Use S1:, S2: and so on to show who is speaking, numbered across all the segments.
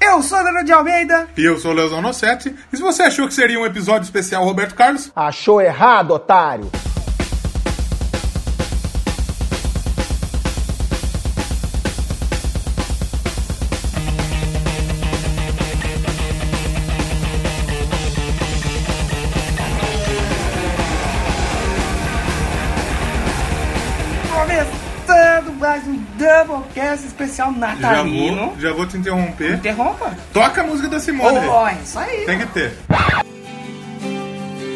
S1: Eu sou Leandro de Almeida.
S2: E eu sou o Leozão Nocete. E se você achou que seria um episódio especial Roberto Carlos,
S3: Achou errado, otário!
S1: Começando mais um Doublecast especial
S2: já
S1: natalino.
S2: vou, já vou te interromper.
S1: Interrompa.
S2: Toca a música da Simone.
S1: Oh, é isso aí.
S2: Tem que ter.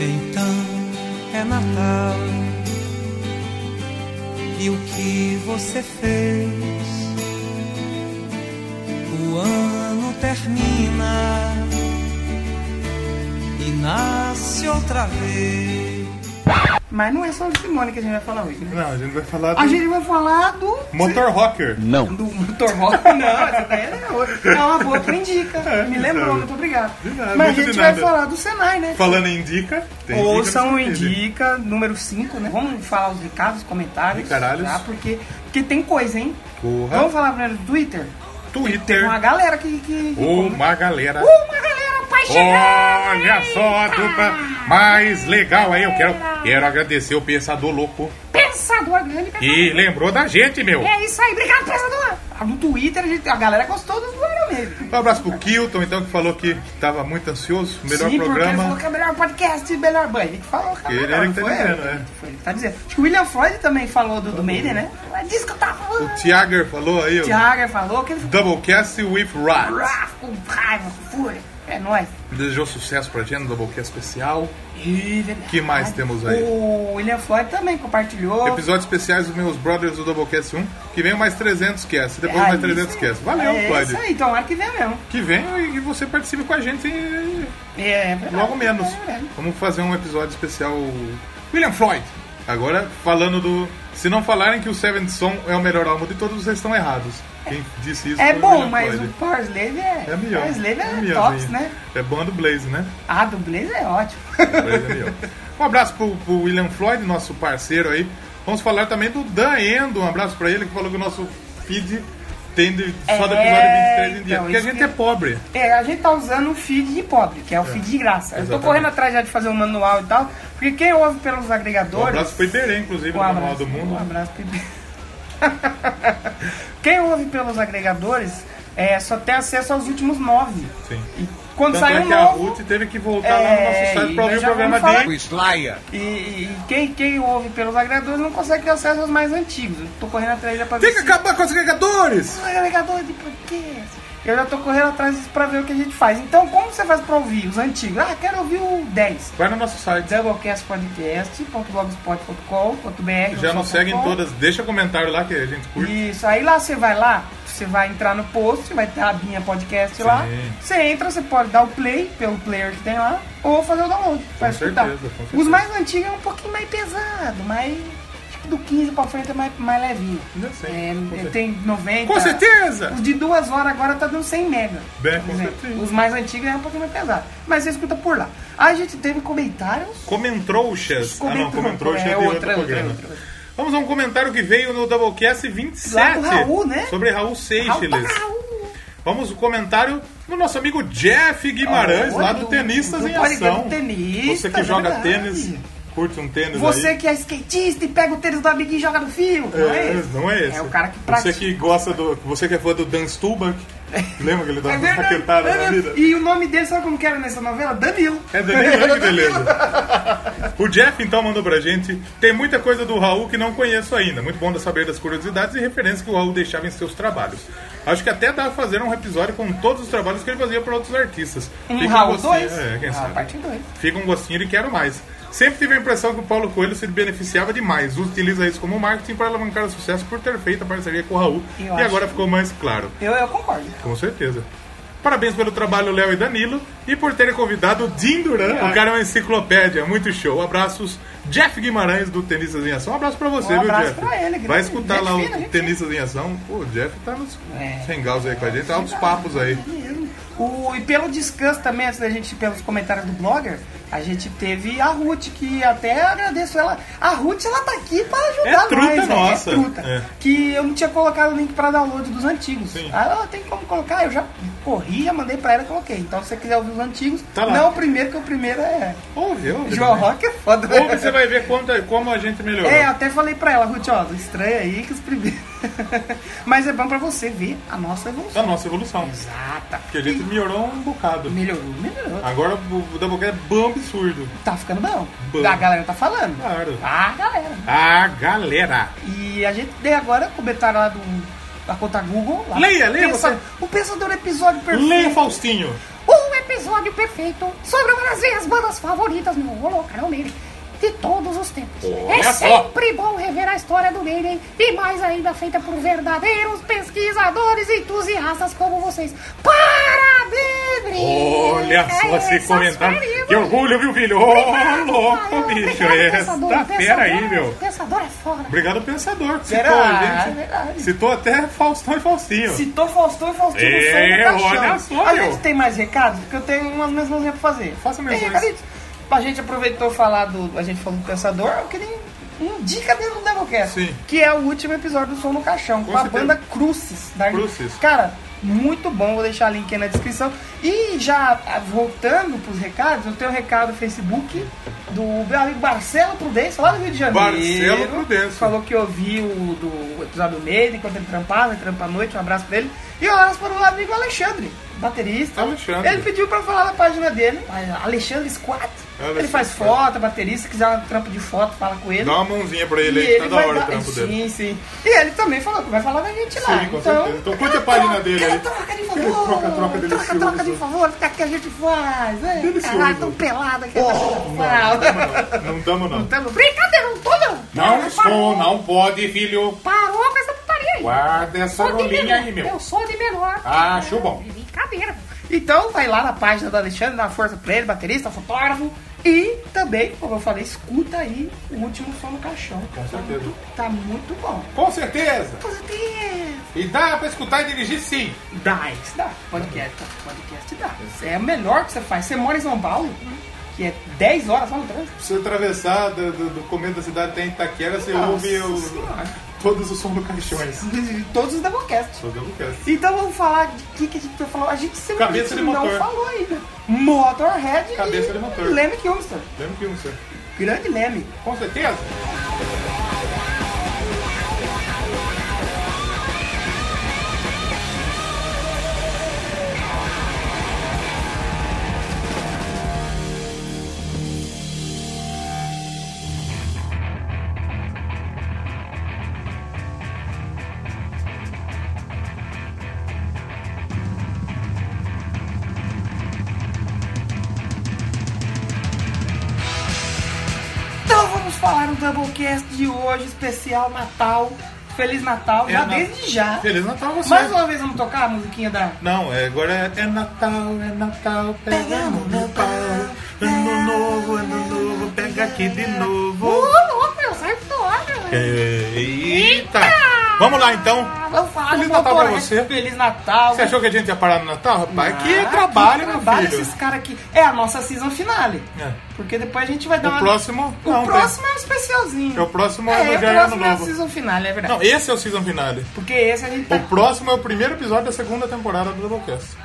S4: Então é Natal. E o que você fez? O ano termina e nasce outra vez.
S1: Mas não é só de Simone que a gente vai falar hoje, né?
S2: Não, a gente vai falar do
S1: A gente vai falar do...
S2: Motor Rocker.
S1: Do motor rock? Não, essa daí é outra. É uma boa que indica. Me lembrou,
S2: É, sabe.
S1: muito obrigado.
S2: nada,
S1: Mas a
S2: de
S1: gente vai
S2: nada.
S1: falar do Senai, né?
S2: Falando em dica, tem
S1: Ouçam o
S2: dica. no Wikipedia.
S1: Indica número 5, né? Vamos falar os recados, comentários.
S2: Recaralhos.
S1: Tá? Porque, porque tem coisa, hein?
S2: Porra.
S1: Vamos falar primeiro do Twitter? Tem
S2: Twitter.
S1: uma galera que. que
S2: Uma galera.
S1: Uma galera apaixonada!
S2: Olha só, truta. Mais legal aí. Eu quero, quero agradecer o Pensador Louco.
S1: Pensador grande, pensador.
S2: E lembrou da gente, meu.
S1: É isso aí, obrigado, pensador! Ah, No Twitter a, gente, a galera gostou do programa mesmo.
S2: Um abraço pro Kilton, então, que falou que tava muito ansioso. Melhor
S1: Sim, porque ele
S2: programa.
S1: falou que é o melhor podcast, melhor band. Ele que falou, cara.
S2: Ele era
S1: não
S2: que tá
S1: foi
S2: dizendo,
S1: ele.
S2: é.
S1: Foi ele que tá dizendo. Acho que o William Freud também falou do, do Maiden, né? É disso que eu tava
S2: O
S1: falando.
S2: Tiager falou aí,
S1: O
S2: ó.
S1: Tiago falou que ele ficou
S2: Doublecast with Rod.
S1: bravo, com raiva, com fúria. É nóis.
S2: Desejou sucesso pra gente no Doublecast especial.
S1: Ih, É verdade.
S2: que mais temos aí?
S1: O William Floyd também compartilhou.
S2: Episódios especiais dos meus brothers do Doublecast 1. Que vem mais 300 cast. Depois
S1: Ah,
S2: mais
S1: isso
S2: 300
S1: aí.
S2: cast. Valeu,
S1: é
S2: Floyd.
S1: isso aí, tomara que venha mesmo.
S2: Que vem e que você participe com a gente eh,
S1: É, verdade,
S2: logo menos.
S1: é verdade.
S2: Vamos fazer um episódio especial William Floyd. Agora, falando do... Se não falarem que o Seventh Son é o melhor álbum de todos, vocês estão errados. Quem disse isso
S1: É
S2: foi o
S1: bom,
S2: William
S1: mas
S2: Floyd.
S1: o Power Slave é.
S2: É melhor.
S1: Power Slave é,
S2: melhor,
S1: tops,
S2: hein?
S1: né?
S2: É bom do Blaze, né?
S1: Ah, do Blaze é ótimo.
S2: Um abraço pro, pro William Floyd, nosso parceiro aí. Vamos falar também do Dan Endo. Um abraço pra ele que falou que o nosso feed tem de, só do episódio 23 em dia.
S1: então,
S2: porque a
S1: isso
S2: gente
S1: que-
S2: é pobre.
S1: É, a gente tá usando o feed de pobre, que é o feed de graça. Eu tô
S2: exatamente.
S1: correndo atrás já de fazer um manual e tal, porque quem ouve pelos
S2: Um
S1: agregadores.
S2: abraço pro Iberê, inclusive, no Manual do
S1: Um
S2: Mundo.
S1: abraço pro Iberê. Quem ouve pelos agregadores é, só tem acesso aos últimos nove.
S2: Sim.
S1: E quando
S2: Tanto
S1: sai
S2: é
S1: um
S2: que a
S1: novo.
S2: Ruth teve que voltar
S1: É,
S2: lá no nosso site
S1: e
S2: pra ouvir
S1: nós
S2: o
S1: já
S2: programa
S1: vamos falar
S2: dele.
S1: E, e- e quem, quem ouve pelos agregadores não consegue ter acesso aos mais antigos. Eu tô correndo atrás já pra ver.
S2: Tem que
S1: se-
S2: acabar com os agregadores!
S1: Ai, agregador de podcast. Eu já tô correndo atrás disso pra ver o que a gente faz. Então, como você faz pra ouvir os antigos? Ah, quero ouvir o 10.
S2: Vai no nosso site.
S1: doublecastpodcast.blogspot.com.br
S2: Já
S1: ou
S2: nos segue em
S1: .com.
S2: todas. Deixa comentário lá que a gente curte.
S1: Isso, aí lá você vai lá, você vai entrar no post, vai ter a abinha podcast lá. Você entra, você pode dar o play pelo player que tem lá, ou fazer o download. Vai escutar.
S2: certeza, com certeza.
S1: Os mais antigos é um pouquinho mais pesado, mas acho que do 15 pra frente é mais, mais levinho.
S2: Ainda sei,
S1: É,
S2: com certeza.
S1: tem 90.
S2: Com certeza!
S1: Os de duas horas agora tá dando 100 mega.
S2: Bem,
S1: Por
S2: com
S1: exemplo.
S2: certeza.
S1: Os mais antigos é um pouquinho mais pesado. Mas você escuta por lá. A gente teve comentários.
S2: Comentrouxas. Ah, não,
S1: Comentrou-
S2: Comentrouxas
S1: é,
S2: é,
S1: outra,
S2: outro programa.
S1: outra, outra.
S2: Vamos a um comentário que veio no Doublecast 27.
S1: Lá do Raul, né?
S2: Sobre Raul
S1: Raul,
S2: Seixas.
S1: Raul.
S2: Vamos o comentário do nosso amigo Jeff Guimarães,
S1: Ah,
S2: lá
S1: do-
S2: do Tenistas
S1: do
S2: em
S1: Pode Crer
S2: Ação.
S1: do Tenista, é
S2: Você que joga
S1: verdade.
S2: tênis, curte um tênis
S1: Você
S2: aí.
S1: que é skatista e pega o tênis do amiguinho e joga no fio. Não é, isso?
S2: não é esse.
S1: É o cara que
S2: Você
S1: pratica.
S2: que gosta do. Você que é fã do Dan Stubach. Lembra que ele dá
S1: É
S2: uma
S1: verdade.
S2: raquetada
S1: é
S2: na
S1: verdade.
S2: vida?
S1: E o nome dele, sabe como que era nessa novela? Danilo.
S2: É Danilo, olha que beleza. O Jeff então mandou pra gente. Tem muita coisa do Raul que não conheço ainda. Muito bom de saber das curiosidades e referências que o Raul deixava em seus trabalhos. Acho que até dá pra fazer um episódio com todos os trabalhos que ele fazia para outros artistas.
S1: Um
S2: Fica
S1: Raul
S2: gostinho-
S1: 2.
S2: É, quem
S1: a
S2: sabe.
S1: parte 2.
S2: Fica um gostinho de quero mais. Sempre tive a impressão que o Paulo Coelho se beneficiava demais. Utiliza isso como marketing para alavancar o sucesso por ter feito a parceria com o Raul.
S1: Eu
S2: e
S1: acho
S2: agora ficou mais claro.
S1: Eu, eu concordo.
S2: Com certeza. Parabéns pelo trabalho, Léo e Danilo, e por terem convidado o Din Duran. O cara é uma enciclopédia, muito show. Abraços, Jeff Guimarães do Tenistas em Ação. Um abraço pra você,
S1: Um abraço
S2: viu, Jeff?
S1: pra ele, tá grande.
S2: Vai escutar
S1: Gente
S2: lá
S1: fina,
S2: o
S1: gente
S2: Tenistas em Ação. Pô, o Jeff tá nos
S1: né? É.
S2: sem gaus aí com a gente, tá altos papos aí.
S1: O, e pelo descanso também, antes da gente ir pelos comentários do blogger, a gente teve a Ruth, que até agradeço ela. A Ruth, ela tá aqui pra ajudar
S2: É truta
S1: nós, né?
S2: nossa.
S1: É truta.
S2: É.
S1: Que eu não tinha colocado o link pra download dos antigos.
S2: Sim.
S1: Ah, tem como colocar, eu já corri, já mandei pra ela e coloquei. Então, se você quiser ouvir os antigos,
S2: Tá lá.
S1: não o primeiro, que o primeiro é.
S2: Ouve, ouve.
S1: João
S2: também.
S1: Rock é foda. né?
S2: Ouve, você vai ver quanto, como a gente melhorou.
S1: É, eu até falei pra ela, Ruth, ó, estranha aí que os primeiros. Mas é bom pra você ver a nossa
S2: Da
S1: evolução.
S2: nossa evolução.
S1: Exata.
S2: Porque a gente melhorou um bocado.
S1: Melhorou, melhorou.
S2: Agora o o Doublecast é bom absurdo.
S1: Tá ficando bom.
S2: Bom.
S1: A galera tá falando.
S2: Claro.
S1: Ah, galera.
S2: Ah, galera.
S1: E a gente tem agora comentário lá do, da conta Google. Lá.
S2: Leia, leia
S1: Pensa- O pensador episódio perfeito.
S2: Leia Faustinho.
S5: Um episódio perfeito sobre uma das minhas bandas favoritas no Holocrão Nele de todos os tempos.
S2: Olha só.
S5: é sempre bom rever a história do Nele e mais ainda feita por verdadeiros pesquisadores e entusiastas como vocês. Parabéns! Brito!
S2: Olha só
S5: É
S2: esse
S5: essas
S2: comentário.
S5: feridas.
S2: Que orgulho, viu, filho? Ô,
S5: Obrigado, é valeu,
S2: louco, bicho.
S5: obrigado, pensador,
S2: Essa tá fera aí,
S5: pensador,
S2: meu.
S5: Pensador é foda.
S2: Obrigado, pensador. que Citou,
S1: Será?
S2: a gente.
S1: É verdade.
S2: Citou até Faustão e Faustinho.
S1: Citou Faustão e Faustino
S2: É,
S1: é, som
S2: olha
S1: da
S2: só,
S1: caixão. A
S2: meu.
S1: gente tem mais recados? Porque eu tenho umas mençãozinhas pra fazer.
S2: Faça
S1: Tem
S2: menções.
S1: recadinhos? A gente aproveitou falar do... A gente falou do Pensador. Eu queria um- um dica dentro do Doublecast.
S2: Sim.
S1: Que é o último episódio do Som no Caixão. Com, a
S2: certeza.
S1: banda Crucis. Da...
S2: Crucis.
S1: Cara... Muito bom, vou deixar o link aí na descrição. E já ah, voltando pros recados, eu tenho um recado no Facebook do meu amigo Marcelo Prudência, lá do Rio de Janeiro.
S2: Marcelo Prudêncio.
S1: Falou falou que ouviu o do episódio do Made, enquanto ele trampava, ele trampa à noite, um abraço pra ele. E um abraço para o amigo Alexandre, baterista.
S2: Alexandre.
S1: Ele pediu pra eu falar na página dele, Alexandre Squat.
S2: Alexandre
S1: Ele faz
S2: Squat.
S1: foto, é baterista, se quiser um trampo de foto, fala com ele.
S2: Dá uma mãozinha pra
S1: E
S2: ele aí, que tá da
S1: vai
S2: hora
S1: dar-
S2: o trampo
S1: sim,
S2: dele.
S1: sim. E ele também falou que vai falar da gente lá.
S2: Sim, com
S1: então,
S2: certeza. Então curte a página dele aí.
S1: Aquela troca de favor.
S2: troca- troca delicioso.
S1: Troca, troca de favor, fica que a gente faz. É,
S2: Delicioso. Oh,
S1: caralho, tão pelada
S5: tá
S1: que a
S2: Não damos, não.
S1: gente faz.
S5: é Brincadeira, não tô não.
S2: Não estou, não pode, filho.
S5: Parou com essa putaria aí.
S2: Guarda essa
S5: Sou de
S2: rolinha
S5: menor.
S2: aí, meu.
S5: Eu sou de menor. É
S2: Ah, acho bom.
S5: Brincadeira.
S1: Então vai lá na página do Alexandre, dá uma força pra ele, baterista, fotógrafo. E também, como eu falei, escuta aí o último som no caixão.
S2: Com certeza.
S1: Tá muito, tá muito bom.
S2: Com certeza.
S1: Positivo.
S2: E dá pra escutar e dirigir sim.
S1: Dá, isso dá. Podcast, podcast dá. Isso é o melhor que você faz. Você mora em São Paulo, que é 10 horas só no trânsito.
S2: Se eu atravessar do, do, do começo da cidade até Itaquera, você
S1: Nossa
S2: ouve o-
S1: Senhora.
S2: todos os sons do caixões.
S1: De Todos os Doublecast.
S2: Todo mundo quer.
S1: Então vamos falar de que, que a gente vai falar. A gente sempre
S2: Cabeça
S1: a gente
S2: de
S1: não
S2: motor.
S1: falou ainda. Motorhead
S2: Cabeça
S1: e
S2: de motor.
S1: Leme Kilmister.
S2: Lembra que um senhor?
S1: Grande Leme.
S2: Com certeza.
S1: Então vamos falar do Doublecast de hoje, especial Natal. Feliz Natal,
S2: É
S1: já
S2: Natal.
S1: Tá desde já.
S2: Feliz Natal você.
S1: Mais uma vez vamos tocar a musiquinha da.
S2: Não, é, agora é, é Natal, é Natal, pegamos no pau. Ano novo, ano novo, pega aqui de novo. É,
S5: Ô, louco, meu, sai do ar, meu.
S2: Eita! Vamos lá então.
S1: Vamos falar
S2: Feliz
S1: do
S2: Natal pra
S1: Motorhead.
S2: você.
S1: Feliz Natal.
S2: Você achou que a gente ia parar no Natal, rapaz?
S1: Ah,
S2: que trabalho,
S1: que
S2: meu
S1: trabalho
S2: filho.
S1: esses caras aqui. É a nossa season finale.
S2: É.
S1: Porque depois a gente vai dar
S2: O
S1: uma.
S2: próximo,
S1: O
S2: não, né?
S1: próximo é um especialzinho.
S2: É o próximo é
S1: é,
S2: no
S1: o
S2: Diário
S1: próximo
S2: Ano
S1: é a
S2: Novo.
S1: season finale, é verdade.
S2: Não, esse é o season finale.
S1: Porque esse a gente tá.
S2: O próximo é o primeiro episódio da segunda temporada do Doublecast.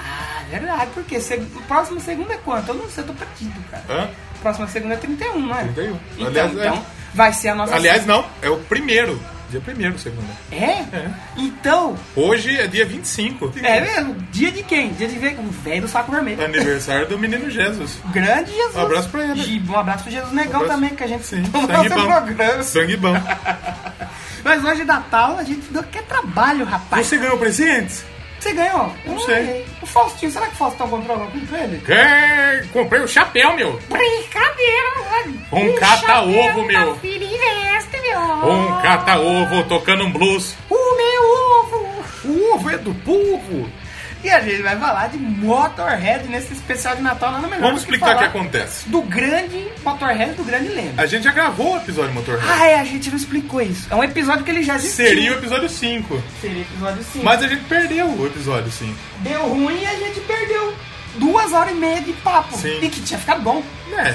S1: Ah, verdade, porque seg... o próximo segundo é quanto? Eu não sei, eu tô perdido, cara.
S2: Hã?
S1: Próxima segunda é 31, não é?
S2: 31.
S1: Então,
S2: Aliás, é.
S1: então vai ser a nossa.
S2: Aliás, não, é o primeiro. Dia primeiro, segunda.
S1: É?
S2: É.
S1: Então,
S2: Hoje é dia 25.
S1: é mesmo. Dia de quem? Dia de ver o velho do saco vermelho.
S2: Aniversário do menino Jesus.
S1: Grande Jesus.
S2: É. Um abraço pra ele.
S1: Gi- Um abraço pro Jesus Negão
S2: abraço.
S1: também, que a gente
S2: Sim,
S1: citou no
S2: sangue
S1: nosso
S2: bom.
S1: programa.
S2: Sangue bom.
S1: Mas hoje, Natal, a gente deu que é trabalho, rapaz.
S2: Você ganhou presentes?
S1: Você ganhou? Eu
S2: Não sei.
S1: ganhei. O Faustinho, será que o Faustão comprou alguma coisa pra ele?
S2: Ganhei! Comprei o chapéu, meu!
S5: Brincadeira, mano.
S2: Um cata-ovo,
S5: chapéu
S2: meu.
S5: da Filha investe, meu.
S2: Um
S1: Oh.
S2: cata-ovo tocando um blues.
S5: O meu ovo.
S2: O ovo é do povo!
S1: E a gente vai falar de Motorhead nesse especial de Natal, nada melhor.
S2: Vamos
S1: do que
S2: explicar o que
S1: falar
S2: acontece.
S1: Do grande Motorhead, do grande Leme.
S2: A gente já gravou o episódio Motorhead.
S1: Ah, é, a gente não explicou isso. É um episódio que ele já existiu.
S2: Seria o episódio 5.
S1: Seria episódio 5.
S2: Mas a gente perdeu o episódio 5.
S1: Deu ruim e a gente perdeu duas horas e meia de papo.
S2: Sim.
S1: E que tinha ficado bom.
S2: É.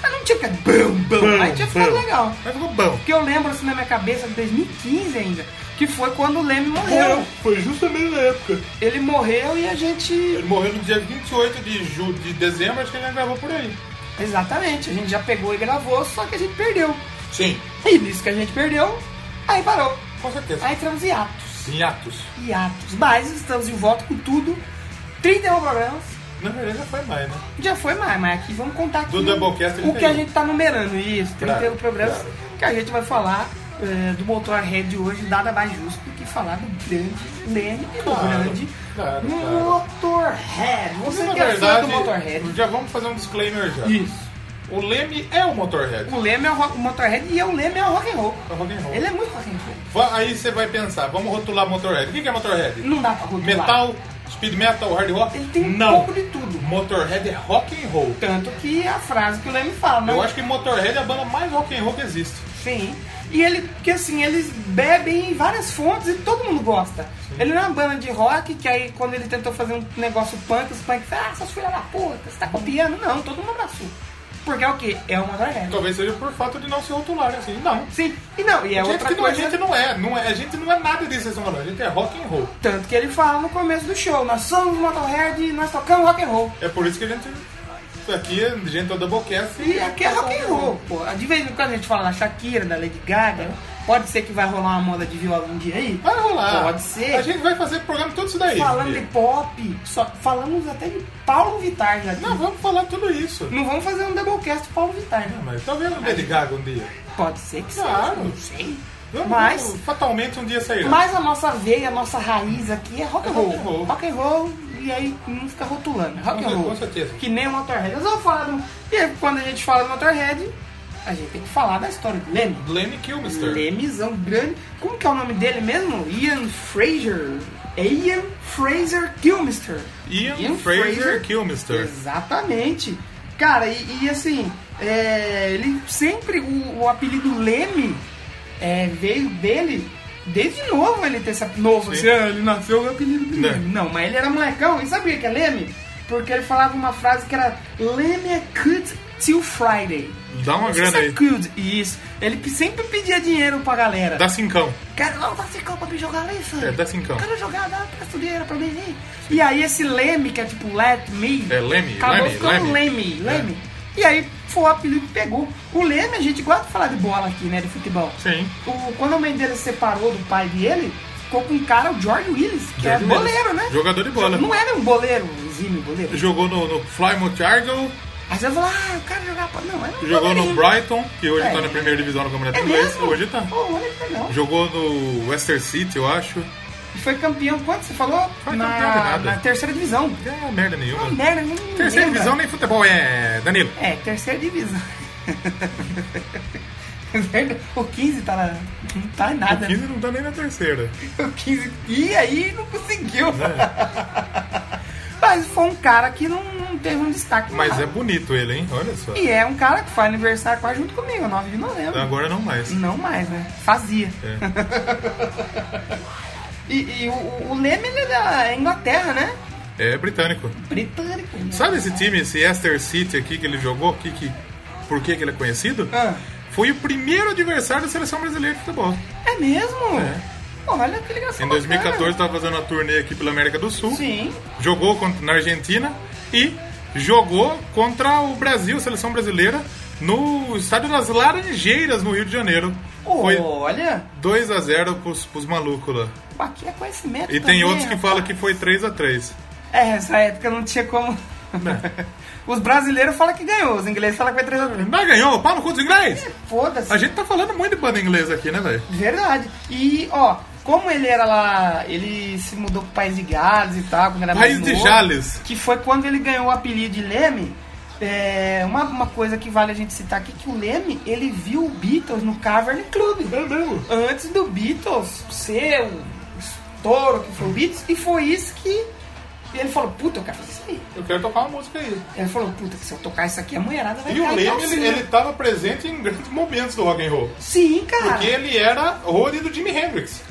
S1: Mas não tinha ficado bom, bom. Mas tinha ficado
S2: bom.
S1: legal.
S2: Mas ficou bom.
S1: Porque eu lembro assim na minha cabeça de 2015 ainda, que foi quando o Leme morreu.
S2: Foi justamente na época.
S1: Ele morreu e a gente.
S2: Ele morreu no dia 28 de, ju de dezembro, acho que ele ainda gravou por aí.
S1: Exatamente, a gente já pegou e gravou, só que a gente perdeu.
S2: Sim.
S1: E nisso que a gente perdeu, aí parou.
S2: Com certeza.
S1: Aí entramos em atos.
S2: Em atos.
S1: E atos. Mas estamos de volta com tudo. 31 programas.
S2: Na verdade já foi mais, né?
S1: Já foi mais, mas aqui vamos contar aqui
S2: Do Doublecast ele
S1: o que
S2: tem
S1: a
S2: um.
S1: gente tá numerando. Isso, 31
S2: Claro,
S1: programas
S2: claro.
S1: que a gente vai falar é, do Motorhead de hoje. Nada mais justo do que falar do grande Leme e do
S2: Claro,
S1: grande
S2: claro, claro.
S1: Motorhead. Você
S2: Na
S1: que é fã
S2: verdade,
S1: do Motorhead.
S2: já vamos fazer um disclaimer já.
S1: Isso.
S2: O Leme é o Motorhead.
S1: O Leme é o, rock, o Motorhead e o Leme é o rock and roll.
S2: É o rock and roll.
S1: Ele é muito rock and roll.
S2: Va- Aí você vai pensar, vamos rotular Motorhead. O que que é Motorhead?
S1: Não dá pra rotular.
S2: Metal, speed metal, hard rock?
S1: Ele tem um
S2: Não.
S1: pouco de tudo.
S2: Motorhead é rock and roll.
S1: Tanto que a frase que o Leme fala, né?
S2: Eu acho que Motorhead é a banda mais rock and roll que existe.
S1: Sim. E ele, porque assim, eles bebem em várias fontes e todo mundo gosta. Ele não é uma banda de rock que aí quando ele tentou fazer um negócio punk, os punk falam, ah, seus filhos da puta, você tá copiando. Não, todo mundo abraçou. Porque é o quê? É uma galera.
S2: Talvez seja por fato de não se rotular assim. Não.
S1: Sim. E não, e é
S2: gente
S1: outra
S2: que não, a
S1: coisa.
S2: gente não é, não é. A gente não é nada disso, vocês estão falando. A gente é rock and roll.
S1: Tanto que ele fala no começo do show, nós somos Motorhead e nós tocamos rock and roll.
S2: É por isso que a gente. Isso aqui, a gente é o Doublecast.
S1: E aqui é rock and roll, pô. De vez em quando a gente fala da Shakira, da Lady Gaga, pode ser que vai rolar uma moda de viola um dia aí.
S2: Vai rolar.
S1: Pode ser.
S2: A gente vai fazer programa tudo isso daí.
S1: Falando de pop, só falamos até de Paulo Vittar já. aqui.
S2: Não, vamos falar tudo isso.
S1: Não vamos fazer um doublecast do Paulo Vittar, né?
S2: Mas talvez um Lady Gaga um dia.
S1: Pode ser que seja,
S2: Claro.
S1: não sei.
S2: Vamos,
S1: Mas,
S2: vamos, fatalmente um dia sairá.
S1: mas a nossa veia, a nossa raiz aqui é rock and
S2: É
S1: roll.
S2: rock and roll.
S1: Rock and roll, e aí não fica rotulando. É Rock
S2: Com
S1: and roll.
S2: certeza.
S1: Que nem o Motorhead. Nós vamos falar do... E aí, quando a gente fala do Motorhead, a gente tem que falar da história do Leme.
S2: Lenny Kilmister.
S1: Lemezão grande. Como que é o nome dele mesmo? Ian Fraser. É Ian Fraser Kilmister.
S2: Ian Fraser Kilmister.
S1: Exatamente. Cara, e, e assim, é, ele sempre, o, o apelido Leme é, veio dele desde novo ele ter esse apelido. Novo,
S2: Sim.
S1: assim, ah, ele nasceu com o apelido de
S2: Né?
S1: Leme. Não, mas ele era molecão e sabia que é Leme? Porque ele falava uma frase que era Leme é good till Friday.
S2: Dá uma grana aí.
S1: Good. Isso. Ele p- sempre pedia dinheiro pra galera.
S2: Dá cincão.
S1: Cara, não, dá cincão pra me jogar lá, isso.
S2: É, dá cincão.
S1: Quero jogar, dá pra estudar pra mim. hein? E aí esse Leme, que é tipo Let Me.
S2: É, Leme,
S1: Acabou
S2: Leme, É.
S1: ficando
S2: Leme.
S1: Leme, Leme. E aí foi o apelido que pegou. O Leme, a gente gosta de falar de bola aqui, né, de futebol.
S2: Sim.
S1: O, quando a mãe dele se separou do pai dele, ficou com um cara, o George Willis, que
S2: George
S1: era boleiro,
S2: Willis.
S1: né?
S2: Jogador de bola.
S1: Não era um boleiro, um exímio boleiro.
S2: Jogou no, no Plymouth Argyle,
S1: Aí você fala, ah, o cara jogava... pra- Não, era um
S2: jogou no
S1: boleirinho.
S2: Brighton, que hoje
S1: É.
S2: tá na primeira divisão do Campeonato
S1: É
S2: Inglês.
S1: mesmo?
S2: Hoje tá.
S1: Pô, olha que legal.
S2: Jogou no Leicester City, eu acho.
S1: E foi campeão quanto você falou?
S2: Foi
S1: na,
S2: campeão de nada.
S1: na terceira divisão.
S2: É merda nenhuma.
S1: Não, merda, nem me
S2: Terceira
S1: lembra.
S2: divisão nem futebol é, Danilo.
S1: É, terceira divisão. É verdade. o 15 tá na, não tá em nada. né?
S2: O 15 não tá nem na terceira.
S1: O 15 e aí não conseguiu. Mas foi um cara que não, não teve um destaque.
S2: É. Mas
S1: nada.
S2: é bonito ele, hein? Olha só.
S1: E é um cara que faz aniversário quase junto comigo, 9 de novembro.
S2: Agora não mais.
S1: Não mais, né? Fazia.
S2: É.
S1: e e o, o Leme ele é da Inglaterra, né?
S2: É britânico.
S1: Britânico. né?
S2: Sabe esse time, esse Leicester City aqui que ele jogou? Que, que, por que, que ele é conhecido?
S1: Ah.
S2: Foi o primeiro adversário da seleção brasileira de futebol.
S1: É mesmo?
S2: É.
S1: Pô, olha que ligação.
S2: Em 2014 estava fazendo a turnê aqui pela América do Sul.
S1: bacana. Sim.
S2: Jogou contra- na Argentina e jogou contra o Brasil, a seleção brasileira, no estádio das Laranjeiras, no Rio de Janeiro.
S1: Oh.
S2: Foi
S1: Olha,
S2: 2 a 0 pros, pros malucos lá.
S1: aqui é conhecimento.
S2: E
S1: também,
S2: tem outros que
S1: rapaz.
S2: falam que foi 3 a 3
S1: É, essa época não tinha como.
S2: Né?
S1: os brasileiros falam que ganhou, os ingleses falam que vai 3x3.
S2: Mas ganhou, pau no cu dos inglês!
S1: Foda-se.
S2: A gente tá falando muito de banda inglesa aqui, né, velho?
S1: Verdade. E, ó, como ele era lá, ele se mudou pro País de Gales e tal, quando era
S2: País
S1: mais
S2: de
S1: novo,
S2: Jales.
S1: Que foi quando ele ganhou o apelido de Leme. É, uma, uma coisa que vale a gente citar aqui, que o Leme, ele viu o Beatles no Cavern Club.
S2: É
S1: Antes do Beatles ser o estouro que foi o Beatles, e foi isso que ele falou, puta, eu quero fazer isso aí.
S2: Eu quero tocar uma música aí.
S1: Ele falou, puta, que se eu tocar isso aqui, a mulherada vai
S2: E o
S1: cair
S2: Leme, ele,
S1: calcinha."
S2: ele tava presente em grandes momentos do rock and roll.
S1: Sim, cara.
S2: Porque ele era roadie do Jimi Hendrix.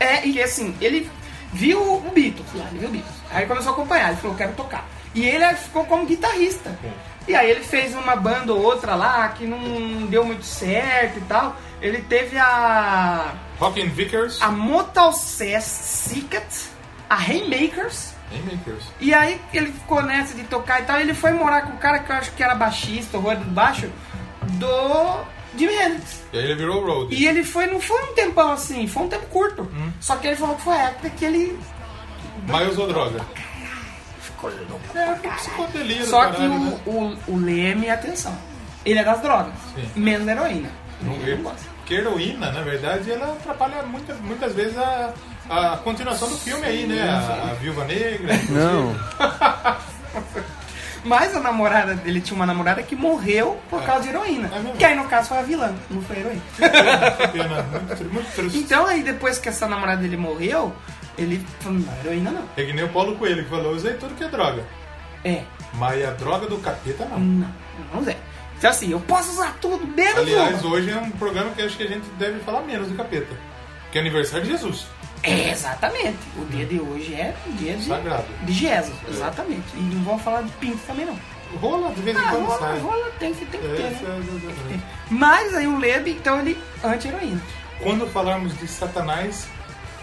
S1: É, e assim, ele viu o Beatles lá, ele viu o Beatles. Aí começou a acompanhar, ele falou, quero tocar. E ele é, ficou como guitarrista.
S2: Hum.
S1: E aí ele fez uma banda ou outra lá que não deu muito certo e tal. Ele teve a.
S2: Rockin' Vickers.
S1: a Motal Sess Secret, a Haymakers.
S2: Haymakers.
S1: E aí ele ficou nessa de tocar e tal. e ele foi morar com o cara que eu acho que era baixista, o Roy do Baixo, do Jimi Hendrix.
S2: E aí ele virou Road.
S1: E ele foi, não foi um tempão assim, foi um tempo curto.
S2: Hum.
S1: Só que ele falou que foi a época que ele
S2: Miles ou droga?
S1: ficou louco.
S2: É, foi psicodelia do
S1: Só que
S2: caralho, né?
S1: o, o, o Leme, atenção, ele é das drogas,
S2: Sim.
S1: menos da heroína.
S2: Não vê. Porque heroína, na verdade, ela atrapalha muitas, muitas vezes a, a continuação do filme aí, né? A, a Viúva Negra.
S6: Não.
S1: Mas a namorada dele tinha uma namorada que morreu por causa de heroína.
S2: É mesmo?
S1: que aí no caso foi a vilã, não foi a heroína.
S2: Pena, muito, tr- muito triste.
S1: Então aí depois que essa namorada dele morreu, ele falou, não, heroína não.
S2: É que nem o Paulo Coelho que falou, usei tudo que é droga.
S1: É,
S2: Mas a droga do capeta não.
S1: não, não Zé. Então assim, eu posso usar tudo, menos
S2: Aliás,
S1: uma.
S2: hoje é um programa que acho que a gente deve falar menos do capeta. Que é aniversário de Jesus.
S1: É, exatamente. O dia de hoje é o dia de,
S2: Sagrado.
S1: de Jesus, exatamente. E não vou falar de pinto também não.
S2: Rola de vez em
S1: Ah,
S2: quando
S1: rola,
S2: sai.
S1: rola, tem que, tem que
S2: É,
S1: ter,
S2: isso
S1: né?
S2: é- isso é- isso é-
S1: Mas aí o Lebe, então ele anti-heroína.
S2: Quando falarmos de Satanás,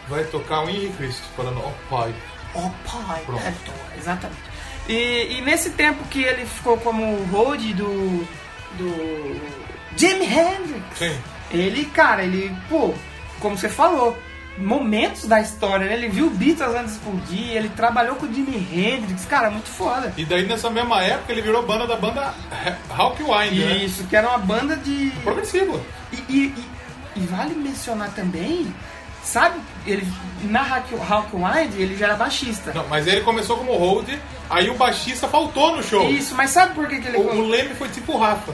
S2: vai tocar o Henrique Cristo falando, oh pai.
S1: Oh, pai.
S2: Pronto.
S1: é, então, exatamente. E, e nesse tempo que ele ficou como road do. do. Jimi Hendrix,
S2: Sim.
S1: ele, cara, ele, pô, como você falou, momentos da história, né? Ele viu o Beatles antes de explodir, ele trabalhou com o Jimi Hendrix, cara, muito foda.
S2: E daí nessa mesma época ele virou banda da banda
S1: É.
S2: Hawkwind, né?
S1: Isso, que era uma banda de.
S2: Progressivo.
S1: E, e- e- e vale mencionar também, sabe, ele na Hack- Hawkwind ele já era baixista.
S2: Não, mas ele começou como hold, aí o baixista faltou no show.
S1: Isso, mas sabe por que, que ele.
S2: O, o Leme foi tipo o Rafa.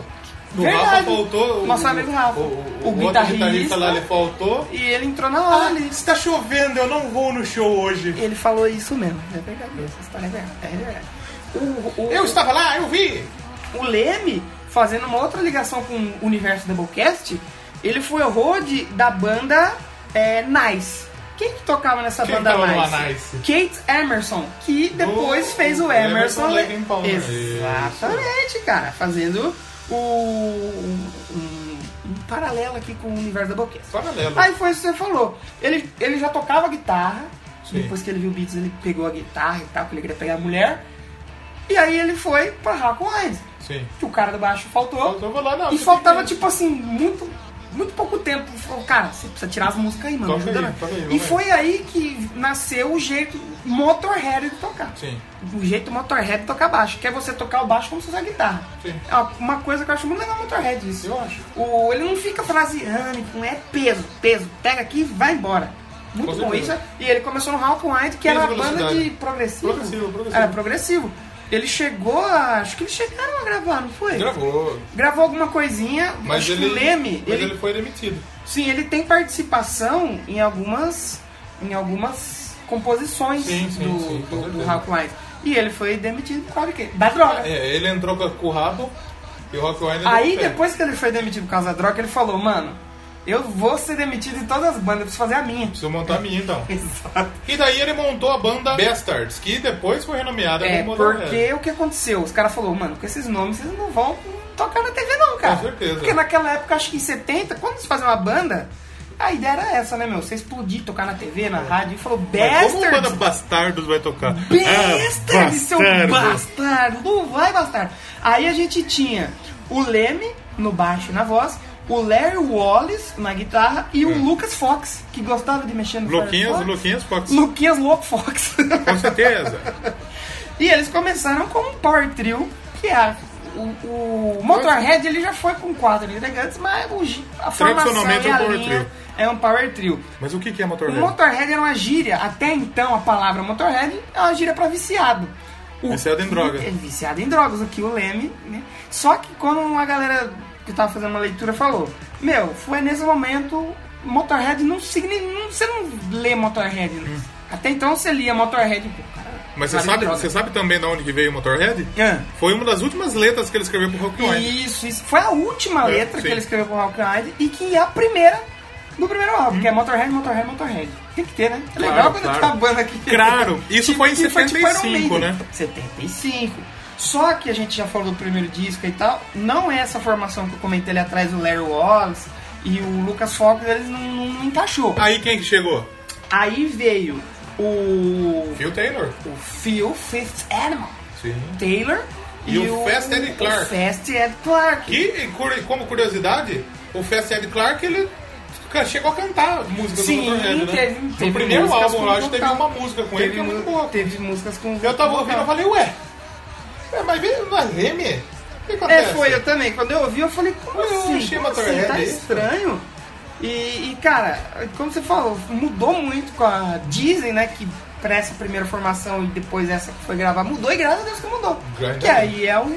S2: O
S1: Verdade.
S2: Rafa faltou. o-
S1: Nosso amigo Rafa.
S2: O, o,
S1: O
S2: outro
S1: guitarrista.
S2: guitarrista lá ele faltou.
S1: E ele entrou na hora
S2: Ah,
S1: ali.
S2: está chovendo, eu não vou no show hoje.
S1: Ele falou isso mesmo. É verdade, essa história é verdade. É verdade. O, o,
S2: Eu estava lá, eu vi.
S1: o Leme, fazendo uma outra ligação com o universo Doublecast, ele foi o road da banda é, Nice. Quem que tocava nessa
S2: Quem
S1: banda
S2: tocava
S1: nice?
S2: na Nice?
S1: Kate Emerson, que depois
S2: Do-
S1: fez o
S2: do
S1: Emerson.
S2: Emerson Lake and Palmer.
S1: Exatamente, cara. Fazendo o. Um, um paralelo aqui com o universo Doublecast.
S2: Paralelo.
S1: Aí foi isso que você falou. Ele, ele já tocava guitarra.
S2: Sim.
S1: Depois que ele viu o Beatles, ele pegou a guitarra e tal, porque ele queria pegar a mulher. E aí ele foi pra Hawkwind,
S2: Sim.
S1: que o cara do baixo faltou.
S2: Faltou, eu vou lá, não.
S1: e
S2: você
S1: faltava,
S2: fica aí.
S1: tipo assim, muito, muito pouco tempo. Ele Falou, cara, você precisa tirar as músicas aí, mano.
S2: Toca
S1: ajuda
S2: aí,
S1: nós."
S2: toca aí,
S1: e
S2: vamos
S1: foi aí que nasceu o jeito Motorhead de tocar.
S2: Sim.
S1: O jeito Motorhead de tocar baixo, que é você tocar o baixo como se fosse a guitarra.
S2: Sim.
S1: É uma- uma coisa que eu acho muito legal no Motorhead isso.
S2: Eu acho.
S1: O, ele não fica fraseando, não é peso, peso. Pega aqui e vai embora. Muito
S2: Com
S1: bom isso.
S2: certeza.
S1: E ele começou no Hawkwind, que era
S2: Peso
S1: uma
S2: e
S1: banda
S2: velocidade.
S1: de progressivo.
S2: Progressivo, progressivo.
S1: Era progressivo. Ele chegou a. Acho que eles chegaram a gravar, não foi?
S2: Gravou.
S1: Gravou alguma coisinha,
S2: Mas
S1: acho
S2: ele,
S1: que o Leme.
S2: mas
S1: Ele,
S2: ele... foi demitido.
S1: Sim, ele tem participação em algumas. em algumas composições
S2: Sim, sim,
S1: do,
S2: sim, com
S1: do, do
S2: certeza.
S1: Hawkwind. E ele foi demitido por causa do quê? Da droga.
S2: É, ele entrou com com o rabo e o
S1: Aí
S2: Hawkwind. entrou com o pé.
S1: depois que ele foi demitido por causa da droga, ele falou, mano, eu vou ser demitido de todas as bandas, eu preciso fazer a minha.
S2: Preciso montar a minha então.
S1: Exato.
S2: E daí ele montou a banda Bastards, que depois foi renomeada
S1: É,
S2: como Motorhead.
S1: porque o que aconteceu? Os caras falaram, mano, com esses nomes vocês não vão tocar na TV não, cara.
S2: Com certeza.
S1: Porque naquela época, acho que em 70, quando eles faziam uma banda, a ideia era essa, né, meu? Você explodir, tocar na TV,
S2: É.
S1: na rádio, e falou,
S2: Mas como a banda
S1: Bastards!
S2: Bastardos vai tocar? É,
S1: Bastards, seu
S2: bastardo.
S1: bastardo! Não vai, bastardo! Aí a gente tinha o Leme no baixo e na voz, o Larry Wallace na guitarra e o Lucas Fox, que gostava de mexer no
S2: Hum. Luquinhas,
S1: Firefox.
S2: Luquinhas Fox.
S1: Luquinhas Louco Fox.
S2: Com certeza.
S1: e eles começaram com um power trio, que era... O, o Motorhead ele já foi com quatro integrantes, mas o gi- a formação
S2: Tradicionalmente
S1: e
S2: é um
S1: a
S2: power
S1: linha
S2: trio.
S1: é um power trio.
S2: Mas o que que é
S1: O
S2: Motorhead?
S1: Motorhead era uma gíria. Até então, a palavra Motorhead é uma gíria pra viciado. O-
S2: Viciado em droga.
S1: É, viciado em drogas, o que o Leme, né? Só que quando uma galera que tava fazendo uma leitura falou, meu, foi nesse momento, Motorhead não significa... você não lê Motorhead, né? Até então você lia Motorhead, pô, cara.
S2: Hum. Mas você
S1: vale
S2: sabe,
S1: droga.
S2: você sabe também de onde que veio o Motorhead?
S1: É.
S2: Foi uma das últimas letras que ele escreveu pro Hawkwind.
S1: Isso, isso. Foi a última
S2: É,
S1: letra
S2: sim.
S1: que ele escreveu pro Hawkeye e que é a primeira do primeiro álbum, que é Motorhead, Motorhead, Motorhead. Tem que ter, né? É
S2: Hum. Claro,
S1: legal quando
S2: claro.
S1: tá a banda aqui.
S2: Claro. Isso foi em
S1: que
S2: 75,
S1: tipo Iron
S2: né?
S1: Maiden. 75. Só que a gente já falou do primeiro disco e tal, não é essa formação que eu comentei ali atrás, o Larry Wallace, e o Lucas Fox, eles não, não, não encaixou.
S2: Aí quem que chegou?
S1: Aí veio o,
S2: Phil Taylor.
S1: o Phil Fifth Animal
S2: Sim.
S1: Taylor
S2: E o Fast Eddie Clark.
S1: O Fast Ed Clark.
S2: Que, e curi- como curiosidade, o Fast Ed Clark, ele ca- chegou a cantar música
S1: Sim,
S2: do Motorhead, né?
S1: teve-
S2: no
S1: teve
S2: primeiro
S1: músicas
S2: álbum
S1: com
S2: lá, acho que teve
S1: vocal.
S2: uma música com ele que
S1: Teve,
S2: é muito
S1: mu-
S2: boa.
S1: teve músicas com
S2: Eu tava ouvindo e
S1: vocal.
S2: falei, ué, é, mas vem, mas vem, me- o que
S1: É,
S2: acontece?
S1: foi, eu também. Quando eu ouvi, eu falei, como
S2: Eu
S1: assim?
S2: achei
S1: Como assim?
S2: Motorhead
S1: Tá
S2: isso.
S1: estranho. E, e, cara, como você falou, mudou muito com a Disney, né? Que pra essa primeira formação e depois essa que foi gravar, mudou e graças a Deus que mudou.
S2: Graças a
S1: que
S2: Deus.
S1: aí é o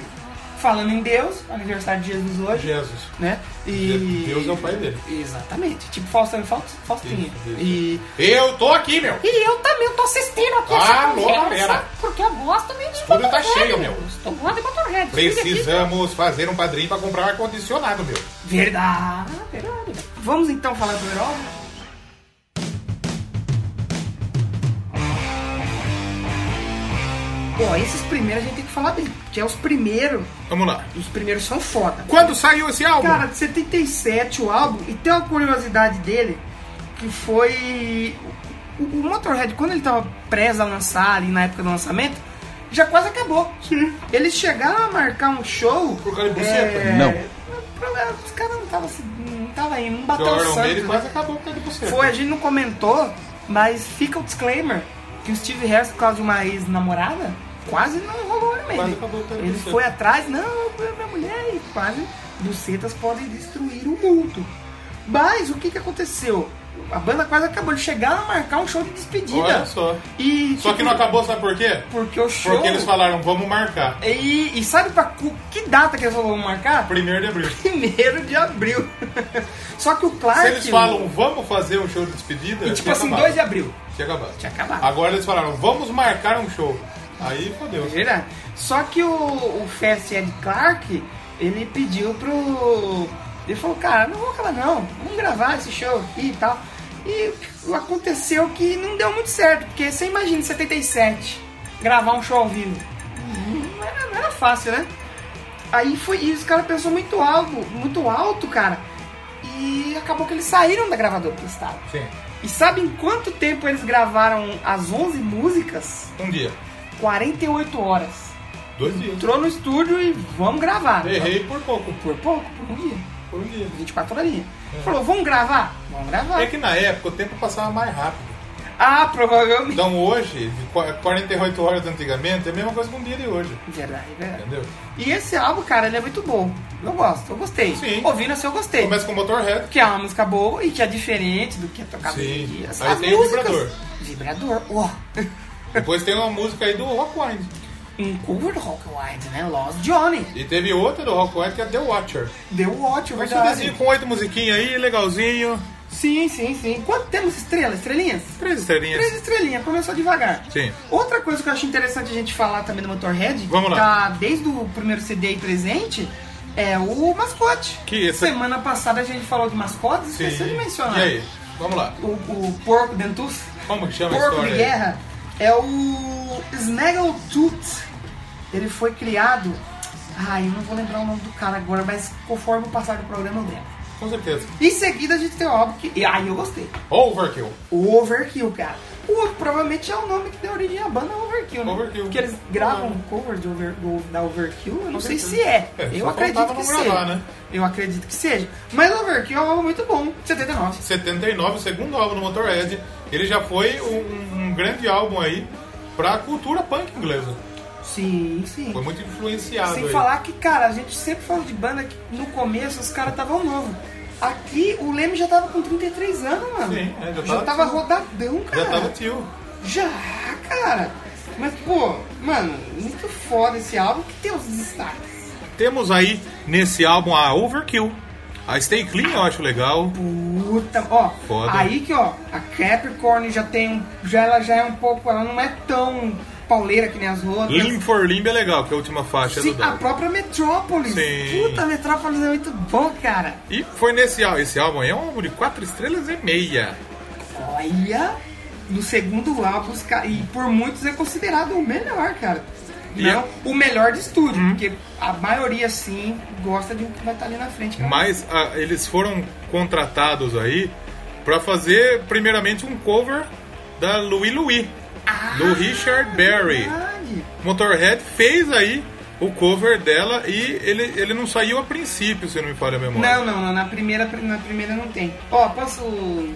S1: Falando em Deus, aniversário de Jesus hoje,
S2: Jesus.
S1: né? E.
S2: Deus é o pai dele.
S1: Exatamente. Tipo Faustão e Faust- Faustinha.
S2: Isso, isso.
S1: E.
S2: Eu tô aqui, meu!
S5: E eu também tô assistindo aqui
S2: Ah,
S5: essa
S2: louca,
S5: conversa,
S2: pera.
S5: porque eu gosto mesmo de
S2: Tudo tá
S5: Motorhead,
S2: cheio, meu.
S5: Eu gosto de Motorhead.
S2: Precisamos fazer um padrinho pra comprar um ar-condicionado, meu.
S1: Verdade, verdade. Vamos então falar do herói? Bom, esses primeiros a gente tem que falar dele, porque é os primeiros,
S2: Vamos lá.
S1: os primeiros são foda.
S2: Quando saiu esse álbum?
S1: Cara, de 77 o álbum, e tem uma curiosidade dele, que foi. O, o Motorhead, quando ele tava preso a lançar ali na época do lançamento, já quase acabou. Eles chegaram a marcar um show. é,
S2: Por causa de buceta?
S3: Não.
S1: problema, é Os caras não tava, se- não tava indo, não bateu
S2: o
S1: o
S2: Iron
S1: santo.
S2: Maiden
S1: né?
S2: quase acabou com ele por cento.
S1: Foi, a gente não comentou, mas fica o disclaimer que o Steve Harris, por causa de uma ex-namorada, quase não rolou ele
S2: Quase
S1: mesmo.
S2: acabou com ele
S1: Ele
S2: buceta.
S1: foi atrás, não, foi minha mulher, e quase bucetas podem destruir o mundo. Mas o que, que aconteceu? A banda quase acabou de chegar a marcar um show de despedida.
S2: Olha só.
S1: E, tipo,
S2: Só que não acabou, sabe por quê?
S1: Porque o show.
S2: Porque eles falaram, vamos marcar.
S1: E, e sabe pra cu- que data que eles vão marcar?
S2: Primeiro de abril.
S1: Primeiro de abril. Só que o Clark.
S2: Se eles falam, vamos fazer um show de despedida,
S1: E tipo
S2: tinha
S1: assim,
S2: acabado.
S1: 2 de abril.
S2: Tinha acabado.
S1: Tinha acabado.
S2: Agora eles falaram, vamos marcar um show. Aí fodeu.
S1: Verdade. Só que o, o Fast Ed Clark, ele pediu pro. Ele falou, cara, não vou acabar não, vamos gravar esse show aqui e tal. E aconteceu que não deu muito certo, porque você imagina em 77, gravar um show ao vivo. Não era, não era fácil, né? Aí foi isso, os caras pensou muito alto, muito alto, cara. E acabou que eles saíram da gravadora que estavam.
S2: Sim.
S1: E sabe em quanto tempo eles gravaram as 11 músicas?
S2: Um dia.
S1: 48 horas.
S2: Dois dias.
S1: Entrou no estúdio e vamos gravar.
S2: Errei por pouco.
S1: Por pouco, por um dia.
S2: Por um dia.
S1: 24 horinhas. Falou, vamos gravar? Vamos gravar.
S2: É que na época o tempo passava mais rápido.
S1: Ah, provavelmente.
S2: Então hoje, de qua- 48 horas antigamente, é a mesma coisa que um dia de hoje.
S1: Verdade, verdade.
S2: Entendeu?
S1: E esse álbum, cara, ele é muito bom. Eu gosto, eu gostei.
S2: Sim.
S1: Ouvindo assim, eu gostei.
S2: Começa com o Motorhead.
S1: Que é uma música boa e que é diferente do que é tocado
S2: Sim.
S1: hoje em dia.
S2: Aí
S1: As
S2: tem o
S1: músicas-
S2: vibrador.
S1: Vibrador, ó.
S2: Depois tem uma música aí do Rockwind.
S1: Um cover do Rock Wide, né? Lost Johnny.
S2: E teve outra do Rockwind que é The Watcher.
S1: Deu ótimo,
S2: Um
S1: verdade.
S2: CDzinho com oito musiquinhas aí, legalzinho.
S1: Sim, sim, sim. Quanto temos estrelas? Estrelinhas?
S2: Três estrelinhas.
S1: Três estrelinhas, começou devagar.
S2: Sim.
S1: Outra coisa que eu acho interessante a gente falar também do Motorhead,
S2: Vamos lá.
S1: tá desde o primeiro CD aí presente, é o mascote.
S2: Que esse-
S1: Semana passada a gente falou de mascotes,
S2: Sim.
S1: esqueceu de mencionar.
S2: E aí? Vamos lá.
S1: O, o porco dentuço,
S2: Como que chama a
S1: porco
S2: história?
S1: de
S2: aí?
S1: guerra, é o Snaggletooth. Ele foi criado... Ai, eu não vou lembrar o nome do cara agora, mas conforme o passar do programa eu lembro.
S2: Com certeza.
S1: Em seguida a gente tem o álbum que... E aí eu gostei.
S2: Overkill.
S1: O Overkill, cara. O, provavelmente é o nome que deu origem à banda Overkill, né?
S2: Overkill.
S1: Porque eles gravam um cover de over- do- da Overkill, eu não sei se é.
S2: É,
S1: eu
S2: só
S1: acredito
S2: faltava
S1: que
S2: não
S1: seja.
S2: gravar, né?
S1: Eu acredito que seja. Mas o Overkill é um álbum muito bom, 79.
S2: 79, o segundo álbum do Motorhead. Ele já foi um, um grande álbum aí pra cultura punk inglesa.
S1: Sim, sim.
S2: Foi muito influenciado
S1: Sem
S2: aí.
S1: falar que, cara, a gente sempre falou de banda que no começo os caras estavam novos. Aqui o Leme já tava com 33 anos, mano.
S2: Sim, é, já
S1: já
S2: tava-
S1: tava rodadão, cara.
S2: Já tava assim. tio.
S1: Já, cara. Mas, pô, mano, muito foda esse álbum que tem os destaques.
S2: Temos aí nesse álbum a Overkill. A Stay Clean eu acho legal.
S1: Puta, ó,
S2: Foda.
S1: aí que ó, a Capricorn já tem um, já ela já é um pouco, ela não é tão pauleira que nem as outras.
S2: Limb for Limb é legal, que é a última faixa
S1: Sim,
S2: do
S1: a
S2: álbum.
S1: própria Metrópolis.
S2: Sim.
S1: Puta, Metrópolis é muito bom, cara.
S2: E foi nesse álbum. Esse álbum aí é um álbum de 4 estrelas e meia.
S1: Olha, no segundo álbum, os ca- e por muitos é considerado o melhor, cara.
S2: E
S1: Não o melhor de estúdio, porque a maioria sim gosta de o que vai estar ali na frente. cara.
S2: Mas ah, eles foram contratados aí pra fazer, primeiramente, um cover da Louis Louis, do
S1: Ah.
S2: Richard Berry.
S1: Verdade.
S2: Motorhead fez aí o cover dela e ele, ele não saiu a princípio, se não me falha a memória.
S1: Não, não, não, na primeira, na primeira não tem. Ó, posso.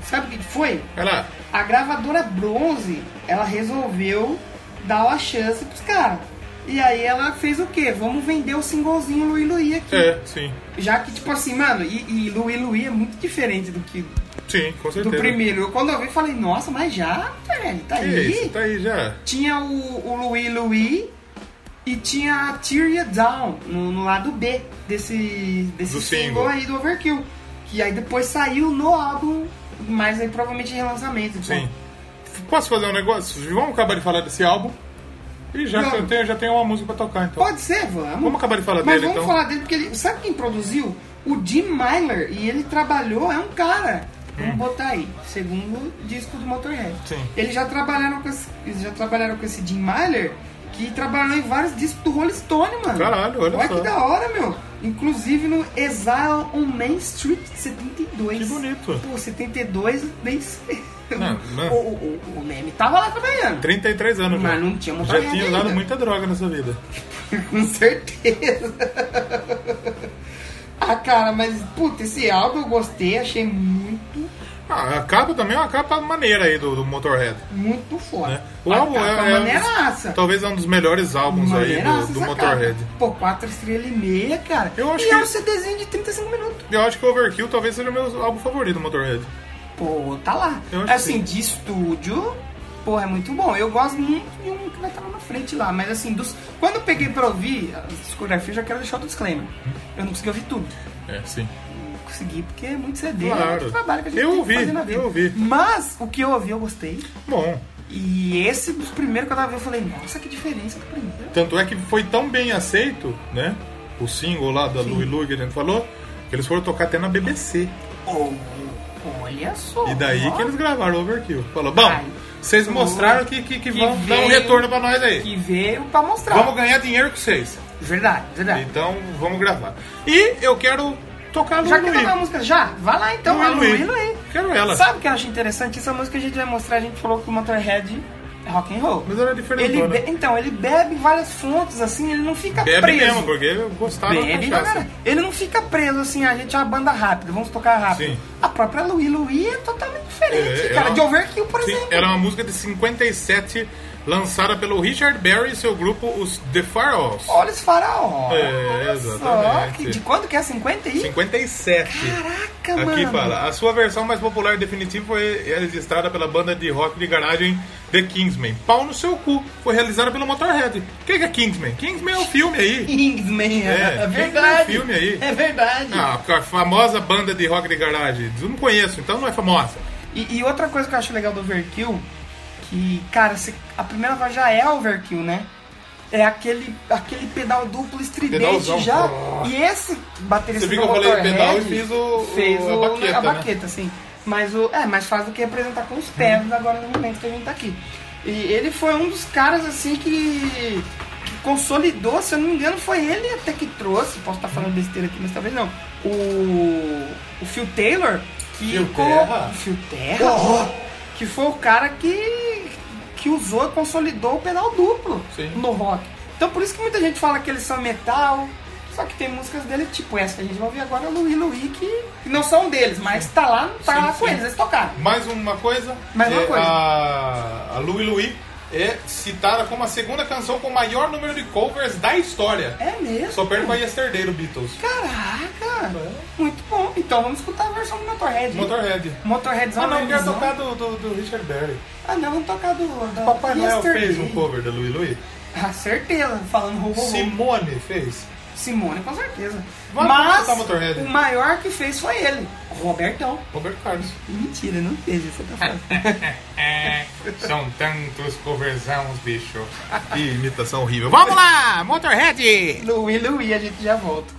S1: Sabe o que foi?
S2: Ela,
S1: A gravadora Bronze, ela resolveu dar uma chance pros caras. E aí ela fez o quê? Vamos vender o singlezinho Lui Lui aqui.
S2: é, sim.
S1: Já que, tipo assim, mano, e, e Lui Lui é muito diferente do que
S2: Sim, com
S1: do
S2: certeza.
S1: primeiro. Eu, quando eu vi, falei, nossa, mas já, velho, tá
S2: Que
S1: aí.
S2: isso, tá aí já.
S1: Tinha o, o Louis Louis e tinha a Tear You Down no, no lado B desse, desse
S2: Do
S1: single.
S2: single.
S1: aí do Overkill. Que aí depois saiu no álbum, mas aí provavelmente em relançamento. então.
S2: Sim. Posso fazer um negócio? Vamos acabar de falar desse álbum. E já que
S1: Não.
S2: eu tenho, já tenho uma música pra tocar, então.
S1: Pode ser, vamos.
S2: Vamos acabar de falar
S1: Mas
S2: dele,
S1: vamos
S2: então.
S1: falar dele, porque ele, sabe quem produziu? O Jim Myler, e ele trabalhou, é um cara. Vamos botar aí, segundo disco do Motorhead.
S2: Hum. Sim.
S1: Eles já trabalharam com esse, eles já trabalharam com esse Jim Myler, que trabalhou em vários discos do Rolling Stone, mano.
S2: Caralho, olha só.
S1: que da hora, meu. Inclusive no Exile on Main Street 72.
S2: Que bonito.
S1: Pô, 72, nem sei.
S2: Não, né? mano.
S1: o, o, o, o meme tava lá trabalhando.
S2: 33 anos
S1: Mas
S2: já.
S1: não tinha
S2: Já
S1: Motorhead
S2: tinha usado
S1: ainda.
S2: muita droga nessa vida.
S1: Com certeza. ah, cara, mas, puta, esse álbum eu gostei, achei muito,
S2: Ah, a capa também é uma capa maneira aí do, do Motorhead.
S1: muito foda.
S2: Né? O
S1: A
S2: álbum
S1: capa
S2: é, é um dos-
S1: maneiraça.
S2: talvez é um dos melhores álbuns aí do-
S1: Maneiraça
S2: do,
S1: essa
S2: Motorhead.
S1: capa. Pô, 4 estrelas e meia, cara.
S2: Eu acho
S1: e
S2: que-
S1: é um CDzinho de 35 minutos.
S2: Eu acho que Overkill talvez seja o meu álbum favorito do Motorhead.
S1: Pô, tá lá.
S2: Eu acho
S1: Assim,
S2: que
S1: de estúdio, pô, é muito bom. Eu gosto muito de um que vai estar lá na frente lá. Mas assim, dos... quando eu peguei pra ouvir a discografia, eu já quero deixar o disclaimer. Eu não consegui ouvir tudo.
S2: É, sim.
S1: conseguir, porque é muito CD,
S2: Claro.
S1: é muito trabalho que a gente
S2: Eu
S1: tem
S2: ouvi,
S1: que fazer na vida.
S2: eu ouvi.
S1: Mas o que eu ouvi, eu gostei.
S2: Bom,
S1: E esse dos primeiros que eu tava vendo, eu falei, nossa, que diferença do primeiro.
S2: tanto é que foi tão bem aceito, né? O single lá da Louie Louie que a gente falou, que eles foram tocar até na BBC.
S1: Oh, olha só.
S2: E daí
S1: ó,
S2: que eles gravaram Overkill. Falou, bom,
S1: Ai,
S2: vocês
S1: que
S2: mostraram que, que,
S1: que
S2: que vão dar
S1: veio-
S2: um retorno pra nós aí.
S1: Que veio pra mostrar.
S2: Vamos ganhar dinheiro com vocês.
S1: Verdade, verdade.
S2: Então, vamos gravar. E eu quero tocar
S1: Já
S2: Louie
S1: que tá a
S2: Louie.
S1: música, já? Vai lá então,
S2: Louie Louie.
S1: Aluílo aí.
S2: Quero ela.
S1: Sabe o que eu acho interessante? Essa música a gente vai mostrar, a gente falou que o Motorhead é rock and roll.
S2: Mas era diferente,
S1: Ele
S2: né?
S1: be- Então, ele bebe várias fontes, assim, ele não fica
S2: Bebe
S1: preso.
S2: mesmo, porque eu gostava da
S1: Bebe,
S2: cachaça.
S1: cara. assim. Ele não fica preso assim, a gente é uma banda rápida, vamos tocar rápido.
S2: Sim.
S1: A própria Louis Louis é totalmente diferente,
S2: É,
S1: cara.
S2: ela-
S1: De Overkill, por
S2: Sim,
S1: exemplo.
S2: era uma música de 57, lançada pelo Richard Berry e seu grupo, os The Pharaohs.
S1: Olha os faraó.
S2: É,
S1: Olha
S2: exatamente.
S1: Só, que- de quando que é? 50 e?
S2: 57.
S1: Caraca, mano.
S2: Aqui fala, a sua versão mais popular e definitiva foi é registrada pela banda de rock de garagem The Kingsman. Pau no seu cu, foi realizada pelo Motorhead. O que que é Kingsman? Kingsman é o filme aí.
S1: Kingsman, é,
S2: É,
S1: verdade.
S2: tem um filme aí.
S1: É verdade.
S2: Ah, a famosa banda de rock de garagem. Eu não conheço, então não é famosa.
S1: E, e outra coisa que eu acho legal do Overkill, que, cara, se- a primeira voz já é Overkill, né? É aquele, aquele pedal duplo estridente
S2: Pedalzão.
S1: já. E esse baterista
S2: Você viu
S1: do
S2: que eu falei
S1: Motorhead
S2: pedal e fiz o- o-
S1: fez
S2: a
S1: o-
S2: baqueta, né?
S1: assim. Mas o, é mais fácil do que representar com os pés agora no momento que a gente tá aqui. E ele foi um dos caras, assim, que, que consolidou, se eu não me engano, foi ele até que trouxe, posso estar falando besteira aqui, mas talvez não, o, o Phil Taylor, que
S2: Phil
S1: colo-
S2: Terra?
S1: Phil Terra, que foi o cara que, que usou e consolidou o pedal duplo
S2: Sim.
S1: no rock. Então por isso que muita gente fala que eles são metal, só que tem músicas dele tipo essa que a gente vai ouvir agora, Louis Louis, que que não são deles, mas tá lá, tá
S2: Sim,
S1: lá com
S2: sim.
S1: eles, eles tocaram.
S2: Mais uma coisa.
S1: Mais uma
S2: é,
S1: coisa.
S2: A, a Louie Louie é citada como a segunda canção com o maior número de covers da história.
S1: É mesmo?
S2: Só perde pra Yesterday do Beatles.
S1: Caraca! Muito bom. Então vamos escutar a versão do Motorhead.
S2: Motorhead.
S1: Motorheadzão
S2: Ah, não, quero
S1: velhozão.
S2: tocar do, do, do Richard Berry.
S1: Ah, não, vamos tocar do. do
S2: Papai Noel
S1: Yesterday.
S2: fez um cover da Louie Louie.
S1: Ah, certeza, falando ro, ro, ro.
S2: Simone fez.
S1: Simone, com certeza.
S2: Vamos
S1: Mas
S2: escutar Motorhead.
S1: o maior que fez foi ele, Robertão.
S2: Roberto Carlos.
S1: Mentira, não fez isso, tá falando.
S2: É, são tantos coversãos, bicho. Que imitação horrível. Vamos lá, Motorhead!
S1: Louis, Louis, a gente já volta.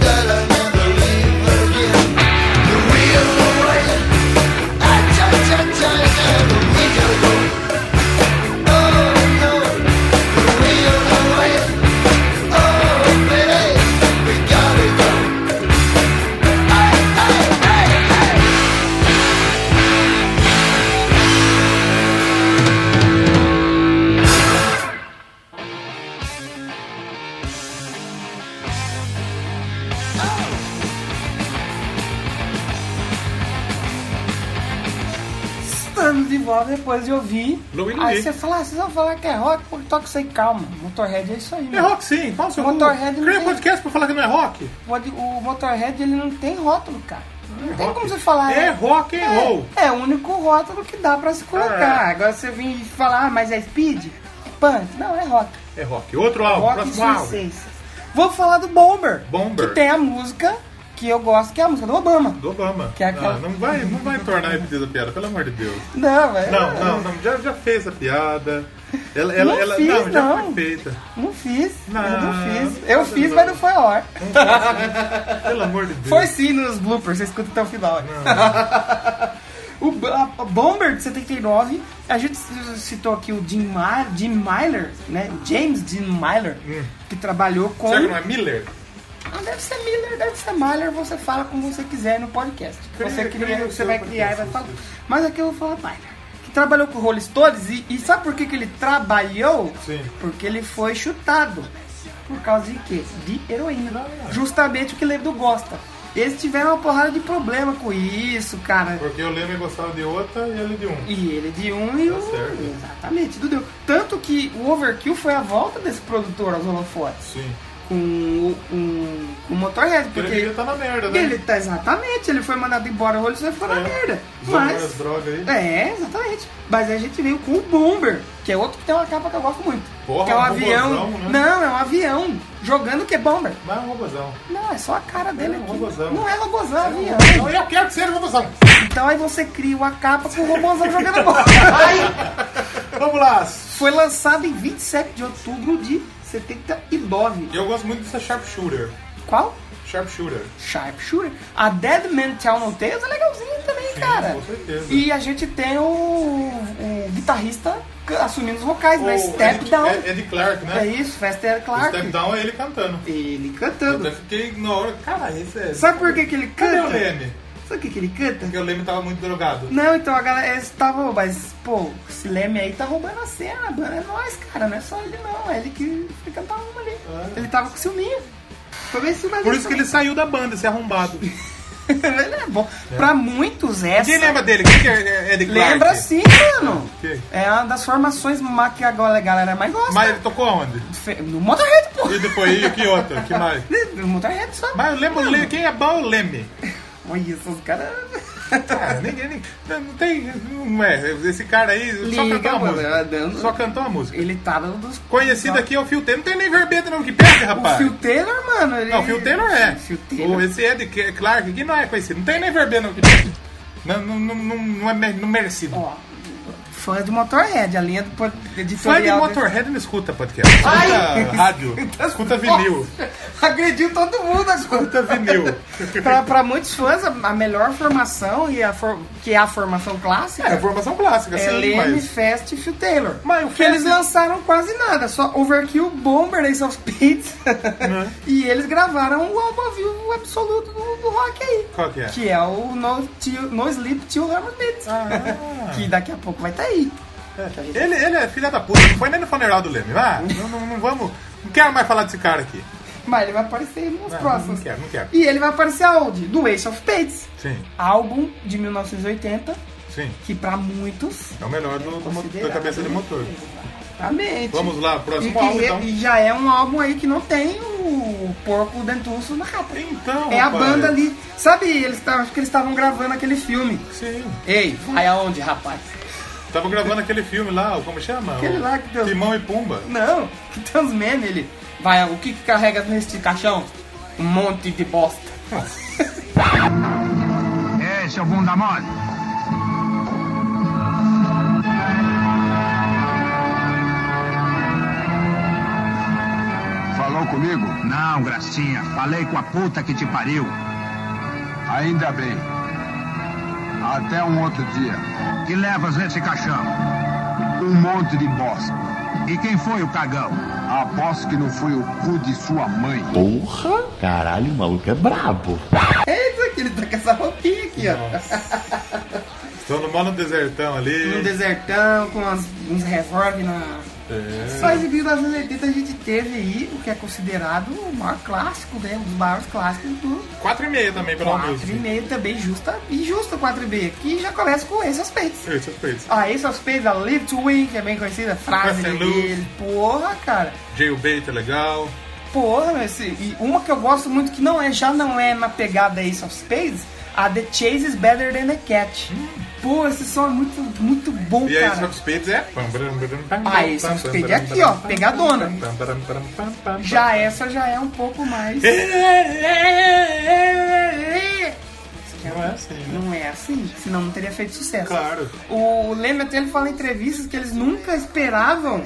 S7: Ah, Oh, Oh,
S1: só depois de ouvir.
S2: Louie, louie.
S1: Aí você fala, ah, vocês vão falar que é rock, porque toca isso aí, calma. Motorhead é isso aí,
S2: É
S1: mano.
S2: rock sim, fala o seu
S1: Motorhead
S2: cu.
S1: não
S2: Cria
S1: tem-
S2: um podcast pra falar que não é rock?
S1: Pode- O Motorhead ele não tem rótulo, cara. Não tem
S2: rock.
S1: como você falar.
S2: É rock and
S1: é,
S2: roll.
S1: É o único rótulo que dá pra se colocar.
S2: É.
S1: Agora você vem falar, ah, mas é speed? É punk. Não, é rock.
S2: É rock. Outro álbum,
S1: Rock
S2: próximo álbum.
S1: francês. Vou falar do Bomber.
S2: Bomber.
S1: Que tem a música que eu gosto, que é a música do Obama.
S2: Do Obama.
S1: Que é aquela-
S2: Ah, não vai, não vai tornar a repetida piada, pelo amor de Deus.
S1: Não, é- velho.
S2: Não, não, não, já, já fez a piada. Ela, ela,
S1: Não
S2: ela-
S1: fiz,
S2: não, já
S1: não.
S2: foi feita.
S1: Não fiz.
S2: Não,
S1: eu não fiz. Eu
S2: não,
S1: fiz,
S2: não.
S1: mas não foi a hora.
S2: Pelo amor de Deus.
S1: Foi sim nos bloopers, você escuta até o final. o B- a- a Bomber de 79, a gente c- citou aqui o Jim, Ma- Jim Myler, né? O James Jim Myler, que trabalhou com.
S2: Hum. Será que não é Miller?
S1: Ah, deve ser Miller, deve ser Myler, você fala como você quiser no podcast.
S2: Cria-
S1: Você, cria,
S2: cria o
S1: você
S2: seu
S1: vai criar e vai
S2: podcast,
S1: falar. Mas aqui eu vou falar Myler. Que trabalhou com o Rolling Stones e, e sabe por que, que ele trabalhou?
S2: Sim.
S1: Porque ele foi chutado. Por causa de quê? De heroína. Justamente o que Ledo gosta. Eles tiveram uma porrada de problema com isso, cara.
S2: Porque eu lembro e gostava de outra e ele de um.
S1: E ele de um e
S2: Tá
S1: o.
S2: certo.
S1: Exatamente, tudo deu. Tanto que o Overkill foi a volta desse produtor aos holofotes
S2: Sim.
S1: com o, com- com o Motorhead,
S2: Porque
S1: porque
S2: ele devia estar na merda, né?
S1: ele tá exatamente, ele foi mandado embora, o Rolls Royce foi na
S2: É.
S1: merda.
S2: Usou várias
S1: Mas.
S2: drogas aí.
S1: É, exatamente. Mas aí a gente veio com o Bomber, que é outro que tem uma capa que eu gosto muito.
S2: Porra,
S1: que é um,
S2: um
S1: avião.
S2: robozão, né?
S1: Não, é um avião. Jogando o que Bomber?
S2: Mas é um robozão.
S1: Não, é só a cara dele.
S2: um
S1: aqui.
S2: robozão. um
S1: Não é robozão, é avião.
S2: Não, eu quero que seja um robozão.
S1: Então aí você cria uma capa com o robozão jogando a bola. Aí
S2: Vamos lá.
S1: foi lançado em 27 de outubro de 79.
S2: Eu gosto muito dessa Sharpshooter.
S1: Qual?
S2: Sharpshooter.
S1: Sharpshooter. A Dead Man Tell No Tales é legalzinha também,
S2: Sim,
S1: cara.
S2: com certeza.
S1: E a gente tem o, o guitarrista assumindo os vocais, né?
S2: O
S1: Step
S2: Ed-
S1: Down.
S2: Ed- Eddie Clark,
S1: É
S2: né?
S1: isso, Fester
S2: O
S1: Clark.
S2: Step Down é ele cantando.
S1: Ele
S2: Eu
S1: cantando.
S2: até fiquei na hora. Cara, esse é.
S1: Sabe por que, que ele
S2: Cadê o
S1: canta?
S2: Leme?
S1: Sabe o que, que ele canta?
S2: Porque o Leme tava muito drogado.
S1: Não, então a galera eles estavam, mas, pô, esse Leme aí tá roubando a cena, mano. É nós, cara, não é só ele não, é ele que foi cantar uma ali. Ele tava com ciúminho. Foi bem ciúminho.
S2: Ah. Por isso que ele saiu da banda, esse arrombado.
S1: ele é bom. Pra muitos, essa.
S2: Quem lembra dele? Quem que é Eddie Clark?
S1: Lembra sim, mano.
S2: Que?
S1: É uma das formações ma- que agora a galera mais gosta.
S2: Mas ele tocou onde?
S1: Fe- No Motorhead, pô.
S2: E depois, e que outra? Que mais?
S1: No Motorhead só.
S2: Mas eu lembro, le- quem é bom é o Leme.
S1: Olha isso, os caras...
S2: Cara, ninguém, ninguém- não, não tem, não é, esse cara aí só
S1: Liga,
S2: cantou a
S1: mano, tá
S2: música.
S1: dando-
S2: Só cantou a música.
S1: Ele tá no- dos...
S2: Conhecido aqui é o Phil Taylor, não tem nem verbeta não que perde,
S1: O
S2: rapaz.
S1: Phil Taylor, mano, ele...
S2: Não, o Phil Taylor é.
S1: Phil Taylor.
S2: O, esse Ed Clark aqui não é conhecido, não tem nem verbeta não que perde. Não, não, não, não, não é mer- não merecido.
S1: Ó, fã de Motorhead, a linha do po-
S2: Fã de
S1: editorial... desse-
S2: Motorhead não escuta podcast. Escuta
S1: Ai! Então,
S2: rádio, escuta vinil,
S1: Agrediu todo mundo agora.
S2: escuta vinil.
S1: pra, pra muitos fãs, a a melhor formação, e a for- que é a formação clássica...
S2: É formação clássica,
S1: É
S2: sim,
S1: Leme,
S2: mas...
S1: Fest e Phil Taylor.
S2: Mas o
S1: que
S2: Fest-
S1: eles lançaram quase nada, só Overkill, Bomber, Ace of Spades.
S2: Uhum.
S1: e eles gravaram o álbum ao vivo absoluto do, do rock aí.
S2: Qual que é?
S1: Que é o No, Till- no Sleep Till Hammer Beats.
S2: Ah.
S1: Que daqui a pouco vai estar aí.
S2: Ele, ele é filha da puta, não foi nem no funeral do Leme,
S1: Uhum.
S2: vá. Não, não, não vamos. Não quero mais falar desse cara aqui.
S1: Mas ele vai aparecer nos
S2: Não,
S1: próximos.
S2: não quero, não quero.
S1: E ele vai aparecer aonde? Do Ace of Spades.
S2: Sim,
S1: Álbum de 1980,
S2: sim.
S1: que pra muitos,
S2: É o melhor do, do mo- da cabeça de
S1: né?
S2: motor.
S1: realmente.
S2: Vamos lá,
S1: E,
S2: próximo
S1: que
S2: álbum
S1: re-
S2: então.
S1: e já é um álbum aí que não tem o porco dentuço na capa.
S2: Então.
S1: É a
S2: rapaz.
S1: banda ali. Sabe, eles tavam- acho que eles estavam gravando aquele filme.
S2: Sim.
S1: Ei, vai aonde, rapaz?
S2: Tava gravando aquele filme lá, o- como chama?
S1: Aquele
S2: O
S1: lá que deu-
S2: Timão e Pumba.
S1: Não, que tem uns memes ele. Vai, o que, que carrega neste caixão? Um monte de bosta.
S6: Esse é o bunda mole. Falou comigo? Não, gracinha. Falei com a puta que te pariu. Ainda bem. Até um outro dia. Que levas nesse caixão? Um monte de bosta. E quem foi o cagão? Aposto que não foi o cu de sua mãe.
S8: Porra! Caralho, o maluco é brabo.
S1: É isso aqui, ele tá com essa roupinha aqui, ó.
S2: Então no modo desertão
S1: Num
S2: ali.
S1: Um desertão, com umas- uns revólver na. Só exibido das Letita a gente teve aí o que é considerado o maior clássico, né? Um dos maiores clássicos do
S2: 4 e meia também, pelo menos.
S1: 4 e meio também, justa, injusta 4 e meio, que já começa com esses aspectos.
S2: Esse é
S1: Ah, esse aspecto da Live to Win, que é bem conhecida, a frase
S2: Essa é luz.
S1: dele. Porra, cara.
S2: Jailbait é legal.
S1: Porra, meu, esse, e uma que eu gosto muito, que não é, já não é na pegada Ace of Spades, a The Chase is Better Than the Cat. Pô, esse som é muito, muito bom,
S2: E aí,
S1: cara.
S2: Soft Spades é.
S1: Ah, esse Soft Spades é aqui, ó, pegadona. Já essa já é um pouco mais.
S2: é, Não é assim, né?
S1: Não é assim, senão não teria feito sucesso.
S2: Claro.
S1: O Leme até ele fala em entrevistas que eles nunca esperavam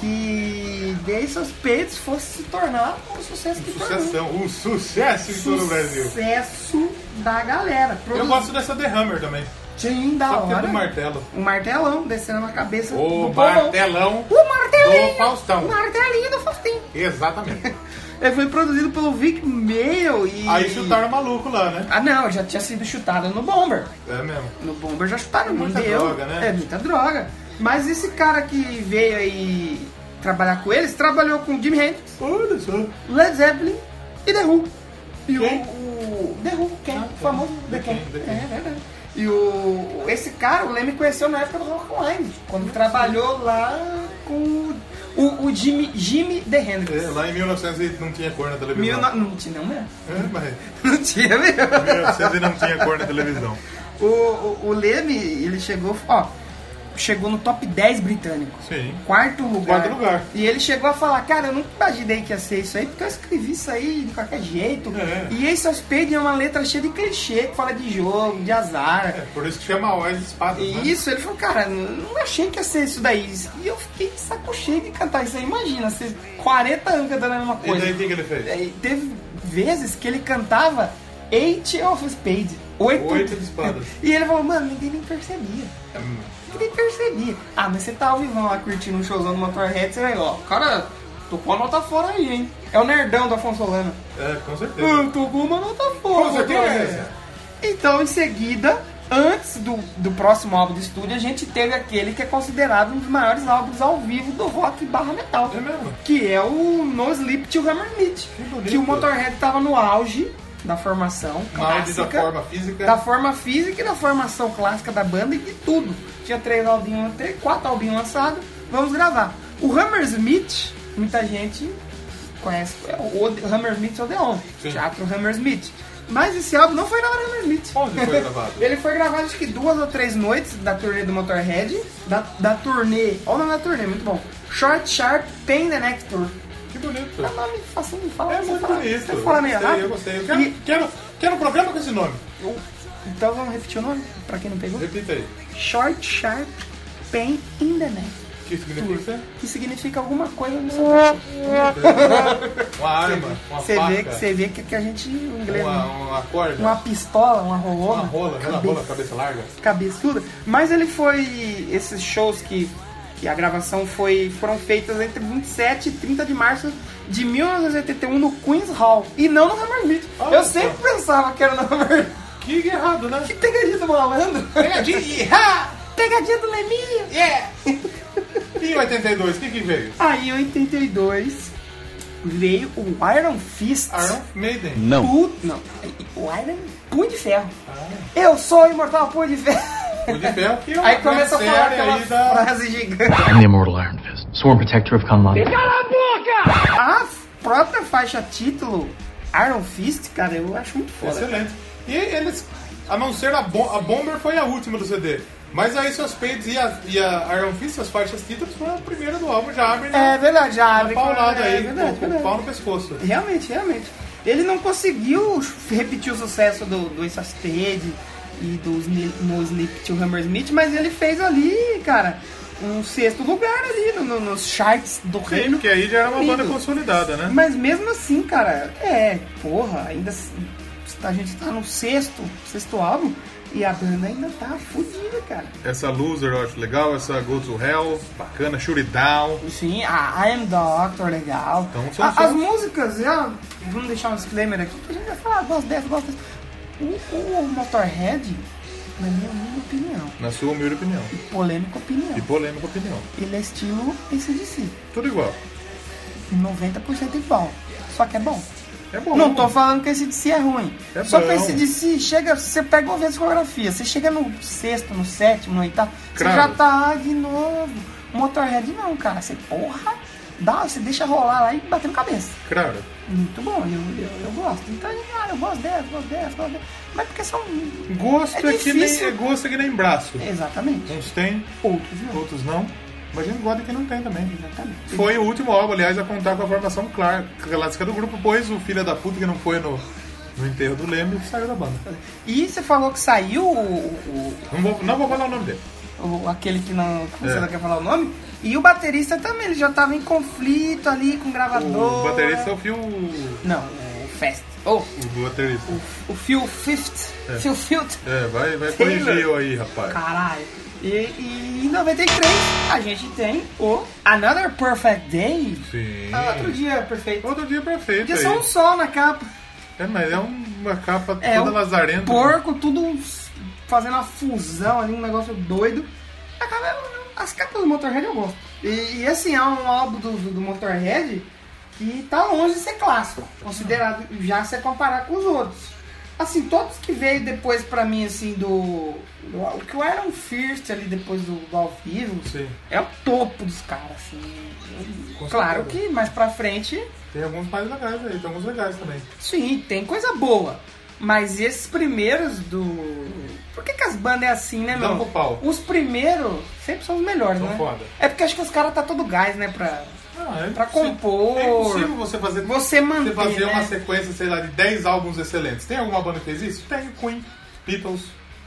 S1: que The Ace of Spades fosse se tornar o sucesso que tornou.
S2: Sucessão. Um sucesso em todo o Brasil.
S1: Sucesso da galera.
S2: Eu gosto dessa The Hammer também.
S1: Produtinho da
S2: Só porque é
S1: hora.
S2: do martelo.
S1: O martelão descendo na cabeça
S2: O
S1: do povão.
S2: martelão.
S1: O martelinho.
S2: do Faustão.
S1: O martelinho do Faustinho.
S2: Exatamente.
S1: Ele foi produzido pelo Vic Mail e...
S2: Aí chutaram o maluco lá, né?
S1: Ah não, já tinha sido chutado no Bomber.
S2: É mesmo.
S1: No Bomber já chutaram, não
S2: Muita
S1: deu.
S2: droga, né?
S1: É muita droga. Mas esse cara que veio aí trabalhar com eles, trabalhou com Jimi Hendrix,
S2: Olha só.
S1: Led Zeppelin e The Who. E o,
S2: Quem?
S1: o The Who, quem?
S2: Ah,
S1: o famoso
S2: The
S1: The Ken.
S2: Ken, The Ken.
S1: É, verdade. E o, esse cara, o Leme conheceu na época do Rock Online, quando trabalhou lá com o, o Jimmy, Jimmy The Hendrix.
S2: É, Lá em 1900 e não tinha cor na
S1: Mil,
S2: televisão.
S1: não, não tinha, não mesmo?
S2: É, mas
S1: Não tinha mesmo.
S2: 1900 e não tinha cor na televisão.
S1: O, o, o Leme, ele chegou, ó, chegou no top 10 britânico.
S2: Sim.
S1: Quarto lugar.
S2: Quarto lugar.
S1: E ele chegou a falar, cara, eu nunca imaginei que ia ser isso aí, porque eu escrevi isso aí de qualquer jeito.
S2: É.
S1: E Ace of Spades é uma letra cheia de clichê, que fala de jogo, de azar.
S2: É, por isso que chama Oz de Espadas, né?
S1: E isso, ele falou, cara, n- não achei que ia ser isso daí. E eu fiquei de saco cheio de cantar isso aí. Imagina, você 40 anos cantando a mesma
S2: E daí
S1: coisa.
S2: o que, que ele fez?
S1: É, E teve vezes que ele cantava Eight of Spades. Oito,
S2: Oito de espadas. É
S1: E ele falou, mano, ninguém nem percebia. Eu nem percebi. Ah, mas você tá ao vivo lá curtindo um showzão do Motorhead, você vai, ó, cara, tô com a nota fora aí, hein? É o nerdão do Afonso Solano.
S2: É, com certeza.
S1: Eu tô com uma nota fora.
S2: Com certeza.
S1: Motorhead. Então, em seguida, antes do, do próximo álbum do estúdio, a gente teve aquele que é considerado um dos maiores álbuns ao vivo do rock barra metal.
S2: É mesmo?
S1: Que é o No Sleep Till Hammermith.
S2: Que bonito.
S1: Que o Motorhead tava no auge da formação
S2: Malde
S1: clássica
S2: da forma física.
S1: É. da forma física e da formação clássica da banda e de tudo. Tinha três albinhos, três, quatro albinhos lançados, vamos gravar. O Hammersmith, muita gente conhece, é o Ode- Hammersmith Odeon,
S2: Sim.
S1: Teatro Hammersmith. Mas esse álbum não foi na hora do Hammersmith.
S2: Onde foi gravado?
S1: Ele foi gravado acho que duas ou três noites da turnê do Motorhead, da, da turnê, olha o nome da turnê, muito bom. Short Sharp Pain the Next Tour.
S2: Que bonito.
S1: É um nome facinho de falar.
S2: É
S1: você
S2: muito
S1: fala-
S2: bonito.
S1: Você fala meio
S2: eu gostei, eu
S1: rápido.
S2: gostei. Eu quero,
S1: E-
S2: quero, quero um programa com esse nome.
S1: Então vamos repetir o nome, pra quem não pegou.
S2: Repita aí.
S1: Short, sharp, pain in the neck.
S2: O que significa?
S1: Que significa alguma coisa no seu
S2: Uma arma, uma
S1: Você
S2: faca,
S1: vê, que- você vê que, que a gente, o inglês,
S2: uma,
S1: uma,
S2: uma corda,
S1: uma
S2: uma,
S1: pistola, uma rolona,
S2: rola, aquela rola né? cabeça larga.
S1: cabeçuda. Mas ele foi, esses shows que, que a gravação foi, foram feitas entre 27 e 30 de março de 1981 no Queen's Hall. E não no Hammersmith.
S2: Olha
S1: Eu
S2: só.
S1: sempre pensava que era no Hammersmith.
S2: Que errado, né?
S1: Que pegadinha do malandro.
S2: Pegadinha.
S1: Ah, pegadinha do Leminha.
S2: Yeah! e 82, o que que veio?
S1: Aí em 82 veio o Iron Fist.
S2: Iron Maiden.
S8: Não.
S1: Pu- Não, o Iron Punho de Ferro. Eu sou o Imortal Punho de Ferro.
S2: O de ferro que é uma
S1: Aí começa a
S2: grande
S1: falar
S2: série
S1: aquela
S2: aí da...
S1: frase gigante.
S9: I'm the Immortal Iron Fist, sworn protector of Kunlun.
S1: A própria faixa título Iron Fist, cara, eu acho muito foda.
S2: Excelente. E eles, a não ser a, Bo- a Bomber foi a última do CD. Mas aí seus peitos e a, e a Iron Fist, as faixas títulos, foram a primeira do álbum, já abre
S1: É
S2: né?
S1: verdade, já abre. com-
S2: paulada
S1: é
S2: aí,
S1: verdade,
S2: com, com o
S1: verdade.
S2: pau no pescoço.
S1: Realmente, realmente. Ele não conseguiu repetir o sucesso do, do Ace of Spades e do Sni- no Snip to Hammersmith, mas ele fez ali, cara, um sexto lugar ali no- no- nos charts do
S2: Sim,
S1: reino.
S2: porque aí já era uma banda
S1: Lindo.
S2: consolidada, né?
S1: Mas mesmo assim, cara, é, porra, ainda se- a gente tá no sexto, sexto álbum e a banda ainda tá fodida, cara.
S2: Essa Loser eu acho legal, essa Go to Hell, bacana, Shoot It Down.
S1: Sim, a I Am Doctor, legal.
S2: Então, são-
S1: A-
S2: são-
S1: As músicas, já, vamos deixar um disclaimer aqui, que a gente vai falar, gosto dessa, gosto dessa. O, o Motorhead, Na minha humilde opinião.
S2: Na sua humilde opinião.
S1: Polêmica opinião.
S2: E polêmica opinião.
S1: Ele é estilo ACDC.
S2: Tudo igual.
S1: 90% igual. Só que é bom.
S2: É bom.
S1: Não tô falando que esse DC é ruim.
S2: É
S1: Só
S2: bom.
S1: que esse DC chega, você pega uma vez a discografia, você chega no sexto, no sétimo, no oitavo,
S2: Claro.
S1: você já tá ah, de novo. Motorhead não, cara. Você porra, dá, você deixa rolar lá e batendo cabeça.
S2: Claro.
S1: Muito bom, eu, eu, eu gosto. Então, ah, eu gosto dessa, gosto dessa, gosto dessa. Mas porque são.
S2: Gosto é,
S1: É
S2: que nem,
S1: difícil.
S2: é gosto é que nem braço.
S1: Exatamente.
S2: Uns tem,
S1: Outros não.
S2: outros não. Mas a gente gosta que não tem também.
S1: Exatamente.
S2: Foi o último álbum, aliás, a contar com a formação clara- clássica do grupo, pois o filho da puta que não foi no, no enterro do Leme saiu da banda.
S1: E você falou que saiu o, o-
S2: Não vou, não vou falar o nome dele.
S1: o- aquele que não. que
S2: É.
S1: Você não quer falar o nome? E o baterista também, ele já tava em conflito ali com o gravador.
S2: O baterista é o Phil. O
S1: Não, o Fest. Ou
S2: baterista.
S1: o Phil Fifth.
S2: É.
S1: Phil Fifth.
S2: É, vai, vai
S1: Taylor.
S2: corrigir eu aí, rapaz.
S1: Caralho. E, e em 93 a gente tem o Another Perfect Day.
S2: Sim.
S1: Ah, outro dia perfeito.
S2: Outro dia é perfeito.
S1: Porque só um
S2: Aí.
S1: sol na capa.
S2: É, mas é uma capa
S1: É,
S2: toda
S1: um
S2: lazarenta. né?
S1: porco, tudo uns- fazendo uma fusão ali, um negócio doido. Acaba- As capas do Motorhead eu gosto. E, e, assim, é um álbum do, do Motorhead que tá longe de ser clássico, considerado já se comparar com os outros. Assim, todos que veio depois pra mim, assim, do. do- o que o Iron Fist ali depois do, do Ao Vivo
S2: Sim.
S1: é o topo dos caras, assim.
S2: Com
S1: Claro
S2: certeza.
S1: que mais pra frente
S2: Tem alguns mais legais aí, tem alguns legais também.
S1: Sim, tem coisa boa. Mas esses primeiros do. Por que, que as bandas é assim, né,
S2: Dão
S1: meu?
S2: pro pau.
S1: Os primeiros sempre são os melhores,
S2: São
S1: né?
S2: foda.
S1: É porque acho que os caras tá todo gás, né? Pra.
S2: Ah, é
S1: Pra
S2: impossível-
S1: compor.
S2: É impossível você fazer.
S1: Você manter,
S2: Você fazer
S1: né?
S2: uma sequência, sei lá, de 10 álbuns excelentes. Tem alguma banda que fez isso? Tem Queen, Beatles.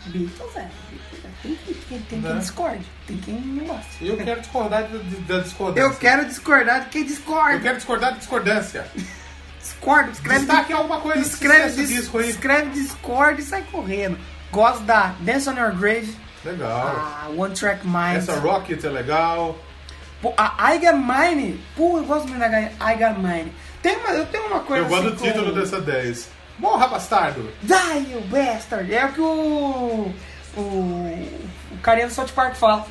S1: Beatles, é. Tem, quem- tem, tem
S2: Né?
S1: quem discorde, tem quem não gosta.
S2: E eu quero discordar de- de- da discordância.
S1: Eu quero discordar de quem discorda.
S2: Eu quero discordar da discordância.
S1: Discorda, escreve,
S2: Destaque alguma coisa de
S1: escreve,
S2: sucesso disco aí.
S1: escreve, discorda e sai correndo. Gosto da Dance on Your Grave,
S2: Legal.
S1: a One Track Mind.
S2: Ah. Essa Rocket é legal.
S1: Pô, a I Got Mine. Pô, eu gosto muito da I Got Mine. Tem uma, eu tenho uma coisa
S2: Eu gosto do
S1: assim com-
S2: título dessa 10. Morra, bastardo!
S1: Die, you bastard. É o que o... O, o carinha do South Park fala.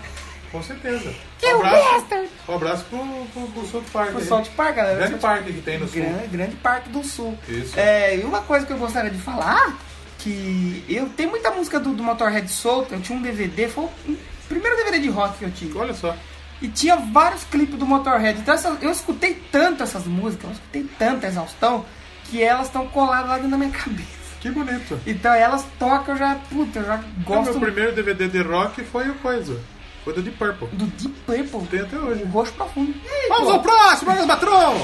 S2: Com certeza.
S5: Que
S2: um
S5: o
S2: abraço,
S5: bastard.
S2: um abraço pro, pro, pro South Park.
S1: Pro
S2: aí.
S1: South Park, galera.
S2: Grande
S1: South-
S2: parque que tem no sul.
S1: grande, grande parte do sul.
S2: Isso.
S1: É, e uma coisa que eu gostaria de falar, que eu tenho muita música do, do Motorhead solta, eu tinha um DVD, foi o primeiro DVD de rock que eu tive.
S2: Olha só.
S1: E tinha vários clipes do Motorhead. Então essa- eu escutei tanto essas músicas, eu escutei tanta exaustão, que elas estão coladas lá dentro da minha cabeça.
S2: Que bonito.
S1: Então elas tocam, eu já, puta, eu já
S2: é O
S1: gosto
S2: meu primeiro DVD de rock foi o Coisa. Foi do Deep Purple.
S1: do Deep Purple.
S2: Tem até hoje.
S1: O rosto profundo.
S2: Vamos ao próximo, meu patrão!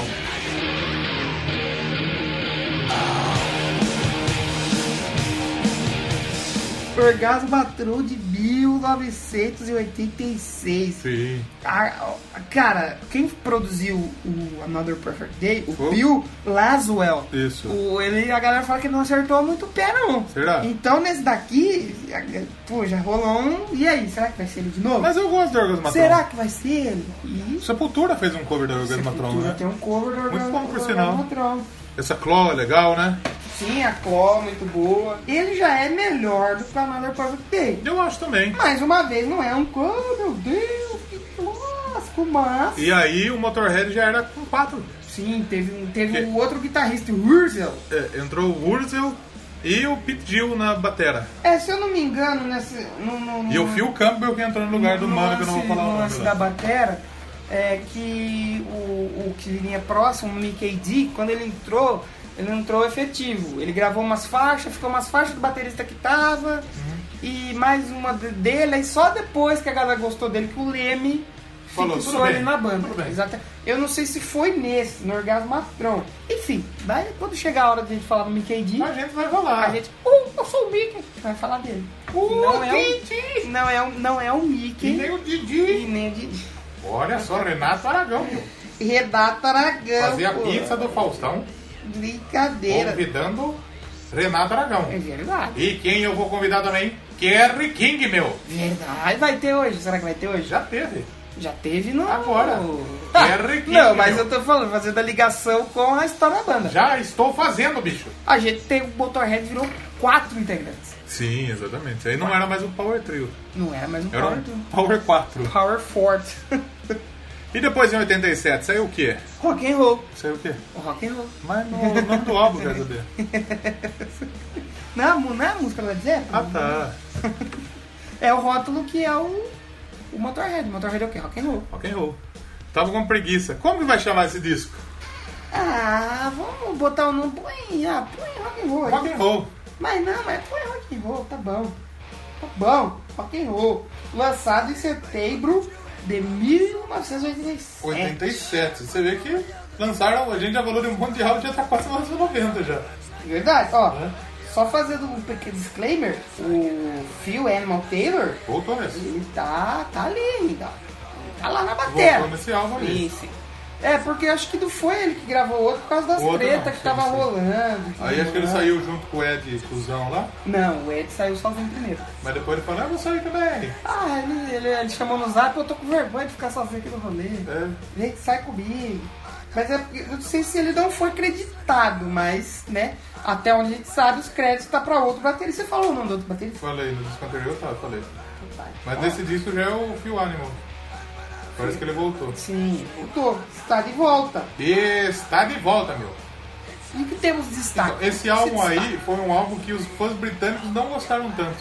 S1: Orgasmo Patrão de 1986.
S2: Sim.
S1: A- a- cara, quem produziu o Another Perfect Day, o
S2: Foi?
S1: Bill Laswell.
S2: Isso.
S1: O, ele, a galera fala que não acertou muito o pé, não.
S2: Será?
S1: Então, nesse daqui, a- pô, já rolou um. E aí, será que vai ser ele de novo?
S2: Mas eu gosto do Orgasmatron.
S1: será que vai ser ele? E
S2: Sepultura fez um cover do Orgasmatron,
S1: Sepultura
S2: né?
S1: tem um cover do
S2: Muito bom, por
S1: do
S2: sinal.
S1: Orgasmatron.
S2: Essa Claw é legal, né?
S1: Sim, a Cló, muito boa. Ele já é melhor do que o Another Perfect Day.
S2: Eu acho também.
S1: Mais uma vez, não é um. Oh, meu Deus, que clássico, mas.
S2: E aí o Motorhead já era com quatro.
S1: Sim, teve, um- teve
S2: Que-
S1: um outro guitarrista, o Urzel.
S2: É, entrou o Urzel e o Pete Gill na batera.
S1: É, se eu não me engano, nesse, no, no, no,
S2: E o Phil Campbell que entrou no lugar do
S1: no
S2: mano que eu não
S1: lance-
S2: vou falar
S1: no
S2: o
S1: lance
S2: nome.
S1: Ah. da
S2: lá.
S1: batera, é que o, o que vinha próximo, o Mickey D, quando ele entrou, ele não entrou efetivo. Ele gravou umas faixas, ficou umas faixas do baterista que tava,
S2: Uhum.
S1: e mais uma de- dele, aí só depois que a galera gostou dele, que o Leme
S2: Falou,
S1: fixou
S2: tudo bem,
S1: ele na banda.
S2: tudo bem.
S1: Exata- Eu não sei se foi nesse, no Orgasmo Matrão. Enfim, daí quando chegar a hora de a gente falar do Mickey D,
S2: A gente vai falar.
S1: a gente, uh, eu sou o Mickey. Vai falar dele. não, é o, não, é o, não é o Mickey.
S2: E nem o
S1: E
S2: Didi.
S1: nem o Didi.
S2: Olha só, Renato Aragão. viu?
S1: Renato Aragão.
S2: Fazia a
S1: É, pô.
S2: pizza do Faustão
S1: Brincadeira.
S2: convidando Renato Aragão.
S1: É verdade.
S2: E quem eu vou convidar também? Kerry King, meu.
S1: Verdade. Vai ter hoje. Será que vai ter hoje?
S2: Já teve.
S1: Já teve no... Tá.
S2: Agora. Kerry King,
S1: Não, mas
S2: meu.
S1: eu tô falando, fazendo a ligação com a história da banda.
S2: Já estou fazendo, bicho.
S1: A gente tem o Motorhead virou quatro integrantes.
S2: Sim, exatamente. Aí não era mais o Power Trio.
S1: Não era mais um
S2: Era
S1: Power
S2: um
S1: Trio.
S2: Power 4.
S1: Power Fort.
S2: E depois em 87, saiu o quê?
S1: rock and roll.
S2: Saiu o quê?
S1: Rock and roll.
S2: Mas no o nome do álbum, quer saber?
S1: Não, é a mu- não é a música do Led Zeppelin?
S2: Ah, tá.
S1: É o rótulo que é o, o Motorhead. Motorhead é o quê? Rock and roll.
S2: Rock and roll. Tava com preguiça. Como que vai chamar esse disco?
S1: Ah, vamos botar o nome. Põe, ah, põe rock and roll. aí.
S2: Rock and roll.
S1: Mas não, mas põe rock and roll, tá bom. Tá bom, rock and roll. Lançado em setembro de
S2: É.
S1: 1987.
S2: 87. Você vê que lançaram, a gente já falou de um monte de álbum, já tá quase nos anos 90 já.
S1: Verdade, ó.
S2: É.
S1: Só fazendo um pequeno disclaimer, o Phil Animal Taylor,
S2: Voltou nesse.
S1: ele tá, tá ali ainda. ó. Tá lá na
S2: Voltou
S1: bateria.
S2: nesse álbum aí.
S1: Isso. É, porque acho que não foi ele que gravou outro por causa das
S2: O outro
S1: tretas
S2: não,
S1: que
S2: sim,
S1: tava
S2: sim.
S1: rolando. e
S2: Aí
S1: tudo
S2: acho que ele
S1: mais.
S2: saiu junto com o Ed Cusão lá,
S1: Não, o Ed saiu sozinho primeiro.
S2: mas depois ele falou, ah, eu vou sair também.
S1: Ah, ele, ele, ele chamou no zap, eu tô com vergonha de ficar sozinho aqui no rolê.
S2: É.
S1: Vem, sai comigo. Mas é, porque- eu não sei se ele não foi creditado, mas, né, até onde a gente sabe, os créditos tá pra outro baterista. Você falou o nome do outro baterista?
S2: Falei, no disco anterior tá, falei. Mas nesse disco já é o Phil Animal. Parece que ele voltou.
S1: Sim, voltou, está de volta.
S2: E está de volta, meu.
S1: E o que temos de destaque?
S2: Então, Esse álbum aí foi um álbum que os fãs britânicos não gostaram tanto.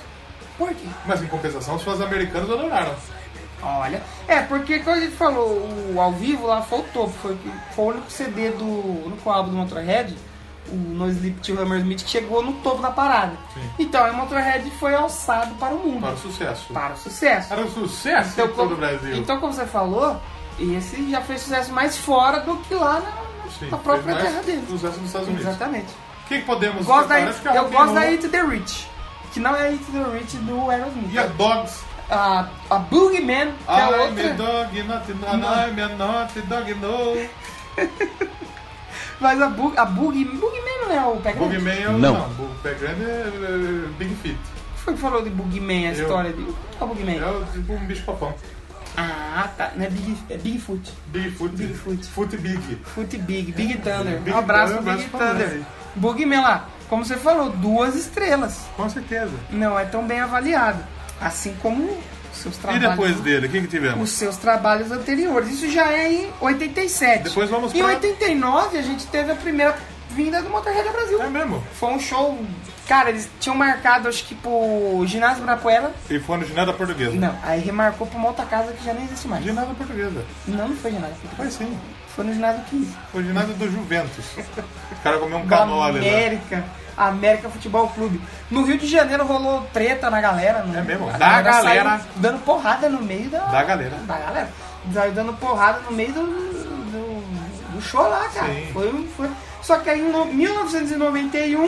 S1: Por quê?
S2: Mas em compensação, os fãs americanos adoraram.
S1: Olha, é porque quando a gente falou o ao vivo lá foi o topo, foi, o que- foi o único CD do no único álbum do Motorhead, o No Sleep to Hammersmith, que chegou no topo da parada.
S2: Sim.
S1: Então aí o Motorhead foi alçado para o mundo,
S2: Para
S1: para,
S2: o sucesso.
S1: o sucesso.
S2: Para o sucesso
S1: Então,
S2: de
S1: como,
S2: todo o Brasil.
S1: então como você falou, esse já fez sucesso mais fora do que lá na, na
S2: Sim,
S1: própria
S2: fez mais
S1: terra dele.
S2: Sucesso nos Estados Unidos.
S1: Exatamente.
S2: O que, que podemos
S1: Gosto da,
S2: separar? Acho que é
S1: eu
S2: rock and
S1: gosto da
S2: roll.
S1: It the Rich, que não é It the Rich do Aerosmith.
S2: E a Ah, Dogs.
S1: A, a Boogeyman, que é a
S2: I'm
S1: outra.
S2: a dog, not a dog, I'm a not a dog, no.
S1: Mas a, bug, a bug, Bugman não é o pé grande?
S2: Bugman é o...
S8: Não.
S2: não o pé grande é é, Big
S1: O
S2: Feet.
S1: que foi que falou de Bugman, a
S2: Eu.
S1: história de... O que é o Bugman?
S2: É o, tipo um bicho papão.
S1: Ah, tá. Não é Big... É Bigfoot.
S2: Big Foot.
S1: Big Foot.
S2: Foot Big.
S1: Foot Big. Big Thunder.
S2: É, Big
S1: um abraço,
S2: Thunder,
S1: Big
S2: abraço pra
S1: Thunder.
S2: nós.
S1: Bugman lá, como você falou, duas estrelas.
S2: Com certeza.
S1: Não é tão bem avaliado. Assim como os seus
S2: E
S1: trabalhos...
S2: depois dele, o que, que tivemos?
S1: Os seus trabalhos anteriores. Isso já é em 87.
S2: Depois vamos
S1: Em
S2: pra-
S1: 89, a gente teve a primeira vinda do Motorhead ao Brasil.
S2: É mesmo.
S1: Foi um show... Cara, eles tinham marcado, acho que pro Ginásio Brapuela.
S2: E foi no ginásio da portuguesa.
S1: Não, aí remarcou pra uma outra casa que já nem existe mais.
S2: Ginásio da portuguesa.
S1: Não, não foi ginásio. foi
S2: Foi sim.
S1: Foi no ginásio 15.
S2: Foi o ginásio do Juventus. O cara comeu um
S1: Da
S2: canole lá.
S1: América. América Futebol Clube. No Rio de Janeiro rolou treta na galera. né?
S2: É mesmo?
S1: A
S2: Da
S1: saiu
S2: galera.
S1: dando porrada no meio da,
S2: Da galera.
S1: da galera. Saiu dando porrada no meio do, do, do show lá, cara.
S2: Sim.
S1: Foi, um- foi... Só que aí em no- 1991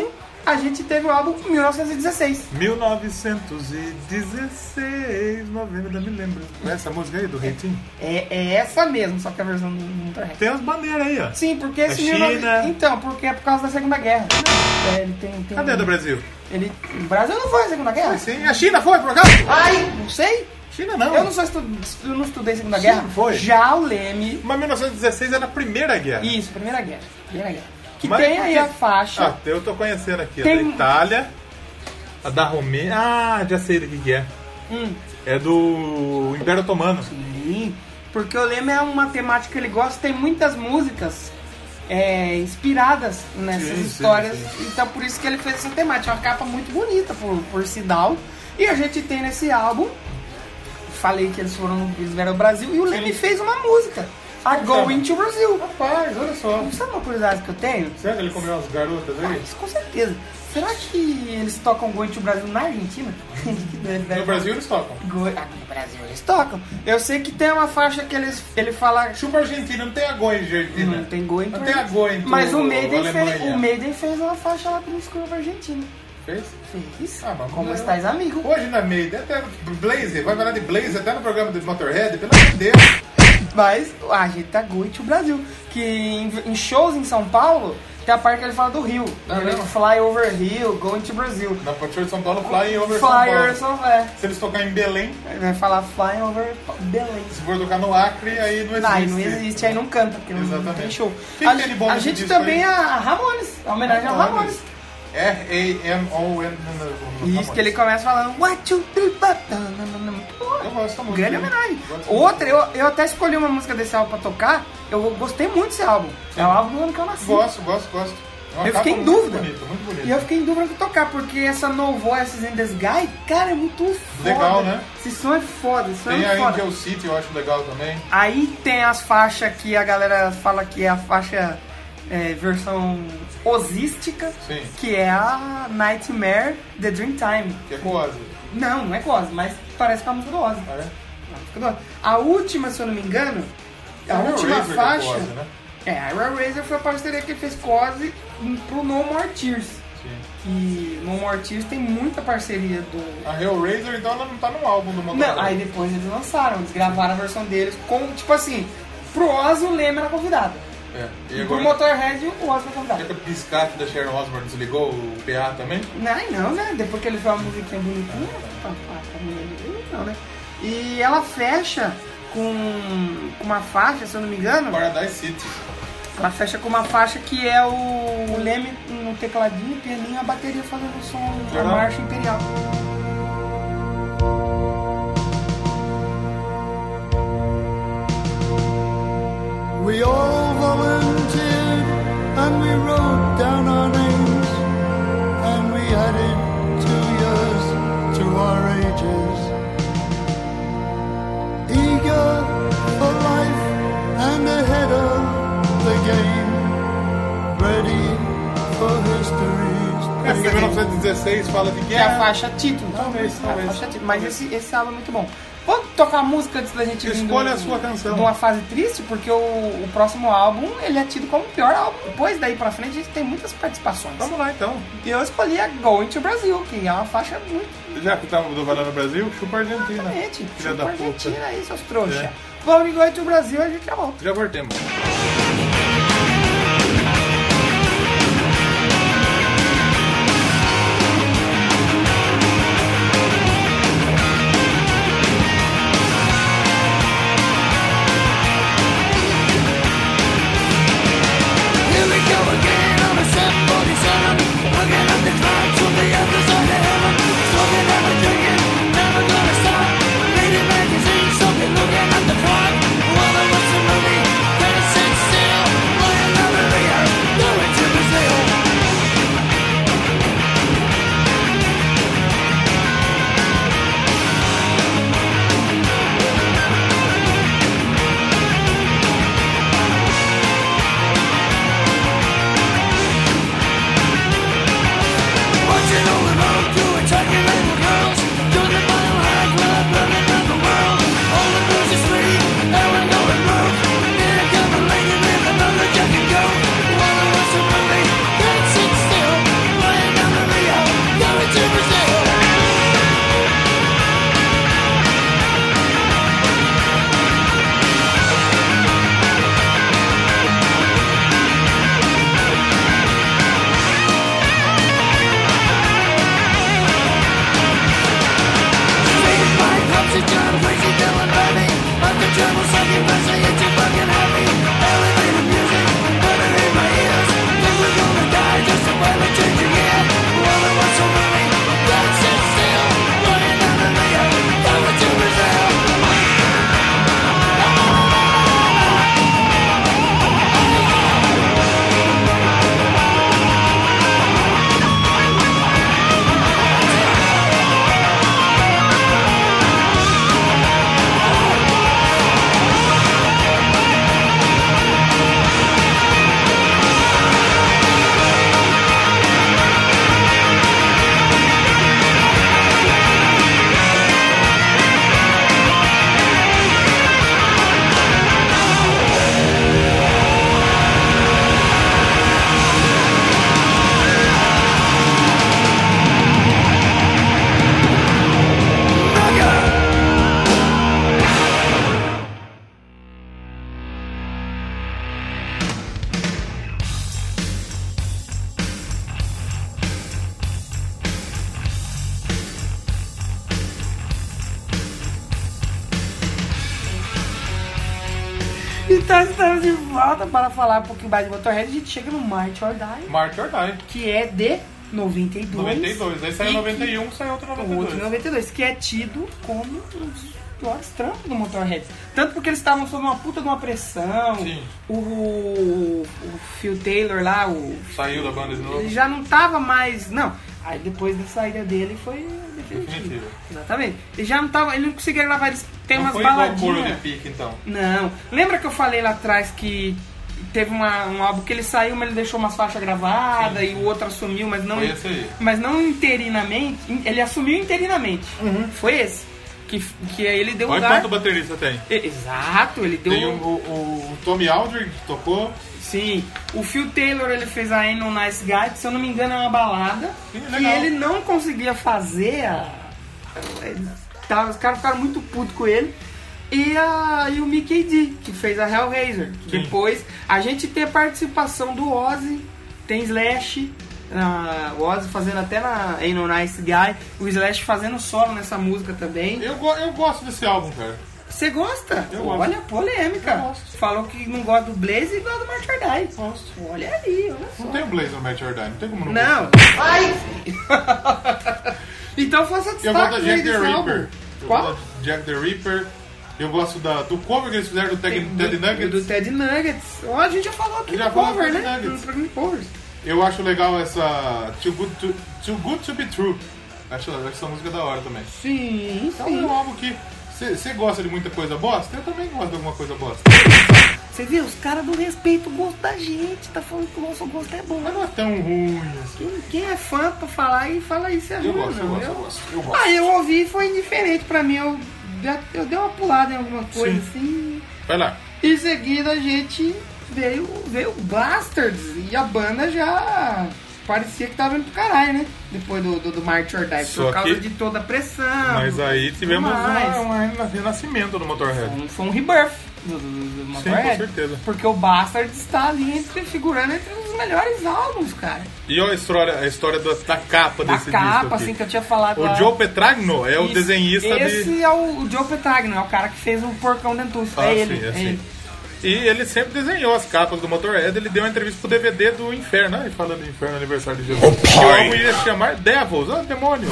S1: a gente teve o álbum 1916.
S2: 1916, novembro, ainda me lembro. Essa música aí do Reitinho?
S1: É, é essa mesmo, só que a versão tá do Motorhead.
S2: Tem as bandeiras aí, ó.
S1: Sim, porque esse
S2: China.
S1: 19... Então, porque é por causa da Segunda Guerra. É, ele tem, tem...
S2: Cadê a do Brasil?
S1: Ele... O Brasil não foi a Segunda Guerra?
S2: Sim, a China foi, por acaso?
S1: Ai, não sei.
S2: China não.
S1: Eu não, sou estu... eu não estudei Segunda
S2: Sim,
S1: Guerra.
S2: foi.
S1: Já o Leme...
S2: Mas 1916 era a primeira guerra.
S1: Isso, Primeira Guerra. Primeira Guerra. Que
S2: Mas
S1: tem
S2: por
S1: aí
S2: quê?
S1: a faixa...
S2: Ah, eu tô conhecendo aqui. A
S1: Tem-
S2: da Itália, a da Romênia. Ah, já sei do que, que é.
S1: Hum.
S2: É do Império Otomano.
S1: Sim, porque o Leme é uma temática que ele gosta. Tem muitas músicas é, inspiradas nessas
S2: Sim, sim,
S1: histórias.
S2: sim.
S1: Então, por isso que ele fez essa temática. É uma capa muito bonita, por, por sinal. E a gente tem nesse álbum... Falei que eles foram eles vieram ao Brasil e o Leme fez uma música. A Going to Brazil.
S2: Rapaz, olha só.
S1: Sabe uma curiosidade que eu tenho?
S2: Será que ele comeu as garotas aí?
S1: Mas com certeza. Será que eles tocam Going to Brasil na Argentina? Que doido, velho.
S2: No Brasil eles tocam.
S1: Go- ah, no Brasil eles tocam. Eu sei que tem uma faixa que eles, ele fala
S2: Chupa Argentina, não tem a Goi de Argentina.
S1: Não tem gol em
S2: Não
S1: tudo.
S2: tem a Goi em tudo,
S1: Mas o Maiden, fez,
S2: Alemanha.
S1: o Maiden fez uma faixa lá pro Escuro Argentina.
S2: Fez?
S1: Fez.
S2: Ah, mas
S1: Como
S2: não.
S1: estáis, amigo?
S2: Hoje na Maiden, até Blaze, vai falar de Blaze até no programa do Motorhead, pelo amor de Deus.
S1: Mas a gente tá Going to Brasil. Que em, em shows em São Paulo, tem a parte que ele fala do Rio.
S2: Ah,
S1: Ele
S2: não?
S1: Fly over Rio, Going to Brasil.
S2: Na Patrulha de São Paulo, Flying Over
S1: Flyer,
S2: São Paulo.
S1: só é.
S2: Se eles tocarem em Belém,
S1: Ele vai falar Flying over Belém.
S2: se for tocar no Acre, aí não existe.
S1: Aí não existe, aí não canta, porque não- não
S2: Exatamente.
S1: tem show.
S2: Quem
S1: a
S2: que tem de bom
S1: a
S2: nesse
S1: gente
S2: disco
S1: também
S2: aí?
S1: a Ramones, a homenagem ao
S2: Ramones.
S1: Ramones.
S2: R-A-M-O-N.
S1: Isso que ele começa falando. What you do, batana. Muito boa.
S2: Eu gosto muito.
S1: Grande homenagem. é Outra, eu, eu até escolhi uma música desse álbum pra tocar. Eu gostei muito desse álbum. É o álbum do ano que eu nasci.
S2: Gosto, gosto, gosto. É uma
S1: Eu fiquei
S2: capa
S1: em
S2: muito
S1: dúvida.
S2: Bonita, muito bonita.
S1: E eu fiquei em dúvida de tocar, porque essa No Voices in the Sky, cara, é muito foda.
S2: Legal, né?
S1: Esse som é foda, esse som
S2: Tem
S1: é
S2: a
S1: muito foda.
S2: Angel City, eu acho legal também.
S1: Aí tem as faixas que a galera fala que é a faixa é, versão osística,
S2: Sim.
S1: que é a Nightmare The Dream Time.
S2: Que é com o Ozzy.
S1: Não, não é com Ozzy, mas parece com a música do Ozzy.
S2: Ah, é?
S1: A música do Ozzy. A última, se eu não me engano, a
S2: Iron
S1: última
S2: Razor que é com o
S1: faixa.
S2: Ozzy, né?
S1: É, a Iron Razor foi a parceria que ele fez com o Ozzy pro No More Tears.
S2: Sim.
S1: E No More Tears tem muita parceria do.
S2: A Hellraiser, então, ela não tá no álbum do Motorhead.
S1: Não, aí depois eles lançaram, eles gravaram a versão deles com, tipo assim, pro Ozzy o Leme era convidado.
S2: É. E
S1: E pro
S2: agora,
S1: Motorhead o Ozzy era
S2: já que
S1: convidado.
S2: a piscate da Sharon Osbourne desligou o PA também?
S1: Não, não, né? Depois que ele fez uma musiquinha bonitinha, né? pá, pá, pá, não, né? E ela fecha com, com uma faixa, se eu não me engano,
S2: Paradise City.
S1: ela fecha com uma faixa que é o, o Leme no tecladinho, pianinho, a bateria fazendo o som, a
S2: Legal.
S1: marcha imperial.
S7: We all volunteered and we wrote down our names and we added two years to our ages. Eager for life and ahead of the game, ready for history's
S2: Essa de 1916 e fala de
S1: É a
S2: guerra.
S1: faixa título. É
S2: Talvez,
S1: A
S2: talvez.
S1: faixa título. Mas esse, esse álbum é muito bom. Vamos tocar música antes da gente vir
S2: Escolha
S1: do-
S2: a sua canção.
S1: De uma fase triste, porque o, o próximo álbum ele é tido como o pior álbum. Depois, daí pra frente, a gente tem muitas participações.
S2: Vamos lá, então.
S1: E eu escolhi a Going to Brasil, que é uma faixa muito
S2: Já que tava do Valendo Brasil, chupa a Argentina.
S1: diferente.
S2: Filha da puta.
S1: Argentina aí, seus trouxas.
S2: É.
S1: Vamos em Going to Brasil, a gente já volta.
S2: Já voltemos.
S1: Então estamos de volta para falar um pouquinho mais de Motorhead. A gente chega no March or Die,
S2: Mark or Die.
S1: que é de 92.
S2: 92. Aí é saiu
S1: E
S2: 91, saiu outro
S1: O outro em
S2: 92.
S1: 92, que é tido como um dos piores trampos do Motorhead. Tanto porque eles estavam sob uma puta de uma pressão.
S2: Sim.
S1: O, o Phil Taylor lá, o,
S2: Saiu da banda de
S1: ele
S2: novo.
S1: já não tava mais. Não. Aí depois da saída dele foi definitivo.
S2: Definitivo.
S1: Exatamente. Ele já não tava. Ele não conseguia gravar, eles tem
S2: Não
S1: umas
S2: foi igual o Couro
S1: baladinhas.
S2: de Pique, então.
S1: Não. Lembra que eu falei lá atrás que teve uma, um álbum que ele saiu, mas ele deixou umas faixas gravadas e o outro assumiu, mas não,
S2: Foi esse aí.
S1: mas não interinamente. Ele assumiu interinamente. Foi esse. Que, que aí ele deu
S2: Uhum.
S1: um
S2: Olha
S1: lugar.
S2: quanto baterista tem.
S1: E- Exato, ele deu. um
S2: Tem um o, o, o Tommy Aldridge que tocou.
S1: Sim. O Phil Taylor ele fez a Ain't No Nice Guy, que se eu não me engano é uma balada.
S2: Sim,
S1: e
S2: legal.
S1: ele não conseguia fazer a. Tá, os caras ficaram muito putos com ele. E, a, e o Mickey D, que fez a Hellraiser.
S2: Sim.
S1: Depois a gente tem a participação do Ozzy, tem Slash. ah, o Ozzy fazendo até na Ain't No Nice Guy, o Slash fazendo solo nessa música também.
S2: Eu, go- eu gosto desse álbum, cara.
S1: Você gosta?
S2: Eu gosto.
S1: Olha a polêmica.
S2: Eu gosto.
S1: Falou que não gosta do Blaze e gosta do Martyr Die.
S2: Gosto.
S1: Olha aí, olha só.
S2: Não tem o Blaze no Match or Die, não tem como não
S1: Não. então faça
S2: Eu gosto da
S1: destaque aí
S2: Jack the
S1: desse álbum.
S2: Ripper. Eu
S1: Qual?
S2: gosto da Jack the Ripper. Eu gosto da, do cover que eles fizeram do Tag- Ted
S1: do,
S2: Nuggets.
S1: Do Ted Nuggets. Ó, a gente já falou aqui
S2: Já
S1: do
S2: falou do
S1: cover,
S2: Ted
S1: né?
S2: Nuggets.
S1: Do programa de covers.
S2: Eu acho legal essa Too Good to, Too Good to Be True. Acho, acho essa música da hora também.
S1: Sim,
S2: Então é
S1: sim.
S2: um álbum que. Você gosta de muita coisa bosta? Eu também gosto de alguma coisa bosta.
S1: Você viu? Os caras não respeitam o gosto da gente. Tá falando que o nosso gosto é bom.
S2: Mas não é tão ruim assim.
S1: Quem, quem é fã pra falar e fala isso é
S2: Eu
S1: ruim,
S2: gosto, eu
S1: não.
S2: gosto, eu
S1: Eu-
S2: gosto. Eu gosto.
S1: Ah, eu ouvi e foi indiferente pra mim. Eu, já- eu dei uma pulada em alguma coisa assim.
S2: Vai lá.
S1: Em seguida a gente veio, veio o Bastards e a banda já parecia que tava indo pro caralho, né? Depois do, do, do March or Die,
S2: Só
S1: por causa
S2: que-
S1: de toda a pressão.
S2: Mas aí tivemos
S1: Mas-
S2: uma- uma- um renascimento do Motorhead.
S1: Foi um rebirth do, do, do, do
S2: Sim,
S1: Motorhead.
S2: com certeza.
S1: Porque o Bastards tá ali entre, figurando entre os melhores álbuns, cara.
S2: E olha a história, a história da, da capa
S1: Da
S2: desse disco
S1: capa,
S2: aqui.
S1: assim, que eu tinha falado. lá.
S2: O Joe Petragno é o
S1: Isso.
S2: desenhista
S1: Esse
S2: de...
S1: é o, o Joe Petagno, é o cara que fez o Porcão Dentuço.
S2: Ah,
S1: é
S2: sim,
S1: ele.
S2: é
S1: é
S2: sim.
S1: ele.
S2: E ele sempre desenhou as capas do Motorhead. Ele deu uma entrevista pro DVD do Inferno. Ai, falando em Inferno, aniversário de Jesus. Que o álbum ia se chamar Devils. Ah, demônio.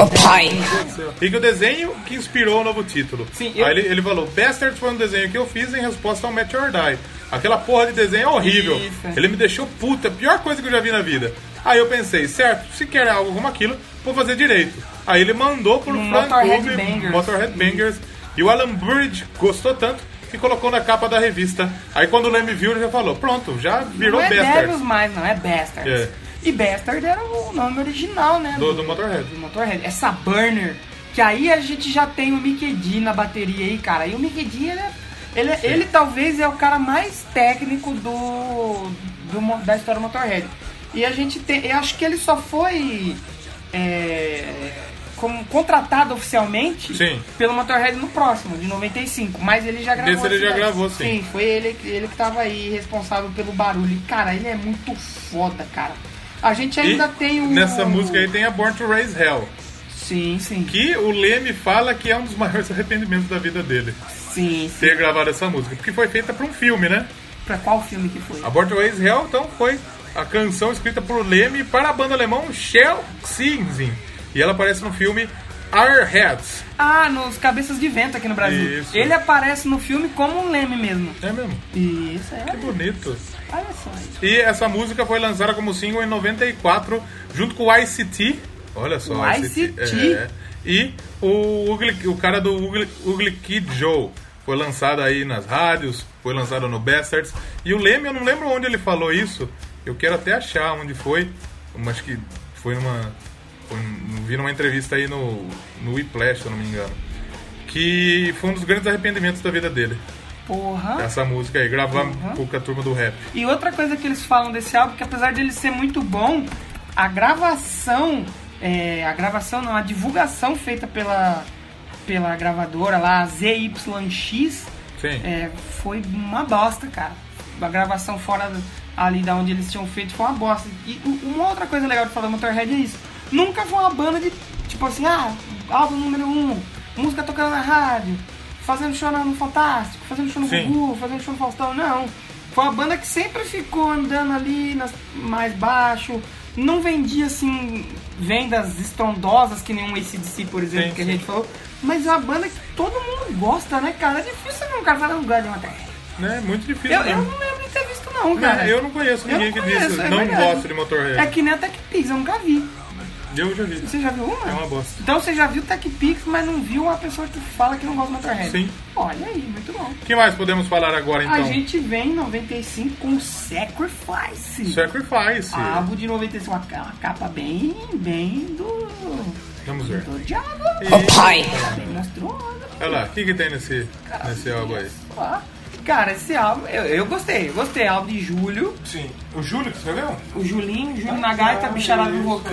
S2: E que o desenho que inspirou o novo título.
S1: Sim, eu-
S2: Aí ele, ele falou, Bastards foi um desenho que eu fiz em resposta ao Match or Die. Aquela porra de desenho é horrível.
S1: Isso.
S2: Ele me deixou puta, a pior coisa que eu já vi na vida. Aí eu pensei, certo, se quer algo como aquilo, vou fazer direito. Aí ele mandou pro
S1: Um
S2: Frank
S1: Motorhead
S2: Rubin,
S1: Bangers.
S2: Motorhead Bangers. E o Alan Bridge gostou tanto que colocou na capa da revista. Aí quando o Leme viu, ele já falou, pronto, já virou
S1: não é
S2: Bastards
S1: Devils mais, não, é Bastards.
S2: É.
S1: E Bastard era o nome original, né?
S2: do, do Motorhead.
S1: do Motorhead. Essa Burner, que aí a gente já tem o Mickey D na bateria aí, cara. E o Mickey D, ele, é- ele, é- ele talvez é o cara mais técnico do, do mo- da história do Motorhead. E a gente tem... Eu acho que ele só foi... é, como contratado oficialmente
S2: Sim.
S1: pelo Motorhead no próximo, de 95. Mas ele já gravou.
S2: Desse ele
S1: esse
S2: já
S1: daí.
S2: gravou, sim.
S1: Sim, foi ele, ele que tava aí responsável pelo barulho. E, Cara, ele é muito foda, cara. A gente
S2: E
S1: ainda tem o.
S2: nessa música aí tem a Born to Raise Hell.
S1: Sim, sim.
S2: Que o Leme fala que é um dos maiores arrependimentos da vida dele.
S1: Sim, sim.
S2: Ter gravado essa música. Porque foi feita pra um filme, né?
S1: Pra qual filme que foi?
S2: A Born to Raise Hell, então, foi a canção escrita por Leme para a banda alemã Shell Sinzin. E ela aparece no filme Airheads.
S1: Ah, nos Cabeças de Vento aqui no Brasil.
S2: Isso.
S1: Ele aparece no filme como um leme mesmo.
S2: É mesmo?
S1: Isso, é.
S2: Que bonito.
S1: Olha só. isso.
S2: E essa música foi lançada como single em 94, junto com o ICT. Olha só,
S1: O ICT.
S2: é. e o, Ugly- o cara do Ugly, Ugly Kid Joe. Foi lançada aí nas rádios, foi lançado no Bastards. E o Leme, eu não lembro onde ele falou isso. Eu quero até achar onde foi. Mas que foi numa. Foi, num- vi numa entrevista aí no, no Whiplash, se eu não me engano. Que foi um dos grandes arrependimentos da vida dele.
S1: Porra.
S2: Essa música aí, gravar com a turma do rap.
S1: E outra coisa que eles falam desse álbum, que apesar dele ser muito bom, a gravação. é, a gravação não, a divulgação feita pela, pela gravadora lá, a ZYX,
S2: Sim.
S1: é, foi uma bosta, cara. A gravação fora do- ali da onde eles tinham feito foi uma bosta. E u- uma outra coisa legal de falar do Motorhead é isso. Nunca foi uma banda de, tipo assim, ah, álbum número um, música tocando na rádio, fazendo show na- no Fantástico, fazendo show no
S2: Sim.
S1: Gugu, fazendo show no Faustão, não. Foi uma banda que sempre ficou andando ali nas, mais baixo, não vendia assim vendas estrondosas que um nenhum ACDC, por exemplo,
S2: Sim,
S1: que a
S2: sim.
S1: gente falou, mas é uma banda que todo mundo gosta, né, cara? É difícil não, cara, falar um Guardian Attack.
S2: Né? Muito difícil.
S1: Eu, eu
S2: mesmo.
S1: não lembro de ter visto, não,
S2: Não,
S1: cara.
S2: eu não conheço ninguém que
S1: conheço,
S2: disse
S1: é
S2: não
S1: verdade.
S2: gosto de Motorhead.
S1: É que nem a Tech Pix, eu nunca vi.
S2: Eu já vi.
S1: Você já viu uma?
S2: É uma bosta.
S1: Então você já viu Tech Pix, mas não viu uma pessoa que fala que não gosta de Motorhead.
S2: Sim. Então.
S1: Olha aí, muito bom.
S2: O que mais podemos falar agora então?
S1: A gente vem em 95 com Sacrifice.
S2: Sacrifice.
S1: Álbum de 95, uma ca- uma capa bem, bem do,
S2: Vamos ver.
S1: do diabo. Bem monstruosa.
S2: Olha lá, o que, que tem nesse, nesse álbum aí?
S1: pá. Cara, esse álbum, eu, eu gostei, eu gostei. Álbum de Julho,
S10: Sim. O Júlio que escreveu?
S1: o Julinho, Júlio Nagai tá bicharado no vocal.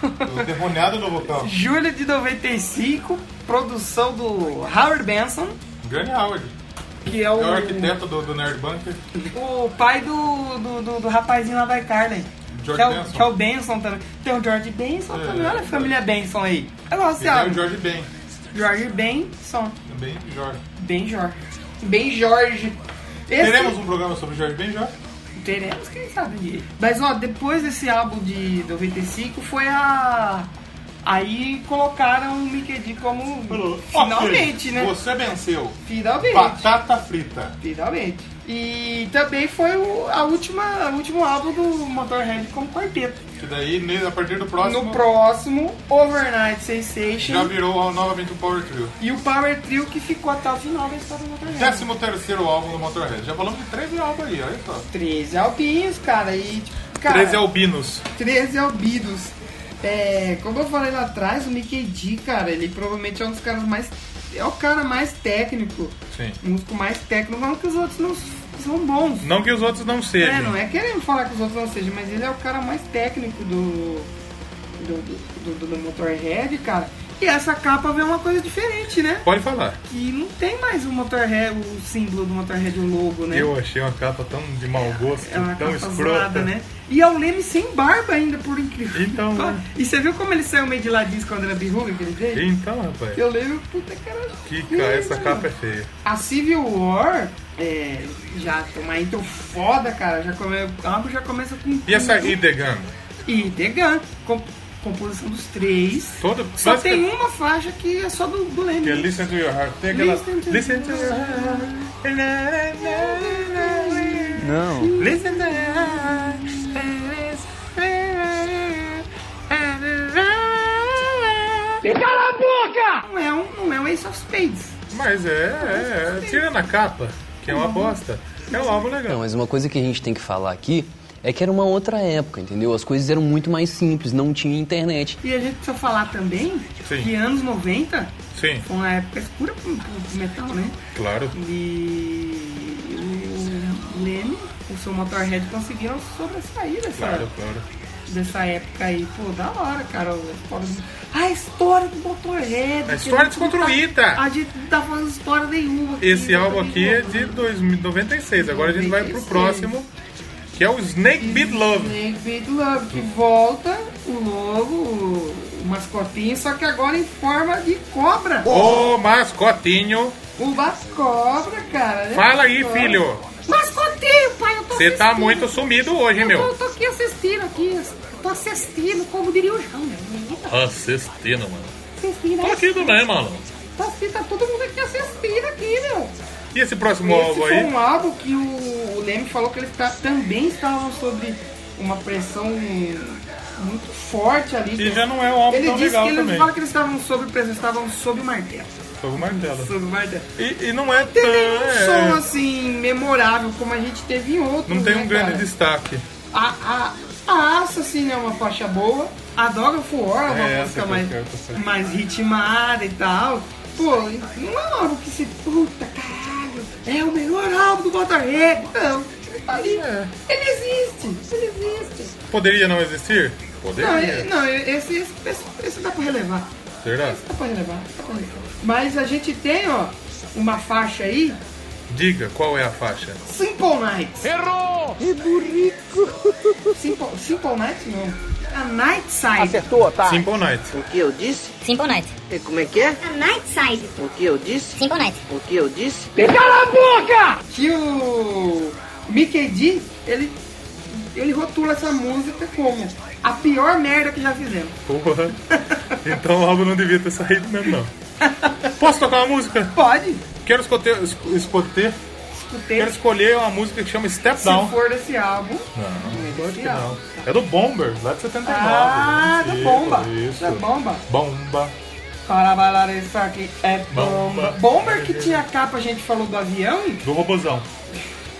S10: O demoniado do vocal.
S1: Julho de 95, produção do Howard Benson,
S10: Grande Howard.
S1: que é o,
S10: É o arquiteto do, do Nerd Bunker.
S1: o pai do, do, do, do rapazinho lá da Carly.
S10: George
S1: que, é o,
S10: Benson.
S1: que é o Benson também. Tem o George Benson
S10: É,
S1: também, olha a
S10: é.
S1: família Benson aí. Eu gosto
S10: E
S1: desse
S10: tem o
S1: álbum.
S10: Jorge Ben.
S1: George Benson.
S10: Também Jorge.
S1: Ben Jorge. Ben Jorge. Esse-
S10: Teremos um programa sobre Jorge Ben Jorge.
S1: Teremos, quem sabe. Mas ó, depois desse álbum de 95 foi a. Aí colocaram o Mickey D como. Finalmente,
S10: Ok,
S1: né?
S10: Você venceu.
S1: Finalmente.
S10: Batata frita.
S1: Finalmente. E também foi o a última, o último álbum do Motorhead como quarteto.
S10: Que daí, ne- a partir do próximo,
S1: No próximo, Overnight Sensation
S10: já virou ao- novamente o Power Trio.
S1: e o Power Trio que ficou até o final da história do Motorhead.
S10: Décimo terceiro álbum do Motorhead. Já falamos de 13 álbuns aí, olha só.
S1: 13 albinhos, cara. E, tipo, cara
S2: 13 albinos.
S1: 13 albinos. É, como eu falei lá atrás, o Mickey D, cara, ele provavelmente é um dos caras mais. É o cara mais técnico.
S2: Sim.
S1: Um músico mais técnico, não que os outros não s- são bons.
S2: Não que os outros não sejam.
S1: É, não é querendo falar que os outros não sejam, mas ele é o cara mais técnico do. do, do, do- do Motorhead, cara. E essa capa vem uma coisa diferente, né?
S2: Pode falar.
S1: Que não tem mais o Motorhead, o símbolo do Motorhead, o logo, né?
S2: Eu achei uma capa tão de mau gosto,
S1: É uma
S2: tão
S1: capa
S2: escrota.
S1: zoada, né? E é o Leme sem barba ainda, por incrível.
S2: Então,
S1: que
S2: né?
S1: pareça. E você viu como ele saiu meio de ladinho quando era birruga, aquele jeito?
S2: Então, rapaz,
S1: Eu lembro, puta caralho.
S2: que ca- essa capa é feia.
S1: A Civil War, é, já tem uma intro foda, cara. Já come, o álbum já começa com...
S2: E essa
S1: tudo.
S2: Idegan?
S1: E The Gun, com- composição dos três.
S2: Todo,
S1: Só
S2: basic-
S1: tem um. uma faixa que é só do, do Leme.
S2: que é Listen to Your Heart. Tem aquela...
S1: Listen to-
S2: Listen to Your Heart.
S8: Não.
S2: Listen to Your Heart.
S1: Não é um, não é um Ace of Spades.
S2: Mas é, é, é. Tira na capa, que é
S1: Uhum.
S2: uma bosta. É um álbum legal.
S11: Mas uma coisa que a gente tem que falar aqui é que era uma outra época, entendeu? As coisas eram muito mais simples, não tinha internet.
S1: E a gente precisa falar também
S2: Sim.
S1: que é. anos 90
S2: Sim,
S1: foi uma época escura pro, pro metal, né?
S2: claro.
S1: E o Leme, o seu Motorhead, conseguiram sobressair dessa,
S2: Claro, claro.
S1: dessa época aí. Pô, da hora, cara. A história do, Ah, a história do Motorhead.
S2: A
S1: que a
S2: história
S1: gente não tá-
S2: desconstruída.
S1: a gente não tá falando história nenhuma. aqui,
S2: Esse
S1: não tá
S2: álbum aqui é
S1: nenhuma.
S2: de 2096. Agora a gente vai pro
S1: 96.
S2: próximo, que é o Snake Beat Love.
S1: Snake Beat É, Love, que volta o logo, o- o mascotinho, só que agora em forma de cobra.
S2: Ô, mascotinho,
S1: O Vas Cobra, cara. né?
S2: fala aí,
S1: Cobra.
S2: filho.
S5: Mascotinho, pai, eu tô
S2: Você tá
S5: assistindo.
S2: muito sumido hoje, hein,
S5: Eu
S2: meu.
S5: tô, tô aqui assistindo aqui. eu Tô assistindo, como diria o João, né?
S2: Assistindo, mano.
S5: Assistindo, né?
S2: Tô aqui também, mano.
S5: Tá, assim, tá todo mundo aqui assistindo aqui, meu.
S2: E esse próximo
S1: Esse
S2: álbum
S1: foi
S2: aí?
S1: um álbum que o, o Leme falou que eles tá- também estavam sob uma pressão muito forte ali.
S2: E já não é um álbum
S1: ele
S2: tão
S1: disse
S2: legal
S1: que ele
S2: também.
S1: fala que eles estavam sob pressão, estavam sob o martelo.
S2: Fogo Martelo.
S1: Sob o martelo.
S2: E, e não é tão...
S1: Teve um som
S2: é,
S1: assim memorável como a gente teve em outros.
S2: não tem
S1: né,
S2: um grande
S1: cara?
S2: destaque.
S1: A, a, a Assassin é uma faixa boa. A Dog of War é uma
S2: É, essa
S1: música
S2: que eu
S1: mais,
S2: quero, tô sabendo.
S1: mais ritmada e tal. Pô, não é um álbum que se. Puta caralho, é o melhor álbum do Motorhead. Não, ele tá ali.
S2: É.
S1: Ele existe, ele existe.
S2: Poderia não existir?
S1: Não, é- ele-
S2: Poderia.
S1: não esse, esse, esse, esse dá pra relevar.
S2: Será?
S1: Dá pra relevar, dá pra relevar. Mas a gente tem, ó, uma faixa aí,
S2: Diga, qual é a faixa?
S1: Simple Nights. Errou! Que burrico! Simple, Simple Nights não. A Night Side.
S3: Acertou,
S1: Tá.
S3: otário?
S2: Simple Nights.
S4: O que eu disse?
S11: Simple Night.
S4: Como é que é?
S5: A Nightside.
S4: O que eu disse?
S11: Simple Night.
S4: O que eu disse?
S1: que o Mickey D, ele, ele rotula essa música como A pior merda que já fizemos.
S2: Porra. Então o álbum não devia ter saído mesmo, não. Posso tocar uma música?
S1: Pode.
S2: Quero escoter, es- escoter-
S1: Escutei.
S2: quero escolher uma música que chama Step
S1: Se
S2: Down.
S1: for desse álbum.
S2: Não,
S1: Esse
S2: pode que
S1: álbum.
S2: não. É do Bomber, lá de 79.
S1: Ah,
S2: Isso,
S1: do Bomba.
S2: Isso.
S1: Da Bomba.
S2: Bomba.
S1: Para bailar isso aqui é bomba.
S2: Bomba.
S1: Bomber que tinha a capa, a gente falou do avião.
S2: Do robozão.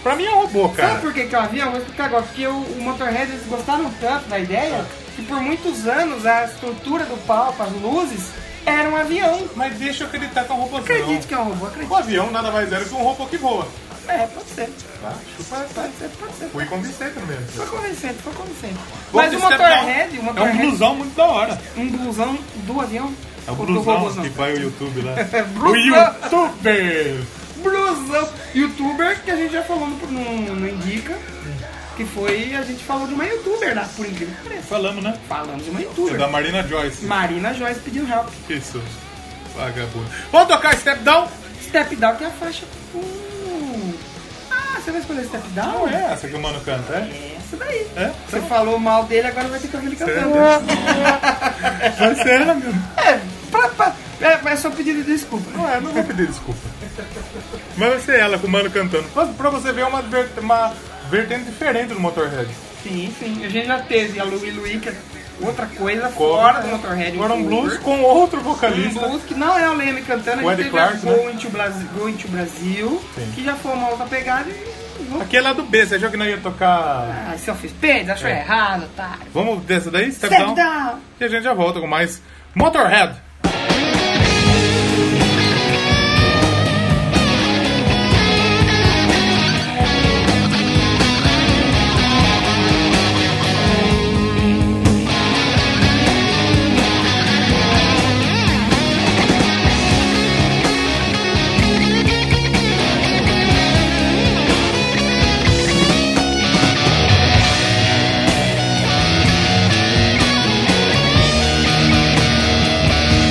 S2: Pra mim é um robô,
S1: Sabe
S2: cara.
S1: por que, que é o avião? Vou explicar agora. Porque o, o Motorhead eles gostaram tanto da
S2: Ah.
S1: ideia que por muitos anos a estrutura do palco, as luzes, era um avião.
S2: Mas deixa eu acreditar que é um robôzão.
S1: Acredite que é um robô, acredite.
S2: O avião nada mais era que um robô que voa.
S1: É, pode ser.
S2: Tá? Chupa,
S1: Pode ser, pode ser.
S2: Fui convincente no mesmo.
S1: Foi convincente, foi convincente.
S2: Vou
S1: Mas o
S2: pro Step Down.
S1: Motorhead, o
S2: É um
S1: Motorhead,
S2: blusão muito da hora.
S1: um blusão do avião.
S2: É o
S1: ou do
S2: blusão
S1: robôzão?
S2: que vai o YouTube lá.
S1: Blusão.
S2: o YouTube!
S1: Blusão. Youtuber que a gente já falou no, no- no Indica. Que foi, a gente falou de uma youtuber lá, por incrível que pareça.
S2: Falamos, né?
S1: Falamos de uma
S2: É da
S1: youtuber.
S2: Marina Joyce.
S1: Marina Joyce pediu help.
S2: Isso. Vagabundo. Vamos tocar Step Down?
S1: Step Down que é a faixa. Uh. Ah, você vai escolher Step Down?
S2: Não é essa que o mano canta, é?
S1: É Essa daí.
S2: É?
S1: Você falou mal dele, agora vai ter que ouvir ele cantando.
S2: Vai ser ela mesmo.
S1: É, pra, pra, é, é só pedido de desculpa.
S2: Não é, não vou pedir desculpa. Mas vai ser ela com o mano cantando. Pra, pra você ver uma, ver- uma vertente diferente do Motorhead.
S1: Sim, sim. A gente já teve a Louie Louie, que é outra coisa
S2: Cover.
S1: fora do Motorhead.
S2: Agora um
S1: cover.
S2: blues com outro
S1: Um
S2: vocalista.
S1: blues que não é o Leme cantando,
S2: O
S1: a
S2: Eddie
S1: gente teve
S2: Clark, né?
S1: a Go, into Brasil, Go Into Brasil,
S2: Sim.
S1: que já foi uma outra pegada e... vamos-
S2: Aqui é lá do B, você achou que não ia tocar.
S1: Ah, self-space, achou
S2: É. Então-
S1: errado, otário.
S2: Vamos dessa daí? Step,
S1: Step
S2: down.
S1: down.
S2: E a gente já volta com mais Motorhead.
S7: Step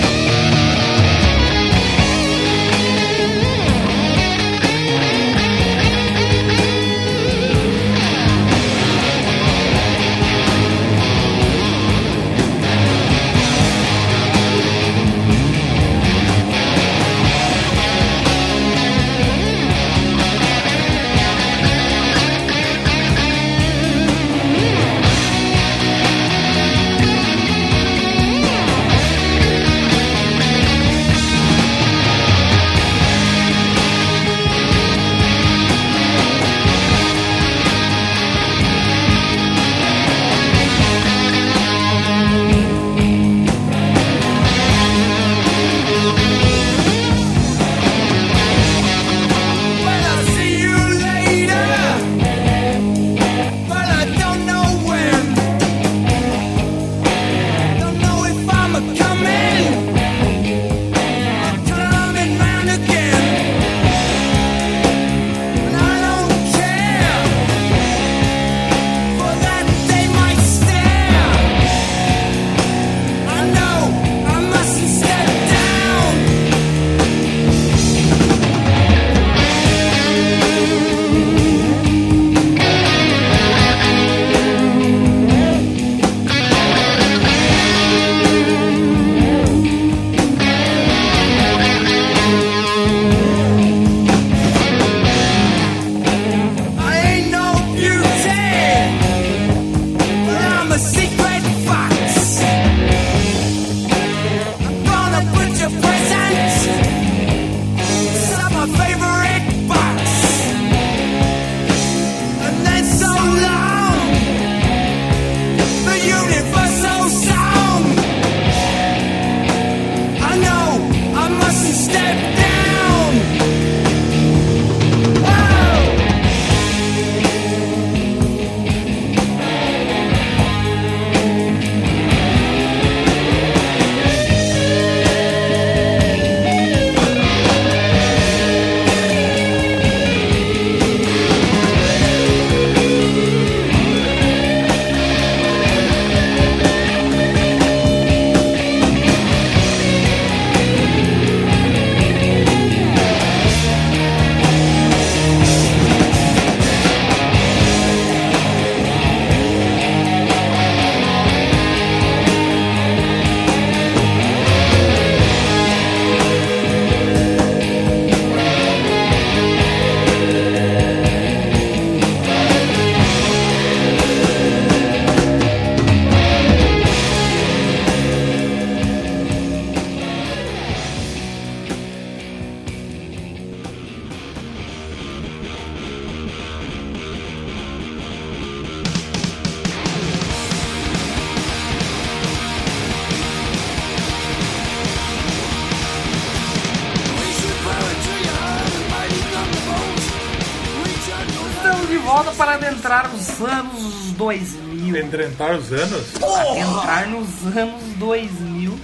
S1: adentrar os anos 2000.
S2: Adentrar os anos?
S1: Adentrar nos anos 2000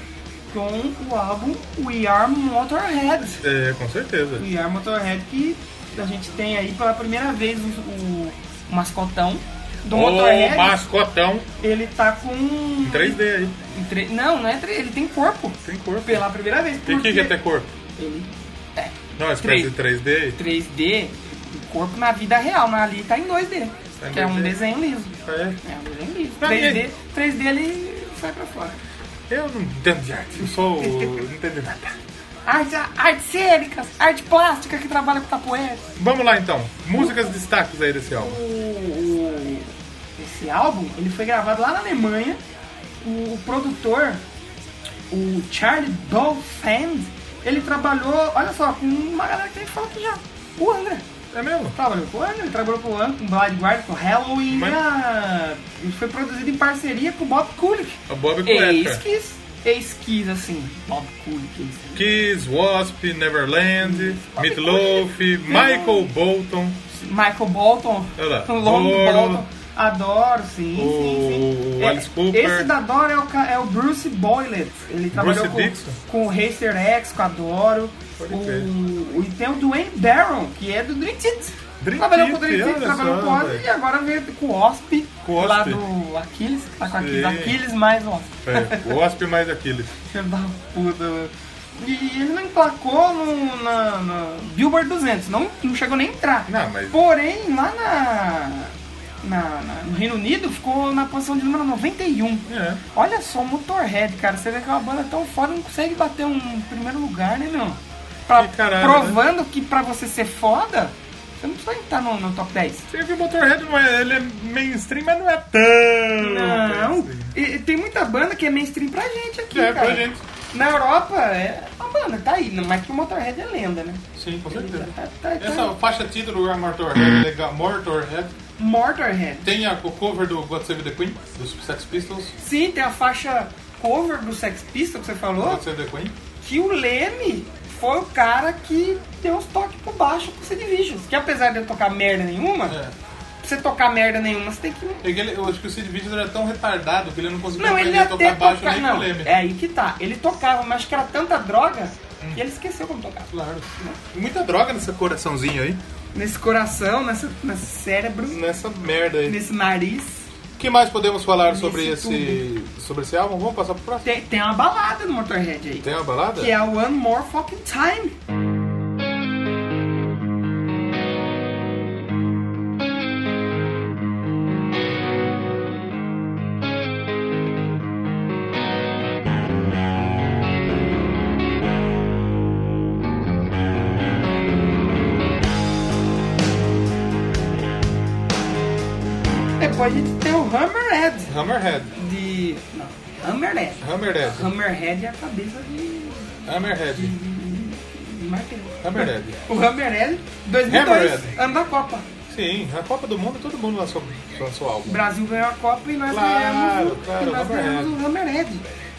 S1: com o álbum We Are Motorhead.
S2: É, com certeza.
S1: We Are Motorhead que a gente tem aí pela primeira vez o, o mascotão do
S2: Ô,
S1: Motorhead.
S2: mascotão.
S1: Ele tá com... Em
S2: 3D aí.
S1: Em tre- Não, não é 3D, ele tem corpo.
S2: Tem corpo.
S1: Pela primeira vez.
S2: E o que, que é
S1: porque-
S2: ter corpo?
S1: Ele
S2: Não, esse parece 3D.
S1: 3D, o corpo na vida real, mas ali tá em 2D.
S2: Tá em
S1: que é um
S2: 2D.
S1: desenho liso.
S2: É.
S1: É um desenho liso.
S2: Pra mim,
S1: 3D, 3D ele sai pra fora.
S2: Eu não entendo de arte. Eu sou. não entendo nada.
S1: Artes, artes cênicas, arte plástica que trabalha com tapoeira.
S2: Vamos lá então. Músicas destaques aí desse álbum.
S1: o- esse álbum ele foi gravado lá na Alemanha. O, produtor, o Charlie Bowfand, ele trabalhou, olha só, com uma galera que a gente falou aqui já, o Angra.
S2: É mesmo?
S1: Trabalhou com o Angra, ele trabalhou com o Angra, com o Blind Guardian, com o Halloween.
S2: Mas-
S1: ah, Ele foi produzido em parceria com o Bob Kulick.
S2: A Bob
S1: Ex
S2: Cueca.
S1: Kiss, ex Kiss, assim, Bob Kulick. ex Kiss.
S2: Kiss, Wasp, Neverland, Meatloaf, Michael Bolton.
S1: Michael Bolton,
S2: Olha lá.
S1: Long
S2: Doro.
S1: Bolton. Adoro, sim, sim, sim. É,
S2: O Alice Cooper.
S1: Esse da Doro é o, ca- é o Bruce Boylet. Ele trabalhou com,
S2: Dixon?
S1: com o Racer X, com a Doro.
S2: Pode crer.
S1: O, o- e tem o Dwayne Barron, que é do Dream Theater.
S2: Dream
S1: trabalhou com o Dream
S2: Theater,
S1: Theater,
S2: olha
S1: trabalhou
S2: só,
S1: com o Ozzy
S2: velho.
S1: e agora veio com o Osp,
S2: Com o
S1: lá
S2: Osp.
S1: do Aquiles. Tá com
S2: Sim.
S1: Aquiles, Aquiles mais Osp.
S2: É, Wasp mais Aquiles.
S1: Filho da puta. E ele não emplacou no, na, na Billboard 200, não, não chegou nem a entrar.
S2: Não, mas-
S1: Porém, lá na, na- na- no Reino Unido ficou na posição de número 91.
S2: É.
S1: Olha só, Motorhead, cara, você vê que é uma banda tão foda, não consegue bater um primeiro lugar, né, meu? Pra-
S2: Que caralho, né?
S1: provando que pra você ser foda, você não precisa entrar no, no top 10.
S2: Você viu o Motorhead, não é, ele é mainstream, mas não é tão.
S1: Não,
S10: assim.
S1: e- e tem muita banda que é mainstream pra gente aqui,
S2: É, pra
S1: cara.
S2: gente.
S1: Na Europa é uma banda, tá aí, mas que o Motorhead é lenda, né?
S10: Sim, com certeza.
S1: Tá, tá, tá.
S10: Essa faixa título é Motorhead, legal. Motorhead.
S1: Motorhead.
S10: Tem a, o cover do God Save the Queen, dos Sex Pistols.
S1: Sim, tem a faixa cover do Sex Pistols que você falou,
S10: God Save the Queen.
S1: que o Leme foi o cara que deu uns toques por baixo pro Sid Vicious. Que apesar de eu tocar merda nenhuma, pra você tocar merda nenhuma, você tem que...
S10: É que ele- eu acho que o Sid Vicious era tão retardado que ele não conseguia
S1: Não, ele
S10: aprender a
S1: até
S10: tocar baixo
S1: tocava...
S10: nem
S1: Não,
S10: polêmico.
S1: é aí que tá. Ele tocava, mas acho que era tanta droga que ele esqueceu como tocar.
S10: Hum.
S1: Né?
S10: Claro. Muita droga nesse coraçãozinho aí.
S1: Nesse coração, nessa, nesse cérebro,
S10: Nessa merda aí.
S1: nesse nariz...
S10: O que mais podemos falar
S1: Nesse
S10: sobre esse, sobre esse álbum? Vamos passar pro próximo.
S1: Tem, tem uma balada no Motorhead aí.
S10: Tem uma balada?
S1: Que é a One More Fucking Time. Depois a gente tem o Hammerhead
S10: Hammerhead.
S1: de. Não, Hammerhead.
S10: Hammerhead.
S1: Hammerhead é a cabeça de.
S10: Hammerhead.
S1: de martelo.
S10: Hammerhead.
S1: O Hammerhead 2002,
S10: Hammerhead.
S1: ano da Copa.
S10: Sim, a Copa do Mundo todo mundo lançou, lançou
S1: O
S10: álbum.
S1: Brasil ganhou a Copa e nós
S10: Claro,
S1: ganhamos, o-
S10: claro,
S1: e nós
S10: Hammerhead.
S1: ganhamos o Hammerhead.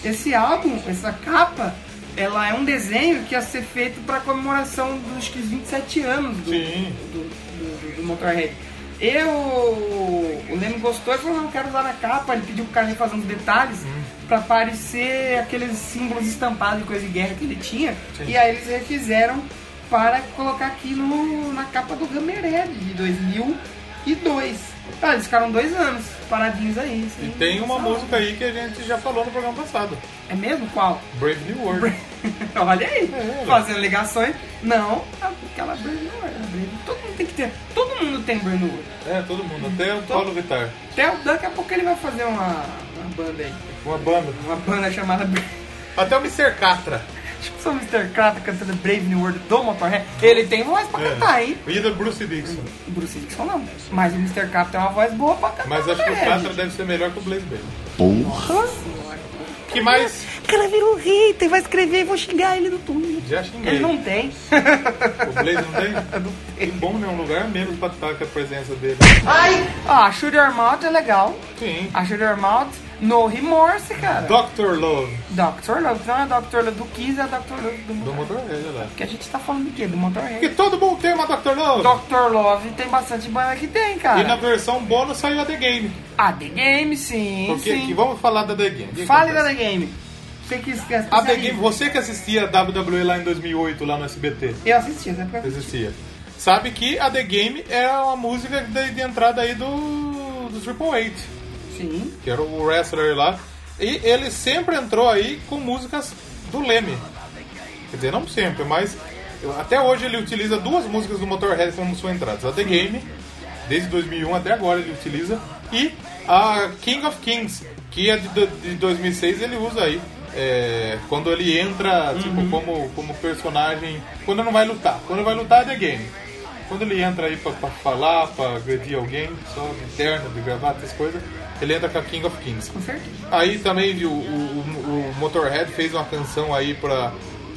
S1: Esse álbum, essa capa, ela é um desenho que ia ser feito para comemoração dos que 27 anos do,
S10: Sim.
S1: do, do- do Motorhead. Eu, o Leme gostou e falou, não, eu quero usar na capa. Ele pediu pro cara refazer uns detalhes
S10: Hum.
S1: pra parecer aqueles símbolos estampados de coisa de guerra que ele tinha.
S10: Sim.
S1: E aí eles refizeram para colocar aqui no, na capa do Hammerhead de 2002. Ah, eles ficaram dois anos paradinhos aí.
S10: E
S1: sem
S10: tem uma
S1: lançar.
S10: música aí que a gente já falou no programa passado.
S1: É mesmo? Qual?
S10: Brave New World.
S1: Olha aí,
S10: É.
S1: fazendo ligações. Não, aquela Brand New World. a Brand- Todo mundo tem que ter. Todo mundo tem Brand New World.
S10: É, todo mundo. Até o Paulo Vittar.
S1: Até o Dan, daqui a pouco ele vai fazer uma, uma banda aí.
S10: Uma banda.
S1: Uma banda chamada. Bra-
S10: Até o Mr. Catra.
S1: Acho que sou o Mr. Crata cantando Brave New World do Motorhead. Ele tem voz
S10: É.
S1: pra cantar, hein?
S10: E do Bruce Dixon.
S1: O Bruce Dixon não. Mas o Mr. Crata tem uma voz boa pra cantar.
S10: Mas acho que o é
S1: Motorhead.
S10: Catra deve ser melhor que o Blaze Bailey.
S1: Nossa senhora.
S10: Que mais?
S1: O cara virou um hater, vai escrever e vou xingar ele no Twitter.
S10: Já xinguei.
S1: Ele não tem.
S10: O Blaze não tem? não tem. Bom, né? Um lugar menos pra estar com a presença dele.
S1: Ai! Ó, Shoot Your Ah, Mouth é legal.
S10: Sim.
S1: A Shoot Your Mouth No Remorse, cara.
S2: Dr. Love.
S1: Dr. Love. Não é a Dr. Love do Kiss, é a Dr. Love do é
S2: Do Motorhead, olha lá.
S1: Porque a gente tá falando do quê? Do Motorhead.
S2: Porque todo mundo tem uma Dr. Love.
S1: Dr. Love tem bastante banda que tem, cara.
S2: E na versão bônus saiu a The Game.
S1: A The Game, sim.
S2: Porque
S1: sim.
S2: aqui, vamos falar da The Game. O que
S1: Fale da
S2: acontece?
S1: The Game. Você que esquece.
S2: A The Game, você que assistia a WWE lá em 2008, lá no SBT,
S1: Eu assisti, né? Porque...
S2: assistia, sabe que a The Game é a música de, de entrada aí do, do Triple Eight,
S1: Sim.
S2: que era o wrestler lá. E ele sempre entrou aí com músicas do Leme. Quer dizer, não sempre, mas eu- até hoje ele utiliza duas músicas do Motorhead como sua entrada. A The Game, desde 2001 até agora ele utiliza, e a King of Kings, que é de, do- de 2006 ele usa aí. É, quando ele entra tipo, como, como personagem, quando não vai lutar. Quando vai lutar é The Game. Quando ele entra aí pra, pra falar, pra agredir alguém, só de terno, de gravata, essas coisas, ele entra com a King of Kings.
S1: Com certeza.
S2: Aí também o, o- o Motorhead fez uma canção aí pra,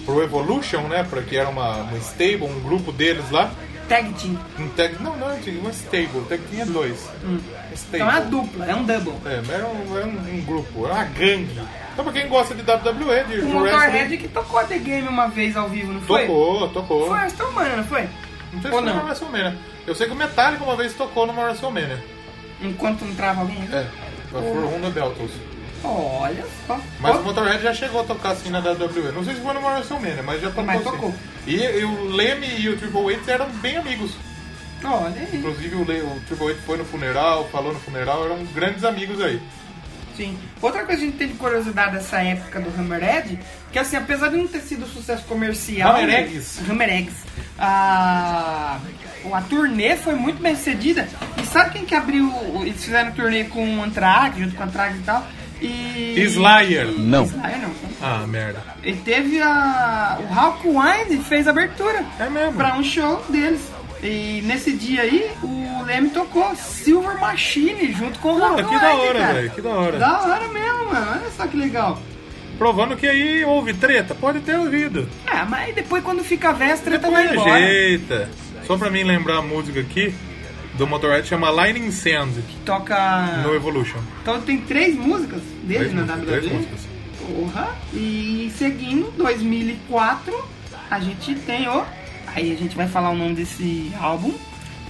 S2: pro Evolution, né? Pra que era uma, uma stable, um grupo deles lá.
S1: Tag Team.
S2: Um tag, não, não, tinha uma stable, tag tinha dois. Stable.
S1: Então é uma dupla, é um double.
S2: É, mas era um, era um- um grupo, era uma gangue. Então pra quem gosta de WWE, de
S1: O Um Motorhead que tocou a The Game uma vez ao vivo, não foi?
S2: tocou, tocou.
S1: Foi, então, mano, não foi?
S2: Não sei se
S1: Ou
S2: foi
S1: não?
S2: na WrestleMania. Eu sei que o Metallica uma vez tocou numa WrestleMania.
S1: Enquanto não trava alguém.
S2: É, foi o Ronda Beltos.
S1: Olha só.
S2: Mas o Motorhead já chegou a tocar assim na WWE. Não sei se foi no WrestleMania, mas já tocou.
S1: Mas
S2: sim.
S1: tocou.
S2: E, e o Leme e o Triple H eram bem amigos.
S1: Olha aí.
S2: Inclusive o, Le, o Triple H foi no funeral, falou no funeral, eram grandes amigos aí.
S1: Sim. Outra coisa que a gente teve curiosidade dessa época do Hammerhead, que assim, apesar de não ter sido sucesso comercial.
S2: Hammer Eggs.
S1: Hammer Eggs. A, a turnê foi muito bem sucedida. E sabe quem que abriu. Eles fizeram turnê com o Anthrax, junto com o Anthrax e tal. E.
S2: Slayer.
S11: Não.
S1: Slayer não.
S2: Ah, merda.
S1: Ele teve a. O Hulk Wine fez a abertura.
S2: É mesmo?
S1: Pra um show deles. E nesse dia aí, o Leme tocou Silver Machine junto com o Hulk
S2: que da hora, velho, que da hora.
S1: Da hora mesmo, mano. Olha só que legal.
S2: Provando que aí houve treta, pode ter ouvido.
S1: Ah, mas depois quando fica vestra
S2: Depois
S1: também embora.
S2: ajeita. Só pra mim lembrar a música aqui do Motorhead chama Lightning Sand
S1: Toca.
S2: no Evolution.
S1: Então tem três músicas dele
S2: Três
S1: Ah. na
S2: músicas, três
S1: WWE.
S2: músicas.
S1: Porra. E seguindo, 2004, a gente tem o. Aí a gente vai falar o nome desse álbum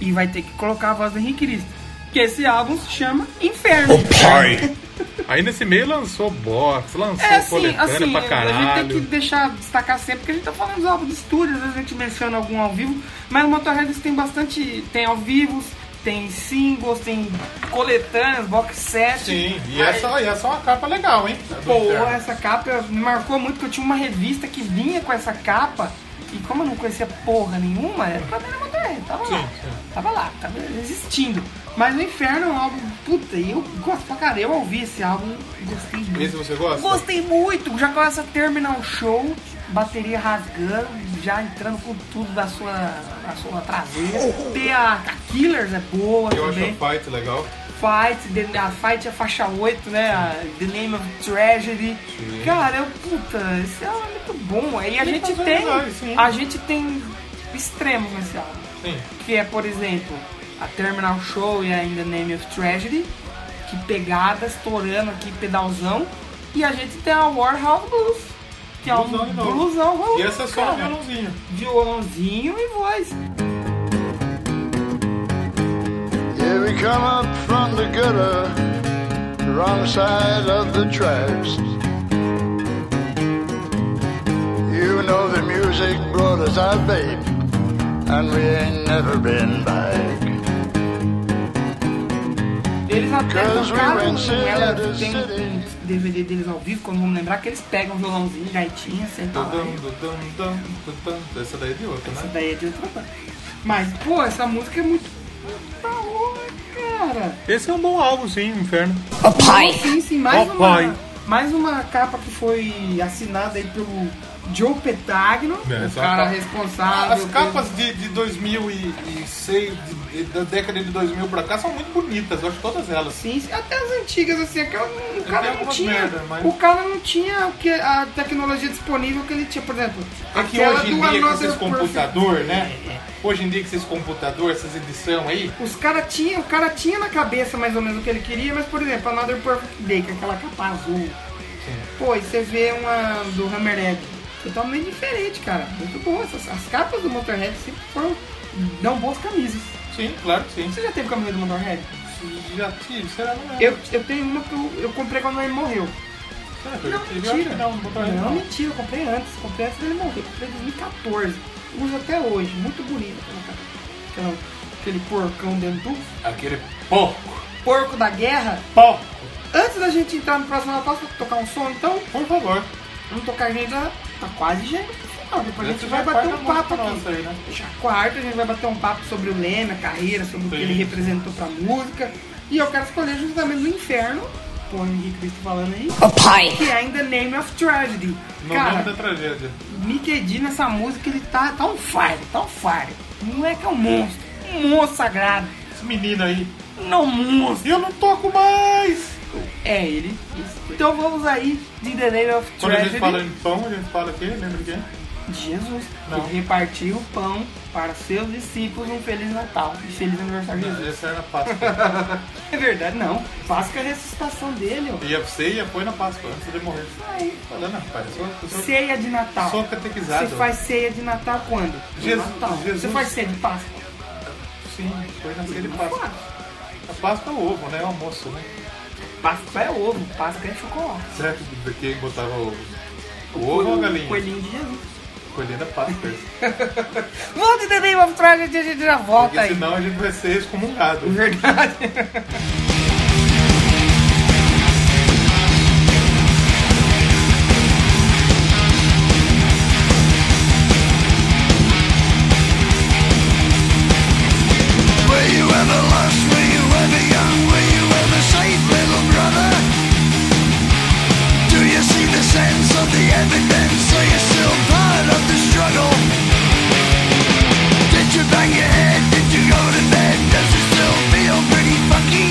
S1: e vai ter que colocar a voz do Henrique Cristo. Que esse álbum se chama Inferno.
S2: Pai! Aí nesse meio lançou box, lançou
S1: É assim,
S2: coletânea
S1: assim, a
S2: pra
S1: gente tem
S2: caralho.
S1: que deixar destacar sempre que a gente tá falando dos álbuns de estúdio, às vezes a gente menciona algum ao vivo, mas o Motorhead eles tem bastante, tem ao vivos, tem singles, tem coletâneas, box set.
S2: Sim, e
S1: Aí-
S2: essa, e essa é uma capa legal, hein?
S1: Pô,
S2: Inferno.
S1: essa capa me marcou muito, porque eu tinha uma revista que vinha com essa capa, e como eu não conhecia porra nenhuma, era pra ver na Motorhead, tava lá.
S2: Sim, sim.
S1: Tava lá, tava existindo. Mas o Inferno é um álbum, puta, e eu gosto pra caralho, eu ouvi esse álbum e gostei muito.
S2: Esse você gosta?
S1: Gostei muito, já começa a terminar o show, bateria rasgando, já entrando com tudo da sua, da sua traseira. Tem a, a Killers é boa
S2: Eu acho
S1: também.
S2: a fight legal.
S1: Fight, the- a Fight é faixa 8, né? A The Name of Tragedy.
S2: Sim.
S1: Cara, eu, puta, esse álbum é muito bom. Aí a
S2: Ele
S1: gente
S2: faz
S1: tem.
S2: verdade, sim.
S1: A gente tem extremos nesse álbum.
S2: Sim.
S1: Que é, por exemplo, a Terminal Show e a In the Name of Tragedy. Que pegada, estourando aqui, pedalzão. E a gente tem a Warhouse Blues. Que é um
S2: Bluesão de novo.
S1: bluesão
S2: E essa é só um
S1: cara.
S2: violãozinho.
S1: Violãozinho e voz.
S7: Yeah, we come up from the gutter, wrong side of the tracks. You know the music brought us our babe, and we ain't never been back.
S1: Eles até
S7: Cause we
S1: tocaram
S7: went
S1: um- ela
S7: to the
S1: tem um DVD deles ao vivo, quando vamos lembrar, que eles pegam um violãozinho, gaitinha, assim, sentam lá.
S2: Tudum, tudum, tudum, tudum. Essa daí é de outra,
S1: Essa
S2: né?
S1: daí é de outra banda. Mas, pô, essa música é muito da hora, cara.
S2: Esse é um bom álbum, sim, Inferno.
S1: Pai. Sim, sim, mais
S2: Ó,
S1: uma,
S2: pai.
S1: mais uma capa que foi assinada aí pelo Joe Petagno,
S2: É,
S1: o
S2: só
S1: cara
S2: a capa.
S1: responsável.
S2: Ah, As
S1: pelo-
S2: capas de, de 2006, de- de- da década de 2000 pra cá, são muito bonitas, eu acho todas elas.
S1: Sim, sim, até as antigas, assim, aquela, o cara não
S2: algumas
S1: tinha.
S2: merda, mas-
S1: O cara não tinha o que, a tecnologia disponível que ele tinha, por exemplo.
S2: É que
S1: aquela
S2: hoje em
S1: do
S2: dia, com
S1: Another
S2: esses
S1: Perfect-
S2: computador, né?
S1: É, é.
S2: Hoje em dia, com esses computadores, essas edições aí,
S1: Os cara tinha, o cara tinha na cabeça mais ou menos o que ele queria, mas por exemplo, Another Perfect Day, que é aquela capa azul. Pô, e você vê uma do Hammerhead. Totalmente diferente, cara. Muito boa. Essas, as capas do Motorhead sempre foram. dão boas camisas.
S2: Sim, claro que sim.
S1: Você já teve camisa do Motorhead?
S2: já tive, será não é?
S1: Eu, eu tenho uma que eu, eu comprei quando ele morreu.
S2: Será que eu
S1: Não,
S2: tive? Eu acho
S1: mentira.
S2: que não, Motorhead
S1: um Não,
S2: não.
S1: mentira, eu comprei antes. Comprei antes dele morrer. Comprei em 2014. Uso até hoje. Muito bonito aquela capa. Aquela- aquele porcão dentro do
S2: Aquele porco.
S1: porco da guerra.
S2: Porco.
S1: Antes da gente entrar no próximo Natal, você tocar um som, então? Por favor. Vamos tocar, a gente já tá quase já indo pro final. Depois a
S2: Essa
S1: gente
S2: já
S1: vai
S2: é a
S1: bater
S2: quarta
S1: um papo
S2: música
S1: aqui.
S2: nossa aí, né?
S1: Já quarta, a gente vai bater um papo sobre o Leme, a carreira, sobre o que ele representou pra música. E eu quero escolher justamente no Inferno, pô, o Henrique Cristo falando aí.
S2: Ô, pai!
S1: Que é In The Name of Tragedy.
S2: No nome da
S1: Cara,
S2: tragédia.
S1: Mickey D nessa música, ele tá, tá um fire, tá um fire. O moleque é um monstro, um monstro sagrado.
S2: Esse menino aí.
S1: Não, um monstro.
S2: Eu não toco mais.
S1: É ele. Então vamos aí de The Name of
S2: Quando a
S1: Tragedy.
S2: gente fala em pão, a gente fala o quê? Lembra de quem?
S1: Jesus,
S2: Não.
S1: que repartiu o pão para seus discípulos um Feliz Natal e Feliz Aniversário de Jesus.
S2: Essa era a Páscoa.
S1: É verdade, não. Páscoa é a ressuscitação dele, ó.
S2: Ia você ia pôr na Páscoa antes de morrer.
S1: Aí.
S2: Falando, ah, rapaz. eu sou- eu sou-
S1: Ceia de Natal.
S2: Sou catequizado.
S1: Você faz ceia de Natal quando? No
S2: Jesus-
S1: Natal. Você
S2: Jesus-
S1: faz ceia de Páscoa?
S2: Sim, foi na ceia de Páscoa. A Páscoa é o ovo, né? É o almoço, né?
S1: Páscoa é ovo, Páscoa é chocolate.
S2: Será que daqui botava o ovo? O Tá ovo ou a galinha?
S1: Coelhinho de Jesus.
S2: Colhendo a Páscoa.
S1: Vamos de The Name of Tragedy, a gente já volta
S2: Porque
S1: aí.
S2: senão a gente vai ser excomungado.
S1: Verdade.
S7: Were you ever lost? Were you ever young? Were you ever safe, little brother? Do you see the sense of the evidence? Are you still part of the struggle? Did you bang your head? Did you go to bed? Does it still feel pretty funky?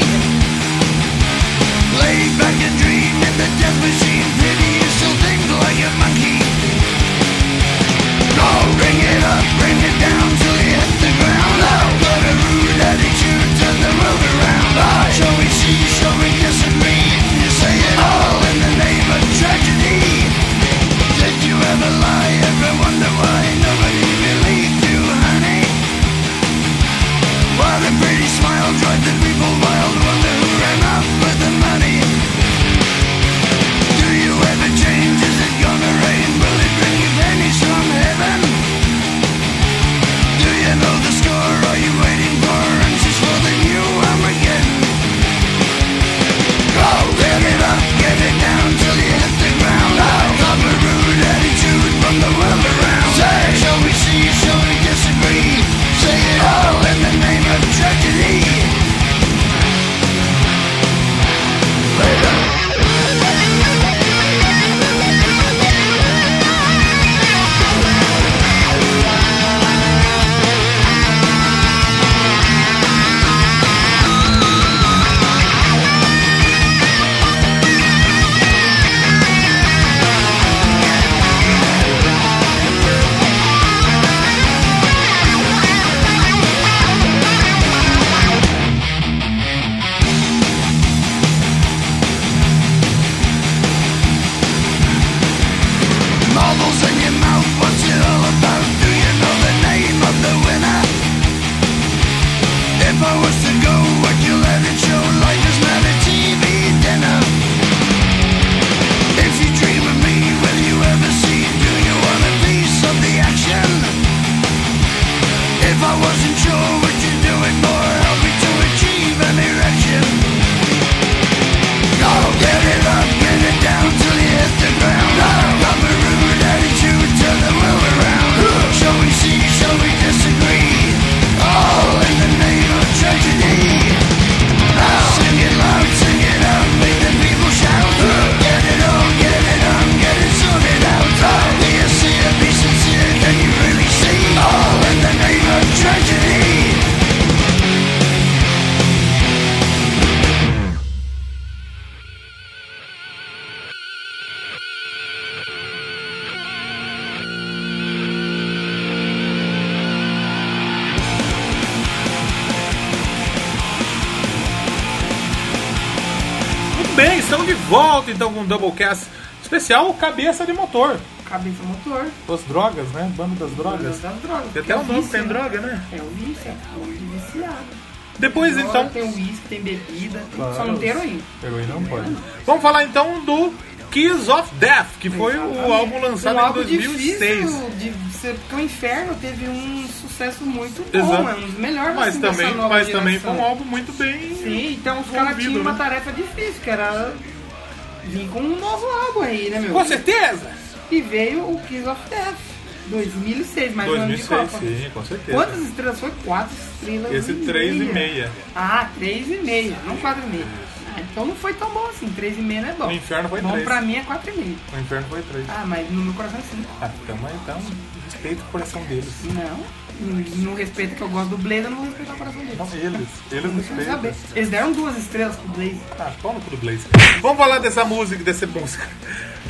S2: bem, estamos de volta então com o Doublecast especial Cabeça de Motor.
S1: Cabeça motor.
S2: As drogas, né? Bando das drogas.
S1: Banda das drogas.
S2: Tem até o nome que tem
S1: Vício,
S2: droga, né?
S1: É o vício, é o viciado.
S2: Depois,
S1: Droga,
S2: então-
S1: Tem uísque, tem bebida, tem-
S2: Claro.
S1: só não tem heroína.
S2: Heroína não pode. Vamos falar então do Kiss of Death, que foi o álbum lançado
S1: Um álbum
S2: em 2006.
S1: Difícil de ser, porque o Inferno teve um sucesso muito bom,
S2: Exato.
S1: é um dos melhores
S2: Mas
S1: assim,
S2: também-
S1: dessa nova
S2: mas também
S1: geração.
S2: foi um álbum muito bem
S1: Sim, então os caras
S2: ouvido,
S1: tinham uma
S2: né?
S1: tarefa difícil, que era vir com um novo álbum aí, né, meu?
S2: Com certeza!
S1: E veio o Kiss of Death, 2006, mais um
S2: 2006,
S1: ano de Copa.
S2: sim, com certeza.
S1: Quantas estrelas foi? Quatro estrelas
S2: Esse
S1: e
S2: três e
S1: meia.
S2: meia.
S1: Ah, três e meia, não quatro e meia. Ah, então não foi tão bom assim, três e meia não é bom.
S2: O Inferno foi
S1: bom
S2: três.
S1: pra mim é quatro e meia.
S2: O Inferno foi 3.
S1: Ah, mas no meu coração é cinco.
S2: Ah, então, mas então, respeito o coração deles.
S1: Não, não respeito que eu gosto do Blaze, eu não vou respeitar o coração dele.
S2: Não, eles, eles
S1: Não quero
S2: respeitam.
S1: saber. Eles deram duas estrelas pro Blaze.
S2: Ah, pau no cu do Blaze. Vamos falar dessa música, dessa música,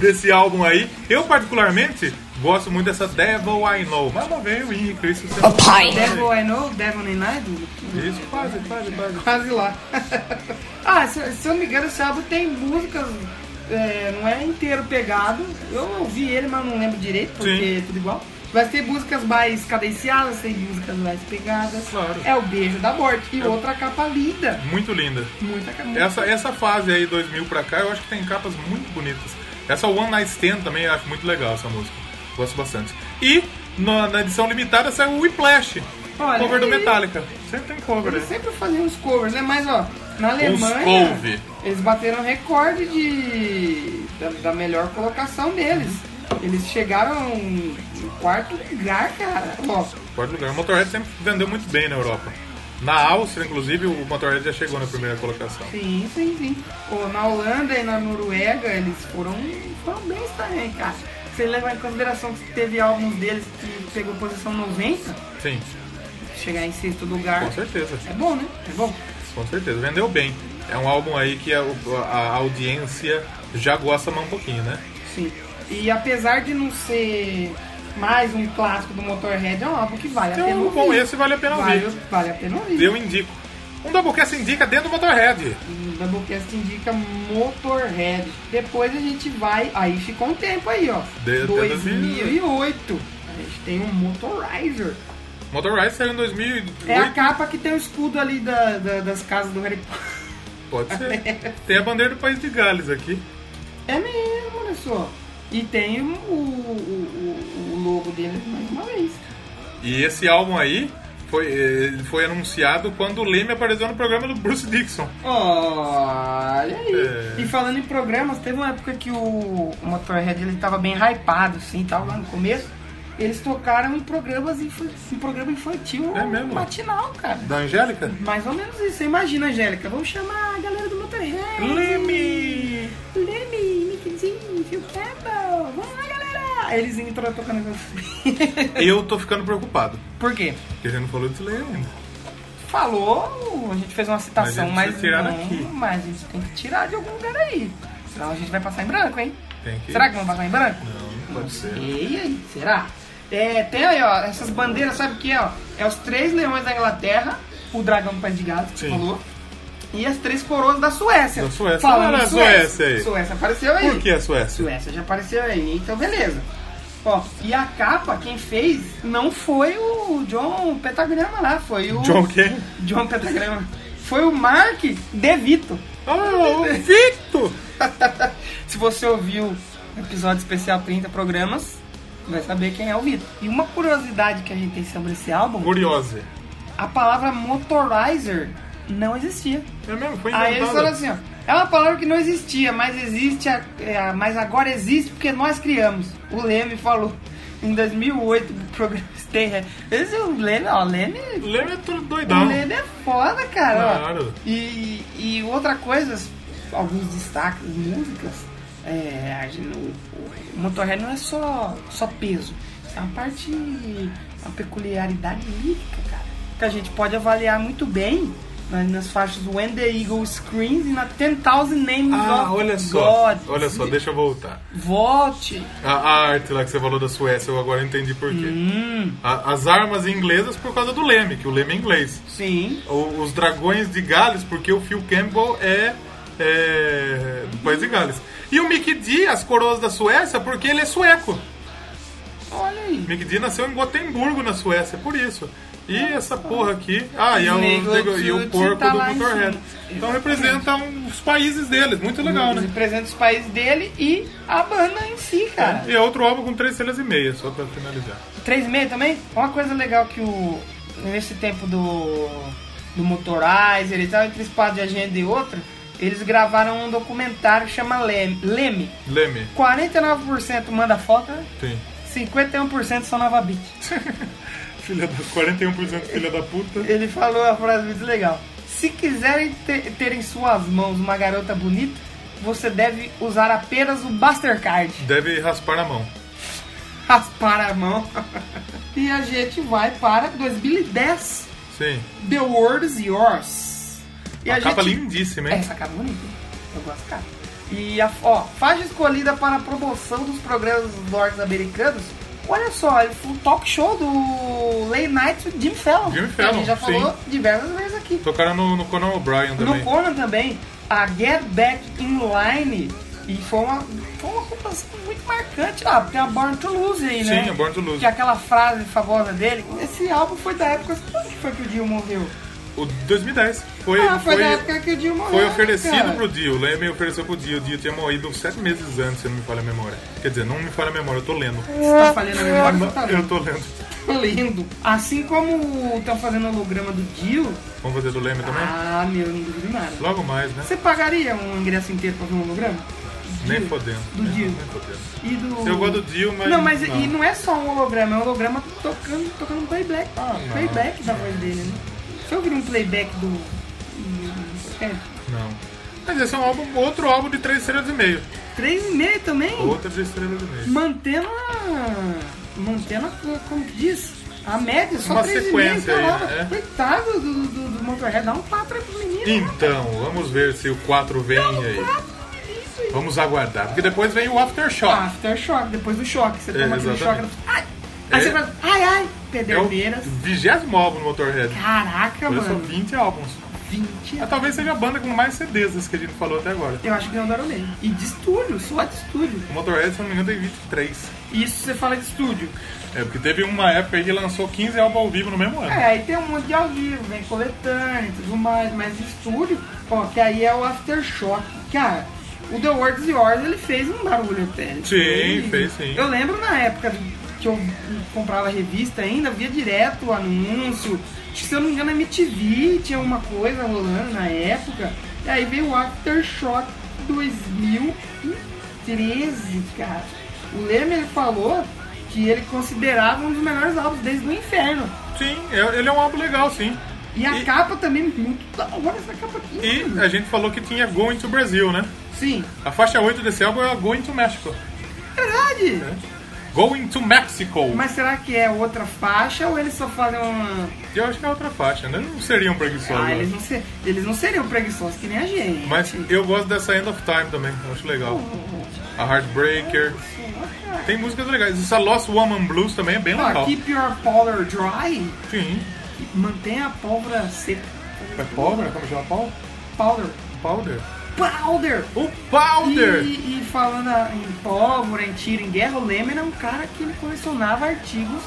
S2: desse álbum aí. Eu, particularmente, gosto muito dessa Devil I Know. Mas não veio o Henrique, isso você
S1: Devil I Know, Devil May Night.
S2: Isso, quase, quase, quase.
S1: Quase lá. ah, se, se eu não me engano, esse álbum tem músicas, é, não é inteiro pegado. Eu ouvi ele, mas não lembro direito, porque
S2: Sim.
S1: é tudo igual. Mas tem músicas mais cadenciadas, tem músicas mais pegadas.
S2: Claro.
S1: É o Beijo da Morte. E outra capa linda.
S2: Muito linda.
S1: Muita capa
S2: Essa, essa fase aí, 2000 pra cá, eu acho que tem capas muito bonitas. Essa One Night Stand também eu acho muito legal, essa música. Gosto bastante. E na, na edição limitada saiu o Whiplash,
S1: Olha
S2: cover do
S1: aí.
S2: Metallica. Sempre tem cover,
S1: Eles
S2: né?
S1: sempre faziam uns covers, né? Mas ó, na Alemanha
S2: couve.
S1: eles bateram recorde de da, da melhor colocação deles. Eles chegaram no quarto lugar, cara. Ó,
S2: Quarto lugar. O Motorhead sempre vendeu muito bem na Europa. Na Áustria, inclusive, o Motorhead já chegou na primeira colocação.
S1: sim, sim, sim. Ó, na Holanda e na Noruega eles foram, foram bem também, cara. Você leva em consideração que teve álbuns deles que pegou posição 90,
S2: Sim,
S1: chegar em sexto lugar.
S2: com certeza.
S1: É bom, né? É bom.
S2: Com certeza. Vendeu bem. É um álbum aí que a, a audiência já gosta mais um pouquinho, né?
S1: Sim. E apesar de não ser mais um clássico do Motorhead, é um álbum que vale a
S2: É um
S1: pena ouvir.
S2: álbum bom, esse vale a pena
S1: vale,
S2: ouvir.
S1: Vale a pena ouvir.
S2: Eu indico. Um Doublecast indica dentro do Motorhead.
S1: O Doublecast indica Motorhead. Depois a gente vai... Aí ficou um tempo aí, ó.
S2: De- até
S1: 2008. A gente tem um Motorizer.
S2: Motorhead saiu em 2008.
S1: É a capa que tem o escudo ali da- da- das casas do Harry Potter.
S2: Pode ser. Tem a bandeira do País de Gales aqui.
S1: É mesmo, olha só. E tem o, o, o- o logo dele mais uma vez.
S2: E esse álbum aí foi, ele foi anunciado quando o Leme apareceu no programa do Bruce Dixon.
S1: Olha aí.
S2: É.
S1: E falando em programas, teve uma época que o, o Motorhead ele tava bem hypado, assim, tal, lá no começo. Eles tocaram em programas infantil, em programa infantil
S2: É mesmo?
S1: matinal, cara.
S2: Da Angélica?
S1: Mais ou menos isso. Você imagina, Angélica, vamos chamar a galera do Motorhead.
S2: Leme!
S1: Leme, Mickeyzinho, Phil Campbell, vamos lá, galera. Aí Eles entraram tocando... com-
S2: Eu tô ficando preocupado.
S1: Por quê?
S2: Porque a gente não falou de Slayer ainda.
S1: Falou, a gente fez uma citação,
S2: Mas
S1: mas,
S2: a gente precisa tirar
S1: não,
S2: daqui.
S1: mas a gente tem que tirar de algum lugar aí. Senão a gente vai passar em branco, hein?
S2: Tem que-
S1: Será que vão passar em branco?
S2: Não, não pode ser.
S1: E aí, será? É, tem aí, ó, essas bandeiras, sabe o que é? Ó? É os três leões da Inglaterra, o dragão do país de Gales, que você
S2: Sim.
S1: falou, e as três coroas da Suécia.
S2: Da Suécia.
S1: Falando
S2: Olha a
S1: em Suécia.
S2: Suécia aí.
S1: Suécia apareceu aí.
S2: Por que a Suécia?
S1: Suécia já apareceu aí, então beleza. Ó, e a capa, quem fez, não foi o John Petagrama lá, foi o...
S2: John quem?
S1: John Petagrama. Foi o Mark DeVito.
S2: Oh, o Victor!
S1: Se você ouviu o episódio especial 30 programas, vai saber quem é o Vitor. E uma curiosidade que a gente tem sobre esse álbum,
S2: Curiosa.
S1: a palavra motorizer não existia.
S2: É mesmo? Foi
S1: Aí eles falaram
S2: inventada.
S1: assim, ó, é uma palavra que não existia, mas existe, a- é, a- mas agora existe porque nós criamos. O Leme falou em 2008 no programa Stay Happy. Esse é o Leme, ó, Leme
S2: Leme é tudo
S1: o
S2: doidão.
S1: Leme é foda, cara.
S2: Claro.
S1: E, e outra coisa, alguns destaques, músicas, é, a gente, o, o Motorhead não é só, só peso. É uma parte, uma peculiaridade lírica, cara. Que a gente pode avaliar muito bem na- nas faixas When the Eagle Screams e na 10,000 Names
S2: Ah,
S1: of
S2: olha só.
S1: God.
S2: Olha só, deixa eu voltar.
S1: Volte.
S2: A, a arte lá que você falou da Suécia, eu agora entendi por quê.
S1: Hum.
S2: A- as armas inglesas por causa do Leme, que o Leme é inglês.
S1: Sim.
S2: O- os dragões de Gales, porque o Phil Campbell é, é País de Gales. E o Mickey D, as coroas da Suécia, porque ele é sueco.
S1: Olha aí.
S2: Mickey D nasceu em Gotemburgo, na Suécia, por isso. E essa porra aqui. Ah, e, é o,
S1: Nego
S2: e o
S1: Tutti
S2: porco
S1: tá
S2: do
S1: lá em
S2: Motorhead.
S1: cima. Uhum.
S2: Então representa um- os países deles, muito legal, né?
S1: Representa os países dele e a banda em si, cara.
S2: E é outro álbum com três estrelas e meia, só pra finalizar.
S1: 3,5 também? Uma coisa legal que o. Nesse tempo do. do Motorizer e tal, entre espaço de agenda e outra, eles gravaram um documentário que chama Leme. Leme.
S2: Leme,
S1: 49% manda foto, né?
S2: tem.
S1: 51% só nova beat.
S2: Filha da 41% filha da puta.
S1: Ele falou a frase muito legal. Se quiserem te- ter em suas mãos uma garota bonita, você deve usar apenas o Mastercard.
S2: Deve raspar a mão.
S1: Raspar a mão. e a gente vai para 2010.
S2: Sim.
S1: The World is Yours. E
S2: Uma
S1: a
S2: capa
S1: gente-
S2: lindíssima, hein?
S1: Essa capa é bonita. hein? Eu gosto da capa. E a ó, faixa escolhida para a promoção dos programas norte-americanos. Olha só, ele foi um talk show do Late Night with Jim Fallon.
S2: Jimmy
S1: que a
S2: Fallon,
S1: gente já
S2: sim.
S1: falou diversas vezes aqui.
S2: Tocaram no, no Conan O'Brien também.
S1: No Conan também, a Get Back in Line. E foi uma, foi uma composição muito marcante lá. Tem a Born to Lose aí, né?
S2: Sim, a Born to Lose.
S1: Que é aquela frase famosa dele. Esse álbum foi da época. Quando que foi que o Dio morreu?
S2: O 2010. Foi,
S1: ah, foi,
S2: foi,
S1: da época que o Dio morreu.
S2: foi oferecido
S1: cara.
S2: pro Dio. O Leme ofereceu pro Dio. O Dio tinha morrido sete meses antes, se não me falha a memória. Quer dizer, não me falha a memória, eu tô lendo.
S1: Você tá falhando a memória, você tá lendo.
S2: Eu tô lendo.
S1: Tá lendo. Assim como estão fazendo o holograma do Dio.
S2: Vamos fazer do Leme também?
S1: Ah, meu, não duvido nada.
S2: Logo mais, né?
S1: Você pagaria um ingresso inteiro pra ver um holograma?
S2: Nem fodendo.
S1: Do
S2: Nem-
S1: Dio.
S2: Nem fodendo.
S1: E do...
S2: Eu gosto do Dio, mas.
S1: Não, mas e não é só um holograma, é um holograma tocando, tocando um playback.
S2: Ah, não.
S1: playback da voz dele, né? Deixa eu ouvir um playback do. É,
S2: Não. Mas esse é um álbum, outro álbum de três estrelas e meio.
S1: 3,5 também?
S2: Outra de estrelas e meio.
S1: Mantendo a. Mantendo a. Como que diz? A média, só
S2: Uma
S1: 3,5
S2: sequência aí,
S1: tá
S2: né?
S1: Coitado do, do, do Motorhead, dá um 4 aí pro menino.
S2: Então, vamos ver se o 4 vem aí.
S5: Tá
S2: Vamos aguardar, porque depois vem o
S1: Ah,
S2: Aftershock.
S1: Aftershock, depois do choque. Você
S2: É,
S1: toma aquele choque.
S2: exatamente.
S1: Ai! Aí
S2: É.
S1: você fala, ai, ai,
S2: é o
S1: pederneiras.
S2: vigésimo álbum do Motorhead.
S1: Caraca,
S2: Olha só,
S1: mano.
S2: 20 álbuns.
S1: 20
S2: Ah, talvez seja a banda com mais CDs das que a gente falou até agora.
S1: Eu acho que não deram mesmo. E de estúdio, só de estúdio.
S2: O Motorhead, se não me engano, tem 23.
S1: Isso você fala de estúdio.
S2: É, porque teve uma época aí que lançou 15 álbuns ao vivo no mesmo ano.
S1: É, aí tem um monte de ao vivo, vem coletânea e tudo mais, mas de estúdio, ó, que aí é o Aftershock. Cara, o The World is Yours, ele fez um barulho até. Ele foi-
S2: Sim, fez sim.
S1: Eu lembro na época que eu comprava revista ainda, via direto o anúncio. Acho que se eu não me engano, a MTV tinha uma coisa rolando na época. E aí veio o Aftershock 2013, cara. O Leme ele falou que ele considerava um dos melhores álbuns desde o Inferno.
S2: Sim, é- ele é um álbum legal, sim.
S1: E a
S2: E-
S1: capa também, muito da hora essa capa aqui.
S2: E a gente falou que tinha Going to Brasil, né?
S1: Sim,
S2: A faixa 8 desse álbum é a Going to Mexico.
S1: verdade.
S2: Going to Mexico!
S1: Mas será que é outra faixa ou eles só fazem uma...
S2: Eu acho que é outra faixa, né? Não seriam preguiçosos.
S1: Ah,
S2: eu
S1: eles
S2: acho.
S1: não, se- eles não seriam preguiçosos que nem a gente.
S2: Mas eu gosto dessa End of Time também, eu acho legal. A Heartbreaker. Tem músicas legais. Essa Lost Woman Blues também é bem
S1: Ó,
S2: legal.
S1: keep your powder dry.
S2: Sim.
S1: Mantém a pólvora seca.
S2: É pólvora? Como chama pau?
S1: Powder.
S2: Powder.
S1: Powder!
S2: O Powder!
S1: E, e falando a- em pólvora, em tiro, em guerra, o Leme é um cara que ele colecionava artigos.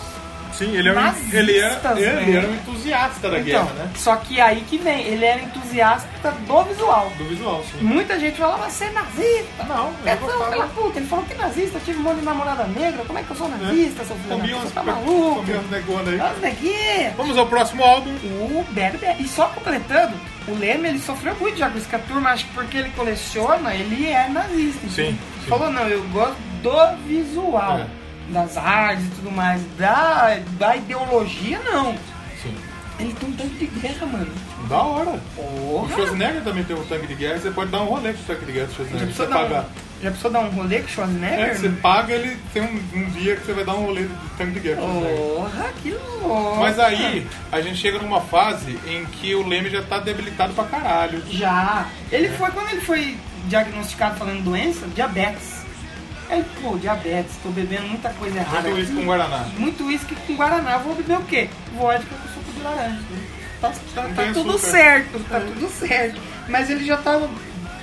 S2: Sim, ele era, um,
S1: Nazistas,
S2: ele era, ele
S1: né?
S2: era um entusiasta da
S1: Então,
S2: guerra, né?
S1: só que aí que vem, ele era entusiasta do visual.
S2: Do visual, sim.
S1: Muita gente falava, você é nazista.
S2: Não,
S1: É
S2: eu
S1: tudo pela
S2: gostava.
S1: puta, ele falou que nazista, eu tive um monte de namorada negra, como é que eu sou nazista, seu filho da
S2: Comia
S1: puta,
S2: umas,
S1: você tá maluco?
S2: comia umas negonas aí.
S1: Olha daqui!
S2: Vamos ao próximo álbum.
S1: O Bebe Bebe. E só completando, o Leme ele sofreu muito já com isso, que a turma, acho que porque ele coleciona, ele é nazista. Então,
S2: Sim,
S1: ele
S2: sim.
S1: Falou, não, eu gosto do visual,
S2: É.
S1: das artes e tudo mais, da, da ideologia, não.
S2: Sim. É,
S1: Ele tem um tanque de guerra, mano.
S2: Da hora. O
S1: Porra!
S2: Schwarzenegger também tem um tanque de guerra. Você pode dar um rolê com o tanque de guerra do
S1: Já
S2: Schwarzenegger.
S1: precisou,
S2: Você
S1: dar um,
S2: pagar.
S1: já precisou dar um rolê né? com o Schwarzenegger?
S2: É, você paga, ele tem um, um dia que você vai dar um rolê de tanque de guerra. Schwarzenegger.
S1: Porra, que louco!
S2: Mas aí, a gente chega numa fase em que o Leme já tá debilitado pra caralho.
S1: Já. Ele foi, quando ele foi diagnosticado falando doença, diabetes. Ele, pô, diabetes, tô bebendo muita coisa errada.
S2: Muito isso
S1: aqui.
S2: com Guaraná.
S1: Muito uísque com Guaraná. Vou beber o quê? Vodka com suco de laranja. Tá, tá-
S2: Não
S1: tá
S2: tem
S1: tudo
S2: açúcar.
S1: certo, tá tudo certo. Mas ele já tava.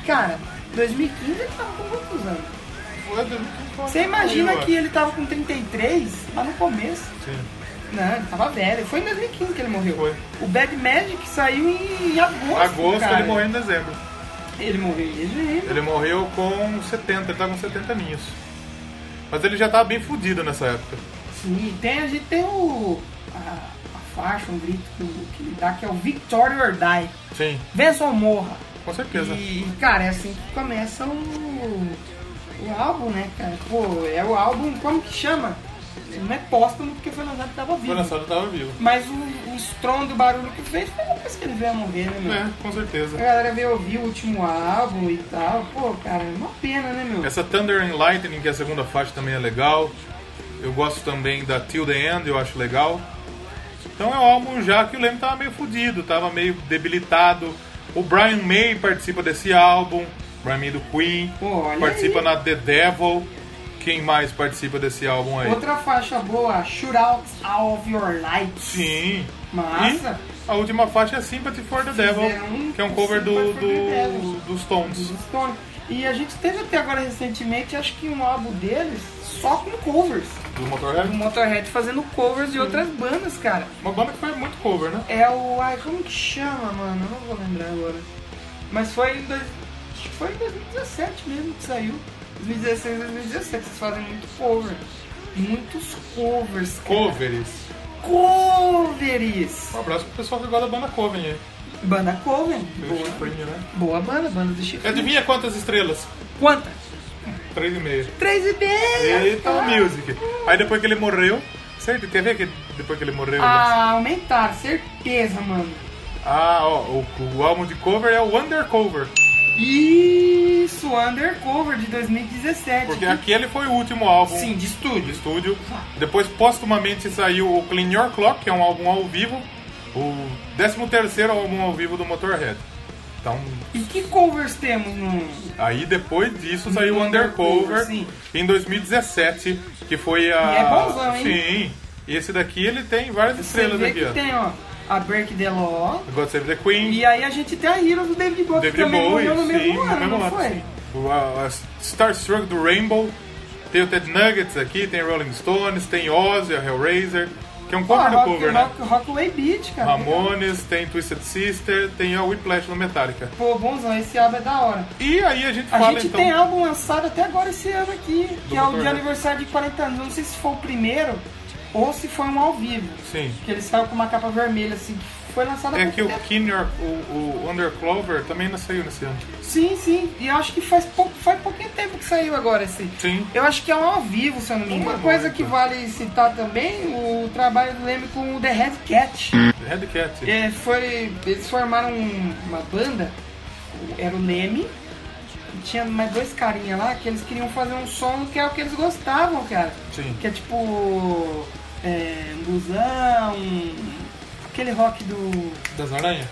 S1: Cara, 2015 ele tava com quantos anos?
S10: Foi 2015 foi
S1: Você
S10: uma
S1: imagina
S10: coisa,
S1: que
S10: eu
S1: ele tava com 33 lá no começo.
S10: Sim.
S1: Não, ele tava velho. Foi em 2015 que ele morreu. O Bad Magic saiu em agosto.
S2: Agosto
S1: cara.
S2: ele morreu em dezembro.
S1: Ele morreu em dezembro.
S2: Ele morreu com 70, ele tá com 70 aninhos. Mas ele já tava bem fudido nessa época.
S1: Sim, tem, a gente tem o. A, a faixa, um grito que, o- que ele dá, que é o Victory or Die.
S2: Sim.
S1: Vença ou morra.
S2: Com certeza.
S1: E, cara, é assim que começa o, o álbum, né, cara? Pô, é o álbum, como que chama? Não é póstumo porque foi lançado e tava vivo.
S2: Foi lançado e tava vivo.
S1: Mas o, o estrondo, o barulho que fez foi depois que ele veio a morrer, né, meu?
S2: É, com certeza.
S1: A galera veio ouvir o último álbum e tal. Pô, cara, é uma pena, né, meu?
S2: Essa Thunder and Lightning, que é a segunda faixa, também é legal. Eu gosto também da Till the End, eu acho legal. Então é um álbum já que o Leme tava meio fudido, tava meio debilitado. O Brian May participa desse álbum, Brian May do Queen, participa na The Devil. Quem mais participa desse álbum aí?
S1: Outra faixa boa, Shootout of Your Light.
S2: Sim.
S1: Massa.
S2: E a última faixa é Sympathy for the Devil,
S1: Fizeram
S2: que é um cover do,
S1: Sympathy for the
S2: do,
S1: Devil.
S2: dos Stones.
S1: Os Stones. E a gente teve até agora recentemente, acho que um álbum deles só com covers.
S2: Do Motorhead?
S1: O Motorhead fazendo covers de outras bandas, cara.
S2: Uma banda que faz muito cover, né?
S1: É o. Ai, como que chama, mano? Eu não vou lembrar agora. Mas foi em. dois- Acho que foi em 2017 mesmo que saiu. 2016, 2017. Vocês fazem muito cover. Muitos covers, cara.
S2: Covers.
S1: Covers!
S2: Um abraço pro pessoal que gosta da banda Coven aí.
S1: Banda cover.
S2: Boa. Chifrinho, né?
S1: Boa banda, banda do Chifre.
S2: Adivinha quantas estrelas?
S1: Quantas?
S2: Três e meia.
S1: 3 e meia!
S2: Eita, o Music. Aí depois que ele morreu... Certo? Quer ver que depois que ele morreu... né?
S1: Ah, aumentar, certeza, mano.
S2: Ah, ó, o, o álbum de cover é o Undercover.
S1: Isso, Undercover de 2017.
S2: Porque é aquele foi o último álbum.
S1: Sim, de estúdio.
S2: De estúdio. Depois, postumamente, saiu o Clean Your Clock, que é um álbum ao vivo. O 13 terceiro álbum ao vivo do Motorhead. Então,
S1: E que covers temos no.
S2: aí depois disso saiu o Undercover,
S1: sim.
S2: em 2017, que foi a...
S1: E é bonzão, hein?
S2: Sim. E esse daqui, ele tem várias
S1: Você
S2: estrelas
S1: vê
S2: aqui,
S1: que
S2: ó.
S1: tem, ó, a Break the Law.
S2: God Save the Queen.
S1: E aí a gente tem a Hero do David Bowie, que
S2: David
S1: também
S2: Bowie,
S1: morreu no mesmo
S2: sim,
S1: ano,
S2: no mesmo
S1: não
S2: ano,
S1: foi?
S2: sim. O, a, a Starstruck do Rainbow, tem o Ted Nuggets aqui, tem Rolling Stones, tem Ozzy, a Hellraiser, que é um
S1: Ó,
S2: cover do
S1: Rock-
S2: cover, né?
S1: Rock, Rockaway Beach, cara.
S2: Ramones, tem Twisted Sister, tem a Whiplash no Metallica.
S1: Pô, bonzão, esse álbum é da hora.
S2: E aí a gente
S1: A
S2: fala
S1: gente
S2: então...
S1: tem álbum lançado até agora esse ano aqui, que é o de
S2: Motorhead.
S1: aniversário de 40 anos. Eu Não sei se foi o primeiro ou se foi um ao vivo.
S2: Sim.
S1: Que ele saiu com uma capa vermelha, assim, que foi lançado há
S2: É
S1: pouco
S2: que o
S1: tempo.
S2: Kinner, o, o Underclover, também não saiu nesse ano.
S1: Sim, sim. E eu acho que faz, pouco, faz pouquinho tempo que saiu agora esse.
S2: Sim. é
S1: Eu acho que é um ao vivo, se eu não me engano. Uma coisa que vale citar também, o trabalho do Leme com o The Red Cat.
S2: Red Cat.
S1: É, foi, eles formaram um- uma banda, era o Leme, e tinha mais dois carinha lá que eles queriam fazer um som que é o que eles gostavam, cara.
S2: Sim.
S1: Que é tipo. É, um blusão, um- aquele rock do.
S2: Das Aranhas.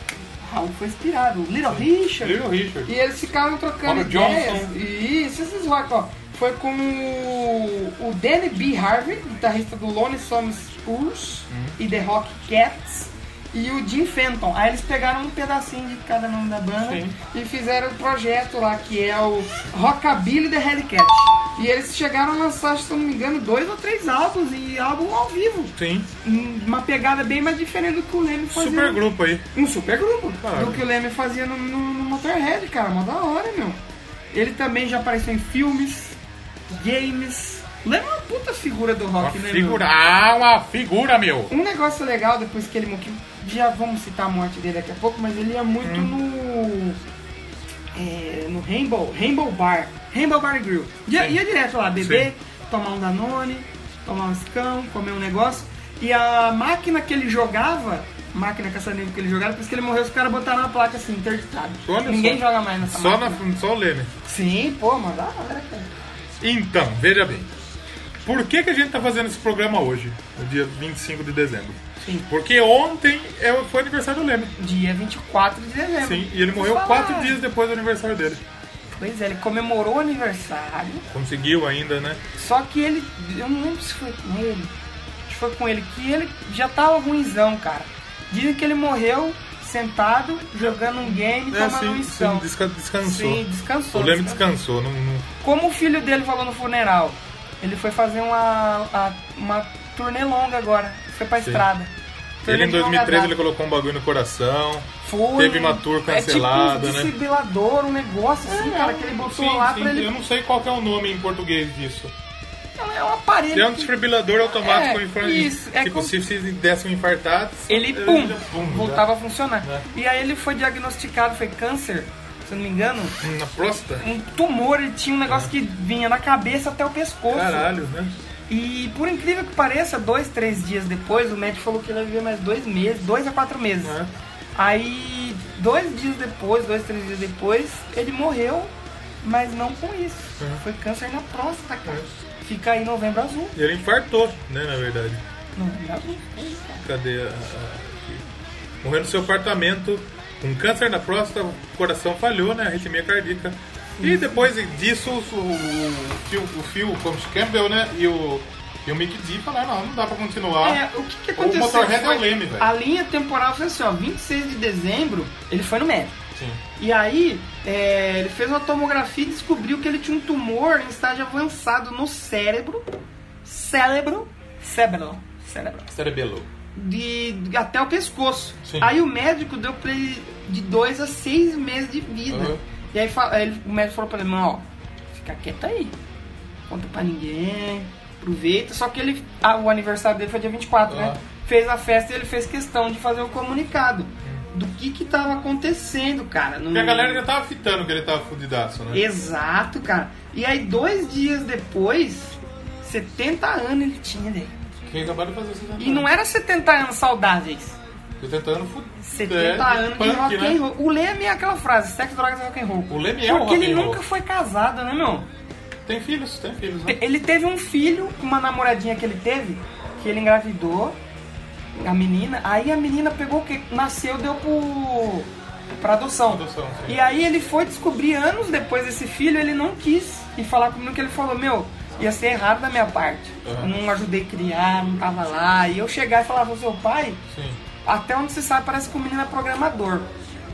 S1: Raul foi inspirado, o Little Richard.
S2: Little Richard.
S1: E eles ficaram trocando
S2: Robert
S1: ideias.
S2: Johnson.
S1: E isso, esses rock, ó. Foi com o, o Danny B. Harvey, guitarrista do Lonesome Spurs
S2: Uhum.
S1: e The Rock Cats, e o Jim Fenton. Aí eles pegaram um pedacinho de cada nome da banda
S2: Sim.
S1: e fizeram o projeto lá, que é o Rockabilly The Hellcat. E eles chegaram a lançar, se eu não me engano, dois ou três álbuns e álbum ao vivo.
S2: Sim.
S1: Hum, Uma pegada bem mais diferente do que o Leme fazia.
S2: Super
S1: no-
S2: grupo aí. Ah,
S1: um super grupo
S2: Claro.
S1: do que o Leme fazia no, no, no Motorhead, cara. Mó da hora, meu. Ele também já apareceu em filmes, games. O Leme é uma puta figura do
S2: Uma
S1: rock, né, meu?
S2: figura. Ah, uma figura, meu.
S1: Um negócio legal depois que ele morreu, que já vamos citar a morte dele daqui a pouco, mas ele ia
S2: É.
S1: muito no. É, no Rainbow, Rainbow Bar, Rainbow Bar Grill. Ia, ia é direto lá beber,
S2: Sim.
S1: tomar um Danone, tomar um escão, comer um negócio. E a máquina que ele jogava, máquina caçaneiro que ele jogava, por isso que ele morreu, os caras botaram uma placa assim, interditado.
S2: Olha
S1: Ninguém
S2: só.
S1: joga mais nessa
S2: Só,
S1: máquina.
S2: na, só o Leme.
S1: Sim, pô, mas da hora, cara.
S2: Então, veja bem. Por que, que a gente tá fazendo esse programa hoje, no dia 25 de dezembro?
S1: Sim.
S2: Porque ontem é, foi aniversário do Leme.
S1: Dia 24 de dezembro.
S2: Sim, e ele
S1: Vocês
S2: morreu
S1: falaram.
S2: quatro dias depois do aniversário dele.
S1: Pois é, ele comemorou o aniversário.
S2: Conseguiu ainda, né?
S1: Só que ele, eu não lembro se foi com ele, se foi com ele, que ele já tava ruimzão, cara. Dizem que ele morreu, se sentado, jogando um game,
S2: É,
S1: tomando um
S2: sim, sim,
S1: escão.
S2: desca- descansou.
S1: Sim, descansou,
S2: O Leme descansou. não- não-
S1: Como o filho dele falou no funeral, ele foi fazer uma, a- uma turnê longa agora, foi pra
S2: Sim.
S1: estrada.
S2: Ele
S1: Turnê
S2: em
S1: de longa
S2: 2013
S1: data.
S2: ele colocou um bagulho no coração.
S1: Foi, um-
S2: Teve uma tour cancelada,
S1: é tipo um
S2: né?
S1: desfibrilador, um negócio assim, cara, que ele botou
S2: Sim,
S1: lá
S2: É, um sim,
S1: pra ele...
S2: Eu não sei qual que é o nome em português disso.
S1: É um aparelho.
S2: É um desfibrilador automático
S1: É,
S2: em forma
S1: isso, é
S2: Tipo,
S1: como-
S2: se vocês dessem um infartado,
S1: Ele,
S2: eu
S1: pum,
S2: já- pum, já-
S1: voltava a funcionar.
S2: né?
S1: E aí ele foi diagnosticado, foi câncer, se eu não me engano.
S2: Na próstata?
S1: Um tumor, ele tinha um negócio que vinha da cabeça até o pescoço.
S2: É. Caralho, né?
S1: E por incrível que pareça, dois, três dias depois, o médico falou que ele ia viver mais dois meses, dois a quatro meses.
S2: É.
S1: Aí, dois dias depois, dois, três dias depois, ele morreu, mas não com isso.
S2: É.
S1: Foi câncer na próstata, cara. Fica aí novembro azul.
S2: Ele infartou, né, na verdade.
S1: Novembro azul. é isso, cara.
S2: Cadê a... a- aqui? Morreu no seu apartamento, com câncer na próstata, o coração falhou, né? Arritmia cardíaca. E depois disso, o, o, Phil, o Phil Campbell, né? E o, e o Mick D falaram, não, não dá pra continuar.
S1: É, o que, que aconteceu?
S2: O Motorhead
S1: foi-
S2: é o Leme, velho.
S1: A linha temporal foi assim, ó, 26 de dezembro, ele foi no médico.
S2: Sim.
S1: E aí, é, ele fez uma tomografia e descobriu que ele tinha um tumor em estágio avançado no cérebro. Cérebro. Cérebro. Cérebro.
S2: Cerebelo.
S1: De, de- até o pescoço. Aí o médico deu pra ele de dois a seis meses de vida.
S2: Uhum.
S1: E aí, fa- aí ele- o médico falou pra ele, mano, ó, fica quieto aí. Conta pra ninguém, aproveita. Só que ele. ah, o aniversário dele foi dia 24,
S2: Ah.
S1: né? Fez a festa e ele fez questão de fazer o comunicado. Do que que tava acontecendo, cara. no-
S2: Hum. Porque a galera já tava fitando que ele tava fudidaço, né?
S1: Exato, cara. E aí, dois dias depois, 70 anos ele tinha, né?
S2: Quem acabaram de fazer tá. 70 anos.
S1: E não era 70 anos saudáveis.
S2: 70 anos fudido.
S1: 70
S2: É,
S1: anos de
S2: punk,
S1: rock
S2: né?
S1: and roll. O Leme é aquela frase, sexo, drogas e rock and roll.
S2: O Leme é o
S1: Porque
S2: rock
S1: ele
S2: and roll.
S1: nunca foi casado, né, meu?
S2: Tem filhos, tem filhos, né?
S1: Te- Ele teve um filho com uma namoradinha que ele teve, que ele engravidou a menina. Aí a menina pegou o que nasceu, deu pro pra adoção.
S2: Adoção, sim.
S1: E aí ele foi descobrir anos depois desse filho, ele não quis e falar comigo que ele falou, meu, ia ser errado da minha parte. Eu não ajudei a criar, não tava lá. E eu chegar e falar pro seu pai, até onde você sabe, parece que o menino é programador.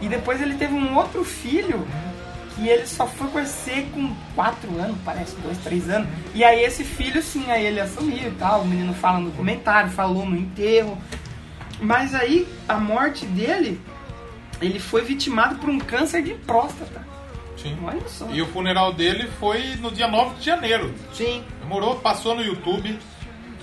S1: E depois ele teve um outro filho que ele só foi conhecer com 4 anos, parece, 2, 3 anos. E aí esse filho, sim, aí ele assumiu e tal. O menino fala no comentário, falou no enterro. Mas aí a morte dele, ele foi vitimado por um câncer de próstata.
S2: Sim.
S1: Olha só.
S2: E o funeral dele foi no dia 9 de janeiro.
S1: Sim.
S2: Demorou, passou no YouTube.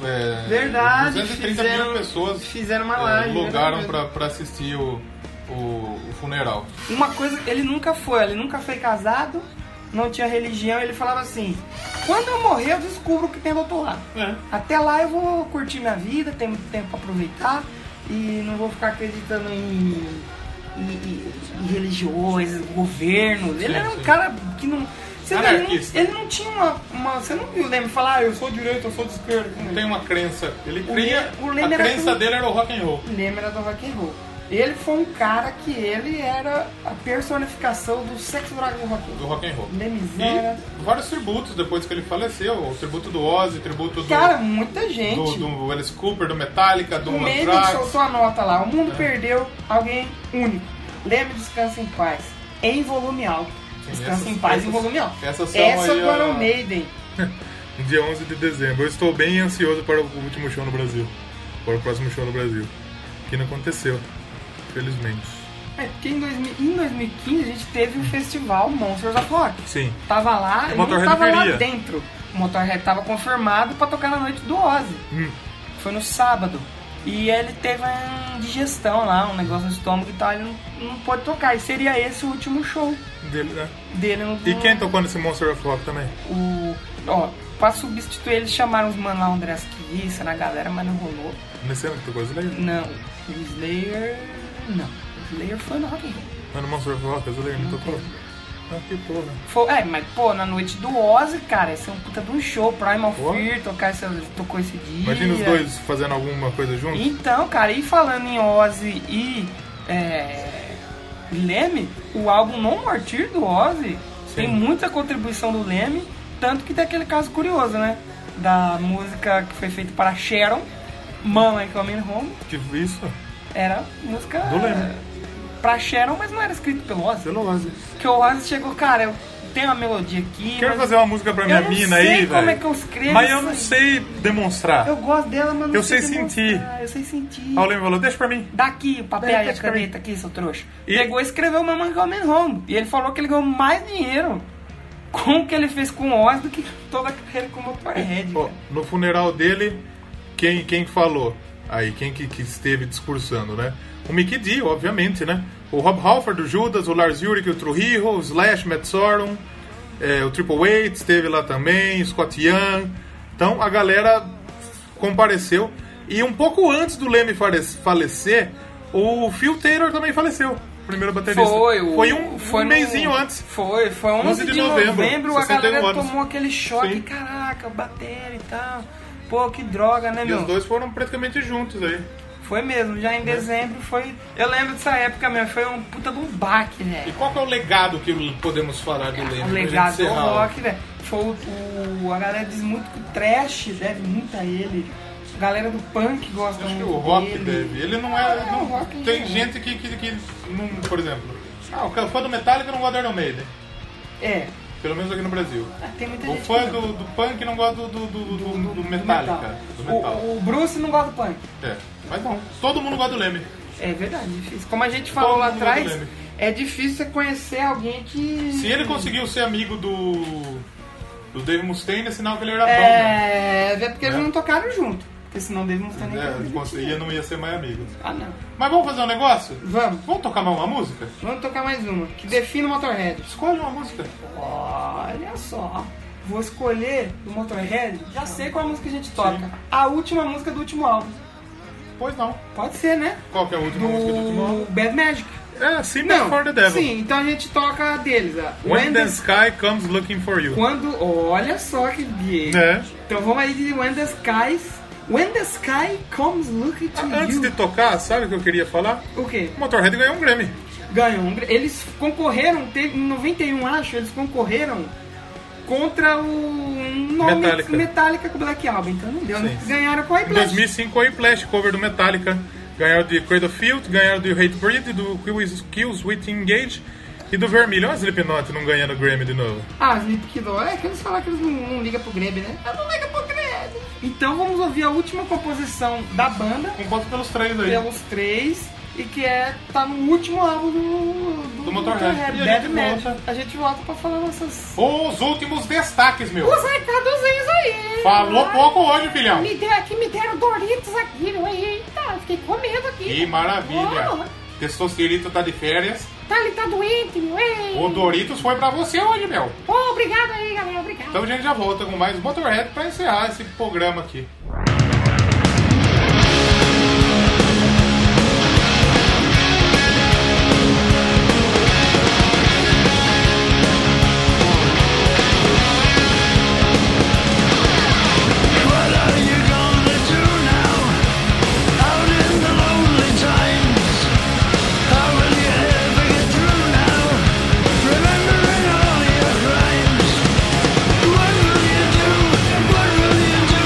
S2: é,
S1: Verdade,
S2: 230
S1: fizeram-
S2: mil pessoas
S1: fizeram uma
S2: é,
S1: live, né?
S2: logaram
S1: verdade.
S2: pra, pra assistir o, o, o funeral.
S1: Uma coisa, ele nunca foi, ele nunca foi casado, não tinha religião, ele falava assim, quando eu morrer eu descubro o que tem do outro lado. Até lá eu vou curtir minha vida, tenho tempo pra aproveitar e não vou ficar acreditando em, em, em- em religiões, governo. Ele era um cara que não. Você vê, ele, não
S2: Anarquista.
S1: ele não tinha uma, uma- Você não viu o Leme falar, "Ah, eu sou direito, eu sou de esquerda.
S2: Não tem uma crença. Ele
S1: O
S2: cria.
S1: Le- o Leme
S2: a
S1: era
S2: crença
S1: tudo.
S2: dele era o rock and roll.
S1: Lembra do rock and roll. Ele foi um cara que ele era a personificação do sexo dragão rock and
S2: Do
S1: roll.
S2: rock and roll.
S1: Lemizera.
S2: E vários tributos depois que ele faleceu. O tributo do Ozzy, o tributo do,
S1: Cara, muita gente.
S2: do, do Alice Cooper, do Metallica, do É.
S1: o Maiden que
S2: Anthrax.
S1: soltou a nota lá. O mundo perdeu alguém único. Lembre Descansa em Paz. Em volume alto. Descansa
S2: essas-
S1: em Paz em
S2: essas-
S1: volume alto.
S2: essas são
S1: Essa
S2: aí
S1: para
S2: a-
S1: o Maiden.
S2: Dia 11 de dezembro. Eu estou bem ansioso para o último show no Brasil. Para o próximo show no Brasil. Que não aconteceu, felizmente.
S1: É, porque em, 2000 em 2015 a gente teve o festival Monsters of Rock.
S2: Sim.
S1: Tava lá, eu
S2: O
S1: não
S2: Motorhead
S1: tava lá
S2: queria.
S1: dentro. O Motorhead tava confirmado pra tocar na noite do Ozzy.
S2: Hum.
S1: Foi no sábado. E ele teve uma digestão lá, um negócio no estômago e tal, ele não, não pôde tocar. E seria esse o último show
S2: Dele, né?
S1: dele no
S2: E quem tocou nesse Monster of Rock também?
S1: o. Ó, pra substituir eles chamaram os mano lá, o André Asquissa, na galera, mas não rolou.
S2: Nesse ano que tocou Slayer?
S1: Não, o Slayer. Não, o Slayer foi no Rock in Rio.
S2: Mas no Monster of Rock, o Slayer não tocou? Ah, que porra.
S1: Foi, é, mas pô, na noite do Ozzy, cara, esse é um puta de um show. Primal Fear tocar esse, tocou esse dia.
S2: Imagina os
S1: é.
S2: dois fazendo alguma coisa juntos.
S1: Então, cara, e falando em Ozzy e é, Leme, o álbum Non Martyr do Ozzy tem muita contribuição do Leme, tanto que tem aquele caso curioso, né? Da música que foi feita para Sharon, Mama e Coming Home,
S2: Tipo isso?
S1: era música
S2: Do Leme.
S1: pra Sharon, mas não era escrito pelo Ozzy.
S10: Pelo Ozzy.
S1: Que o Ozzy chegou, cara, eu tenho uma melodia aqui.
S2: Quero
S1: mas
S2: fazer uma música pra minha
S1: eu não
S2: mina
S1: sei
S2: aí,
S1: como
S2: velho.
S1: é que eu escrevo
S2: Mas eu
S1: isso
S2: não
S1: aí.
S2: sei demonstrar.
S1: Eu gosto dela, mas não
S2: Eu
S1: sei
S2: sei
S1: demonstrar,
S2: sentir.
S1: Eu sei sentir.
S2: Aí o Leme falou, deixa pra mim.
S1: Daqui, Tá o papel
S2: Deixa
S1: e a
S2: pra mim.
S1: caneta aqui, seu trouxa. Pegou e escreveu uma Homem Home. E ele falou que ele ganhou mais dinheiro com o que ele fez com o Oz do que toda a carreira com o Motorhead.
S2: Ó, no funeral dele, quem, quem que falou? Aí, quem que, que esteve discursando, né? O Mickey D, obviamente, né? O Rob Halford, do Judas, o Lars Ulrich, o Trujillo, o Slash, Matt Sorum, é, o Triple Eight esteve lá também, o Scott Young. Então, a galera compareceu. E um pouco antes do Leme fale- falecer, o Phil Taylor também faleceu. o Primeiro baterista.
S1: Foi, o,
S2: foi um,
S1: foi
S2: um
S1: no-
S2: mesinho antes.
S1: Foi, foi 11, de, novembro. a
S2: 61
S1: galera
S2: anos.
S1: tomou aquele choque.
S2: Sim.
S1: Caraca, bateram e tal. Pô, que droga, né,
S2: E
S1: meu?
S2: os dois É. foram praticamente juntos aí.
S1: Foi mesmo, já em dezembro foi. Eu lembro dessa época mesmo, foi um puta de um baque, né?
S2: E qual que é o legado que podemos falar do Leme?
S1: O Um legado do rock, velho. Foi o, o- A galera diz muito que o trash deve muito a ele. A galera do punk gosta
S2: Acho que
S1: muito
S2: o rock
S1: dele.
S2: deve. Ele não é.
S1: Ah,
S2: não-
S1: o rock
S2: tem
S1: é.
S2: gente que, que, que não, por exemplo. Ah, o fã do Metallica não gosta do Iron Maiden.
S1: É.
S2: Pelo menos aqui no Brasil.
S1: Ah, Tem muita
S2: O
S1: gente
S2: fã
S1: que
S2: do,
S1: não.
S2: do punk não gosta do, do, do, do- do Metallica.
S1: metal.
S2: Do metal.
S1: O, o Bruce não gosta do punk.
S2: É. Mas bom, todo mundo gosta do Leme.
S1: É verdade, difícil. Como a gente falou
S2: Todo
S1: lá
S2: mundo gosta do
S1: atrás,
S2: Leme.
S1: é difícil você conhecer alguém que.
S2: Se ele conseguiu ser amigo do. do Dave Mustaine, é sinal que ele era bom. né?
S1: É, é porque eles
S2: Né?
S1: não tocaram junto. Porque senão eles não estariam
S2: É,
S1: nem.
S2: conseguia, não ia ser mais amigo.
S1: Ah, não.
S2: Mas vamos fazer um negócio?
S1: Vamos.
S2: Vamos tocar mais uma música?
S1: Vamos tocar mais uma. Que defina o Motorhead.
S2: Escolhe uma música.
S1: Olha só. Vou escolher do Motorhead. Já sei qual música a gente toca. A última música do último álbum.
S2: Pois não.
S1: Pode ser, né?
S2: Qual que é a última música do último álbum?
S1: Do Bad Magic.
S2: É, Sympathy for the Devil.
S1: Sim, então a gente toca a deles. A
S2: When the
S1: the-
S2: Sky Comes Looking for You.
S1: Quando. Olha só que gay.
S2: É.
S1: Então vamos aí de When the Skies. When the Sky Comes Looking to
S2: Antes
S1: You.
S2: de tocar, sabe o que eu queria falar?
S1: O quê?
S2: O Motorhead ganhou um Grammy.
S1: Ganhou um. Gr- Eles concorreram, teve, em 91, acho, eles concorreram contra o um nome
S2: Metallica.
S1: Metallica com o Black Album. Então não deu, né?
S2: Sim.
S1: Ganharam com a
S2: Em
S1: Black.
S2: 2005, o Flash, cover do Metallica. Ganharam de Cradle of Field, ganharam do Hate Breed, do Kills- Kills with Engage e do Vermilion. Olha o Slipknot não ganhando o Grammy de novo.
S1: Ah, Slipknot. É que eles falaram que eles não, não ligam pro Grêmio, né? Eu não liga pro Grêmio. Então vamos ouvir a última composição da banda,
S2: Composto pelos três aí.
S1: pelos três, e que é tá no último álbum do, do,
S2: Do Motorhead. E a
S1: Death
S2: gente
S1: Metal.
S2: volta.
S1: A gente volta pra falar nossas...
S2: Os últimos destaques, meu.
S5: Os recadozinhos aí.
S2: Falou
S5: Ai,
S2: pouco hoje, filhão.
S5: Me deu aqui, me deram Doritos aqui. eu- Eita, fiquei com medo aqui.
S2: Que
S5: Ó,
S2: maravilha. Testosterito tá de férias.
S5: tá, ele tá doente, meu. Ei.
S2: O Doritos foi pra você hoje, meu.
S5: Ô, obrigado aí, galera. Obrigado.
S2: Então a gente já volta com mais Motorhead pra encerrar esse programa aqui.
S7: What will you do? What will you do?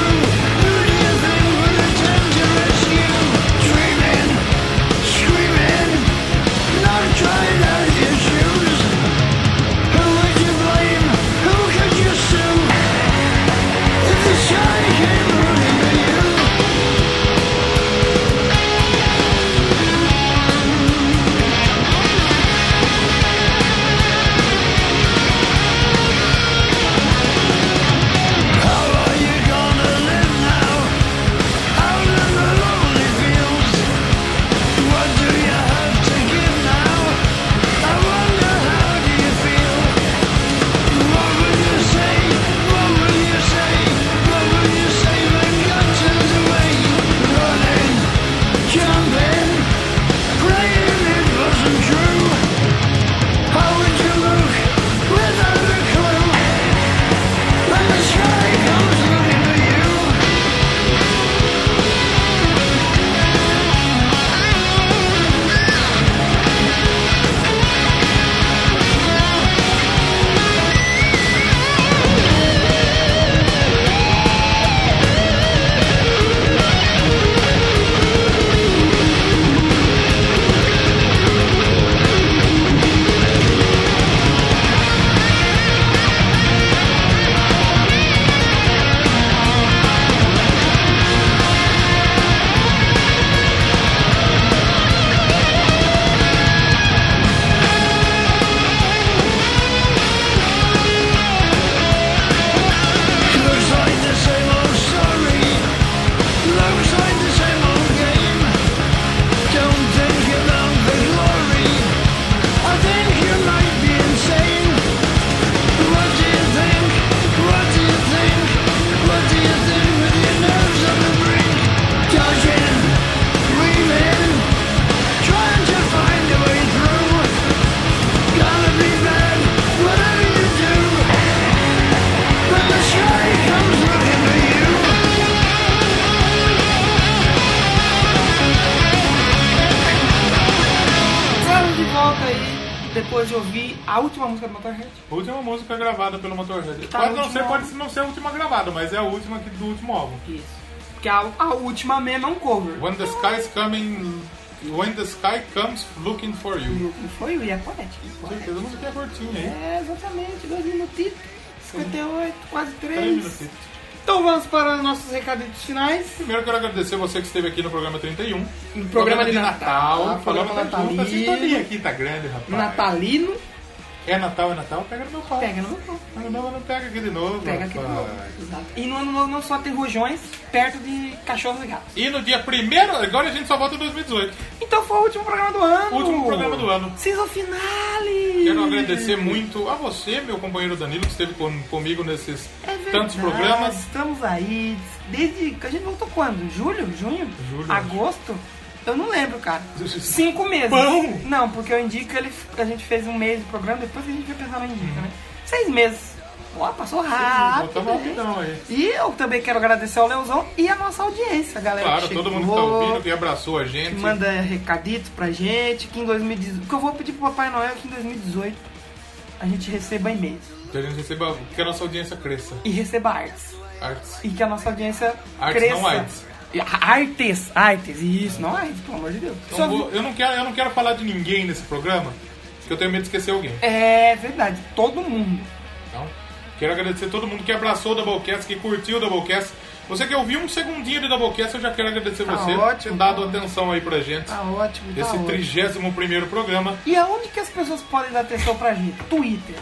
S1: A última música do Motorhead.
S2: Última música gravada pelo Motorhead.
S1: Tá,
S2: pode,
S1: a
S2: não ser,
S1: última-
S2: pode não ser a última gravada, mas é a última aqui do último álbum.
S1: Isso. Porque a, a última mesmo é um cover.
S2: When the sky's coming. When the sky comes looking for you.
S1: Foi o Ia Poético.
S2: Com certeza a música é curtinha, hein?
S1: É, exatamente. Dois minutitos. 58, quase
S2: Três
S1: três.
S2: minutinhos.
S1: Então vamos para os nossos recaditos finais.
S2: Primeiro eu quero agradecer você que esteve aqui no programa 31.
S1: No Um programa de Natal, um
S2: Falamos
S1: programa
S2: da junta. A
S1: natalino.
S2: sintonia aqui tá grande, rapaz.
S1: Natalino.
S2: É Natal, é Natal? Pega no meu pau.
S1: Pega no meu pau.
S2: Ano novo não pega aqui de novo.
S1: Pega aqui de
S2: rapaz.
S1: novo. Exato. E no ano novo não só tem rojões perto de cachorros e gatos.
S2: E no dia primeiro, agora a gente só volta em 2018.
S1: Então foi o último programa do ano.
S2: Último programa do ano.
S1: Season finale.
S2: Quero agradecer muito a você, meu companheiro Danilo, que esteve com- comigo nesses
S1: É verdade,
S2: tantos programas.
S1: Estamos aí. Desde. A gente voltou quando? Julho? Junho?
S2: Julho.
S1: Agosto? Eu não lembro, cara. Cinco meses.
S2: Bom.
S1: Não, porque eu indico ele. A gente fez um mês de programa, depois a gente vai pensar na indica, né? Seis meses. Ó, passou rápido.
S2: Voltamos
S1: hein?
S2: rapidão Tá então, aí.
S1: E eu também quero agradecer ao Leozão e a nossa audiência, galera.
S2: Claro,
S1: que
S2: todo mundo que tá
S1: chegou,
S2: ouvindo, que abraçou a gente.
S1: que manda recaditos pra gente, que em 2018. Que eu vou pedir pro Papai Noel é que em 2018 a gente receba e-mails.
S2: Que a gente receba, que a nossa audiência cresça.
S1: E receba artes.
S2: Artes.
S1: E que a nossa audiência
S2: Artes,
S1: cresça.
S2: não artes.
S1: E a- Artes, artes, isso, não artes, pelo amor de Deus.
S2: Então
S1: Só
S2: vou-
S1: vi-
S2: eu, não quero, eu não quero falar de ninguém nesse programa, porque eu tenho medo de esquecer alguém.
S1: É verdade, todo mundo.
S2: Então, quero agradecer a todo mundo que abraçou o Doublecast, que curtiu o Doublecast. Você que ouviu um segundinho de Doublecast, eu já quero agradecer
S1: Tá
S2: você por ter
S1: ótimo.
S2: dado atenção aí pra gente.
S1: Tá ótimo, tá
S2: Esse
S1: ótimo.
S2: 31 primeiro programa,
S1: E aonde que as pessoas podem dar atenção pra gente? Twitter.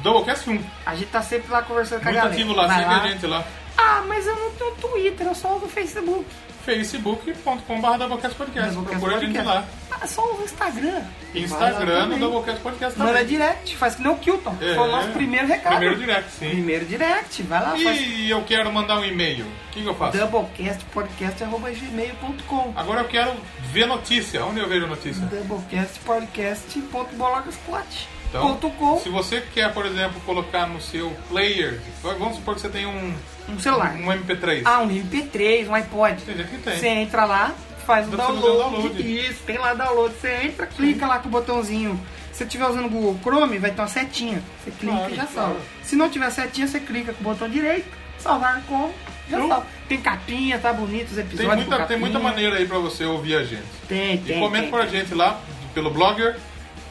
S2: Doublecast 1.
S1: A gente tá sempre lá conversando com a
S2: Muito
S1: galera.
S2: ativo lá,
S1: Vai
S2: segue a gente lá.
S1: Ah, mas eu não tenho Twitter, eu só uso o Facebook.
S2: facebook.com.br Doublecast Podcast.
S1: Doublecast
S2: É, Procura a gente
S1: Podcast.
S2: lá.
S1: Ah, só uso o Instagram. Vai lá
S2: Instagram,
S1: também.
S2: Doublecast Podcast
S1: Manda
S2: também.
S1: direct, faz que nem o Kilton.
S2: Tá É.
S1: Foi o nosso primeiro recado.
S2: Primeiro direct, sim.
S1: Primeiro direct, vai lá, faz
S2: E eu quero mandar um e-mail. O que, que eu faço?
S1: doublecastpodcast.gmail.com
S2: Agora eu quero ver notícia. Onde eu vejo notícia? Então,
S1: doublecastpodcast.blogspot.com
S2: se você quer, por exemplo, colocar no seu player, vamos supor que você tem um,
S1: um celular.
S2: um MP3.
S1: Ah, um MP3, um iPod.
S2: Tem gente que tem.
S1: Você entra lá, faz o
S2: Dá pra fazer
S1: download.
S2: o download.
S1: Isso, tem lá download. Você entra, clica lá com o botãozinho. Se você estiver usando o Google Chrome, vai ter uma setinha. Você clica
S2: Claro,
S1: e já
S2: claro.
S1: salva. Se não tiver setinha, você clica com o botão direito, salvar como, já
S2: Então-
S1: salva. Tem capinha, tá bonito os
S2: Tem
S1: episódios. com
S2: muita, tem
S1: capinha.
S2: muita maneira aí pra você ouvir a gente.
S1: Tem, tem.
S2: E comenta
S1: tem.
S2: pra gente lá, pelo Blogger,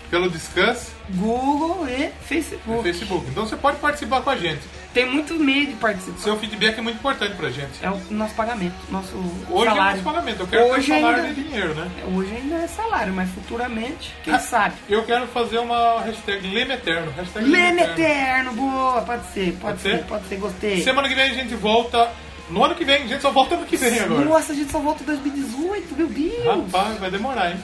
S2: pelo Discuss
S1: Google e
S2: e
S1: Facebook.
S2: Facebook. Então você pode participar com a gente.
S1: Tem muito meio de participação.
S2: Seu feedback é muito importante pra gente.
S1: É o nosso pagamento, nosso
S2: Hoje é
S1: salário.
S2: nosso pagamento. Eu quero
S1: Hoje
S2: ter um salário
S1: ainda-
S2: de dinheiro, né?
S1: Hoje ainda é salário, mas futuramente, quem sabe?
S2: Eu quero fazer uma hashtag Leme Eterno. Hashtag
S1: Leme Eterno, boa! Pode ser, pode,
S2: Pode
S1: ser?
S2: ser? é
S1: pode ser, gostei.
S2: Semana que vem a gente volta. No ano que vem, a gente só volta ano que vem agora.
S1: Nossa, a gente só volta em 2018, meu Deus!
S2: Rapaz, vai demorar, hein?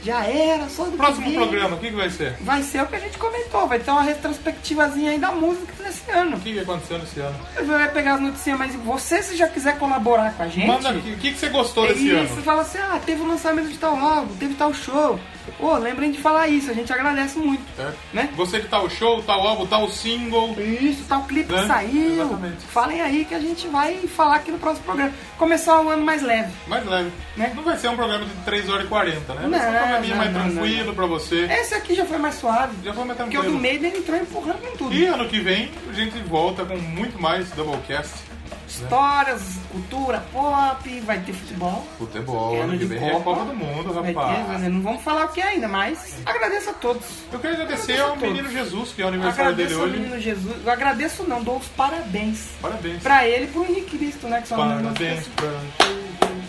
S1: Já era, só do
S2: Próximo programa, o que, que vai ser?
S1: Vai ser o que a gente comentou, vai ter uma retrospectivazinha aí da música nesse ano.
S2: O que, que aconteceu nesse ano?
S1: Vai pegar as notícias, mas você se já quiser colaborar com a gente.
S2: Manda aqui, o que, que você gostou
S1: É
S2: desse
S1: isso,
S2: ano?
S1: fala assim, ah, teve o lançamento de tal álbum, teve tal show. Ô, lembrem de falar isso, a gente agradece muito.
S2: Certo?
S1: Né?
S2: Você que tá o show, tá o álbum, tá o single.
S1: Isso, tal clipe
S2: Né?
S1: que saiu.
S2: Exatamente.
S1: Falem aí que a gente vai falar aqui no próximo programa. Começar o ano mais leve.
S2: Mais leve.
S1: Né?
S2: Não vai ser um programa de 3 horas e 40, né? vai ser um
S1: Não,
S2: programinha
S1: não,
S2: mais
S1: não,
S2: tranquilo pra você.
S1: Esse aqui já foi mais suave.
S2: Já foi mais
S1: Porque o do
S2: tranquilo.
S1: meio ele entrou empurrando com tudo.
S2: E ano que vem a gente volta com muito mais Doublecast.
S1: Histórias, cultura, pop, vai ter futebol.
S2: Futebol,
S1: Ano
S2: ano que
S1: de
S2: vem é a
S1: Copa.
S2: Copa do Mundo,
S1: Vai ter,
S2: rapaz.
S1: né? não vamos falar o que é ainda, mas agradeço a todos.
S2: Eu quero agradecer
S1: Agradeço a
S2: ao
S1: todos.
S2: menino Jesus, que é o aniversário dele
S1: Agradeço ao
S2: hoje.
S1: menino Jesus. Eu agradeço não, dou os parabéns.
S2: Parabéns.
S1: Pra ele e pro Henrique Cristo, né? Que são
S2: Parabéns pra Jesus.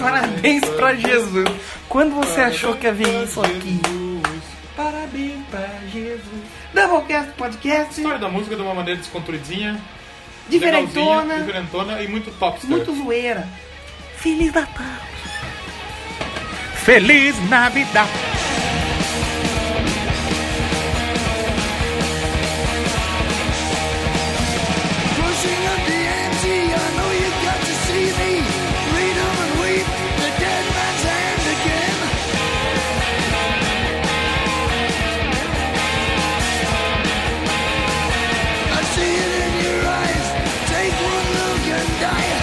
S1: Parabéns pra Jesus. Quando você achou que ia vir isso aqui?
S2: Jesus.
S1: Parabéns pra Jesus. Doublecast Podcast,
S2: História da música de uma maneira desconstruidinha, legalzinha,
S1: diferentona,
S2: diferentona e muito top.
S1: muito zoeira. Feliz Natal.
S10: Feliz Navidad!
S7: Pushing up the ante, I know you got to see me. Read 'em and weep, the dead man's hand again. I see it in your eyes, take one look and die.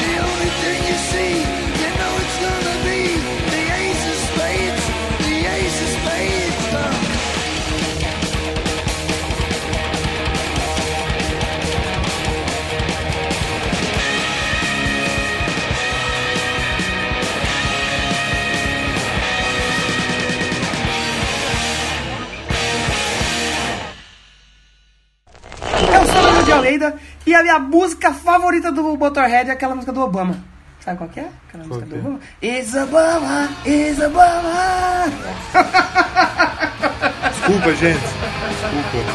S7: The only thing you see, you know it's gonna
S1: de Almeida. E a minha música favorita do Motorhead é aquela música do Obama. Sabe qual que é? Aquela música do Obama. It's Obama, it's Obama.
S2: Desculpa, gente. Desculpa.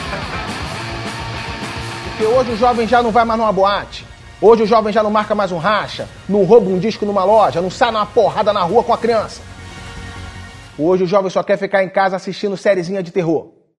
S3: Porque hoje o jovem já não vai mais numa boate. Hoje o jovem já não marca mais um racha, não rouba um disco numa loja, não sai numa porrada na rua com a criança. Hoje o jovem só quer ficar em casa assistindo sériezinha de terror.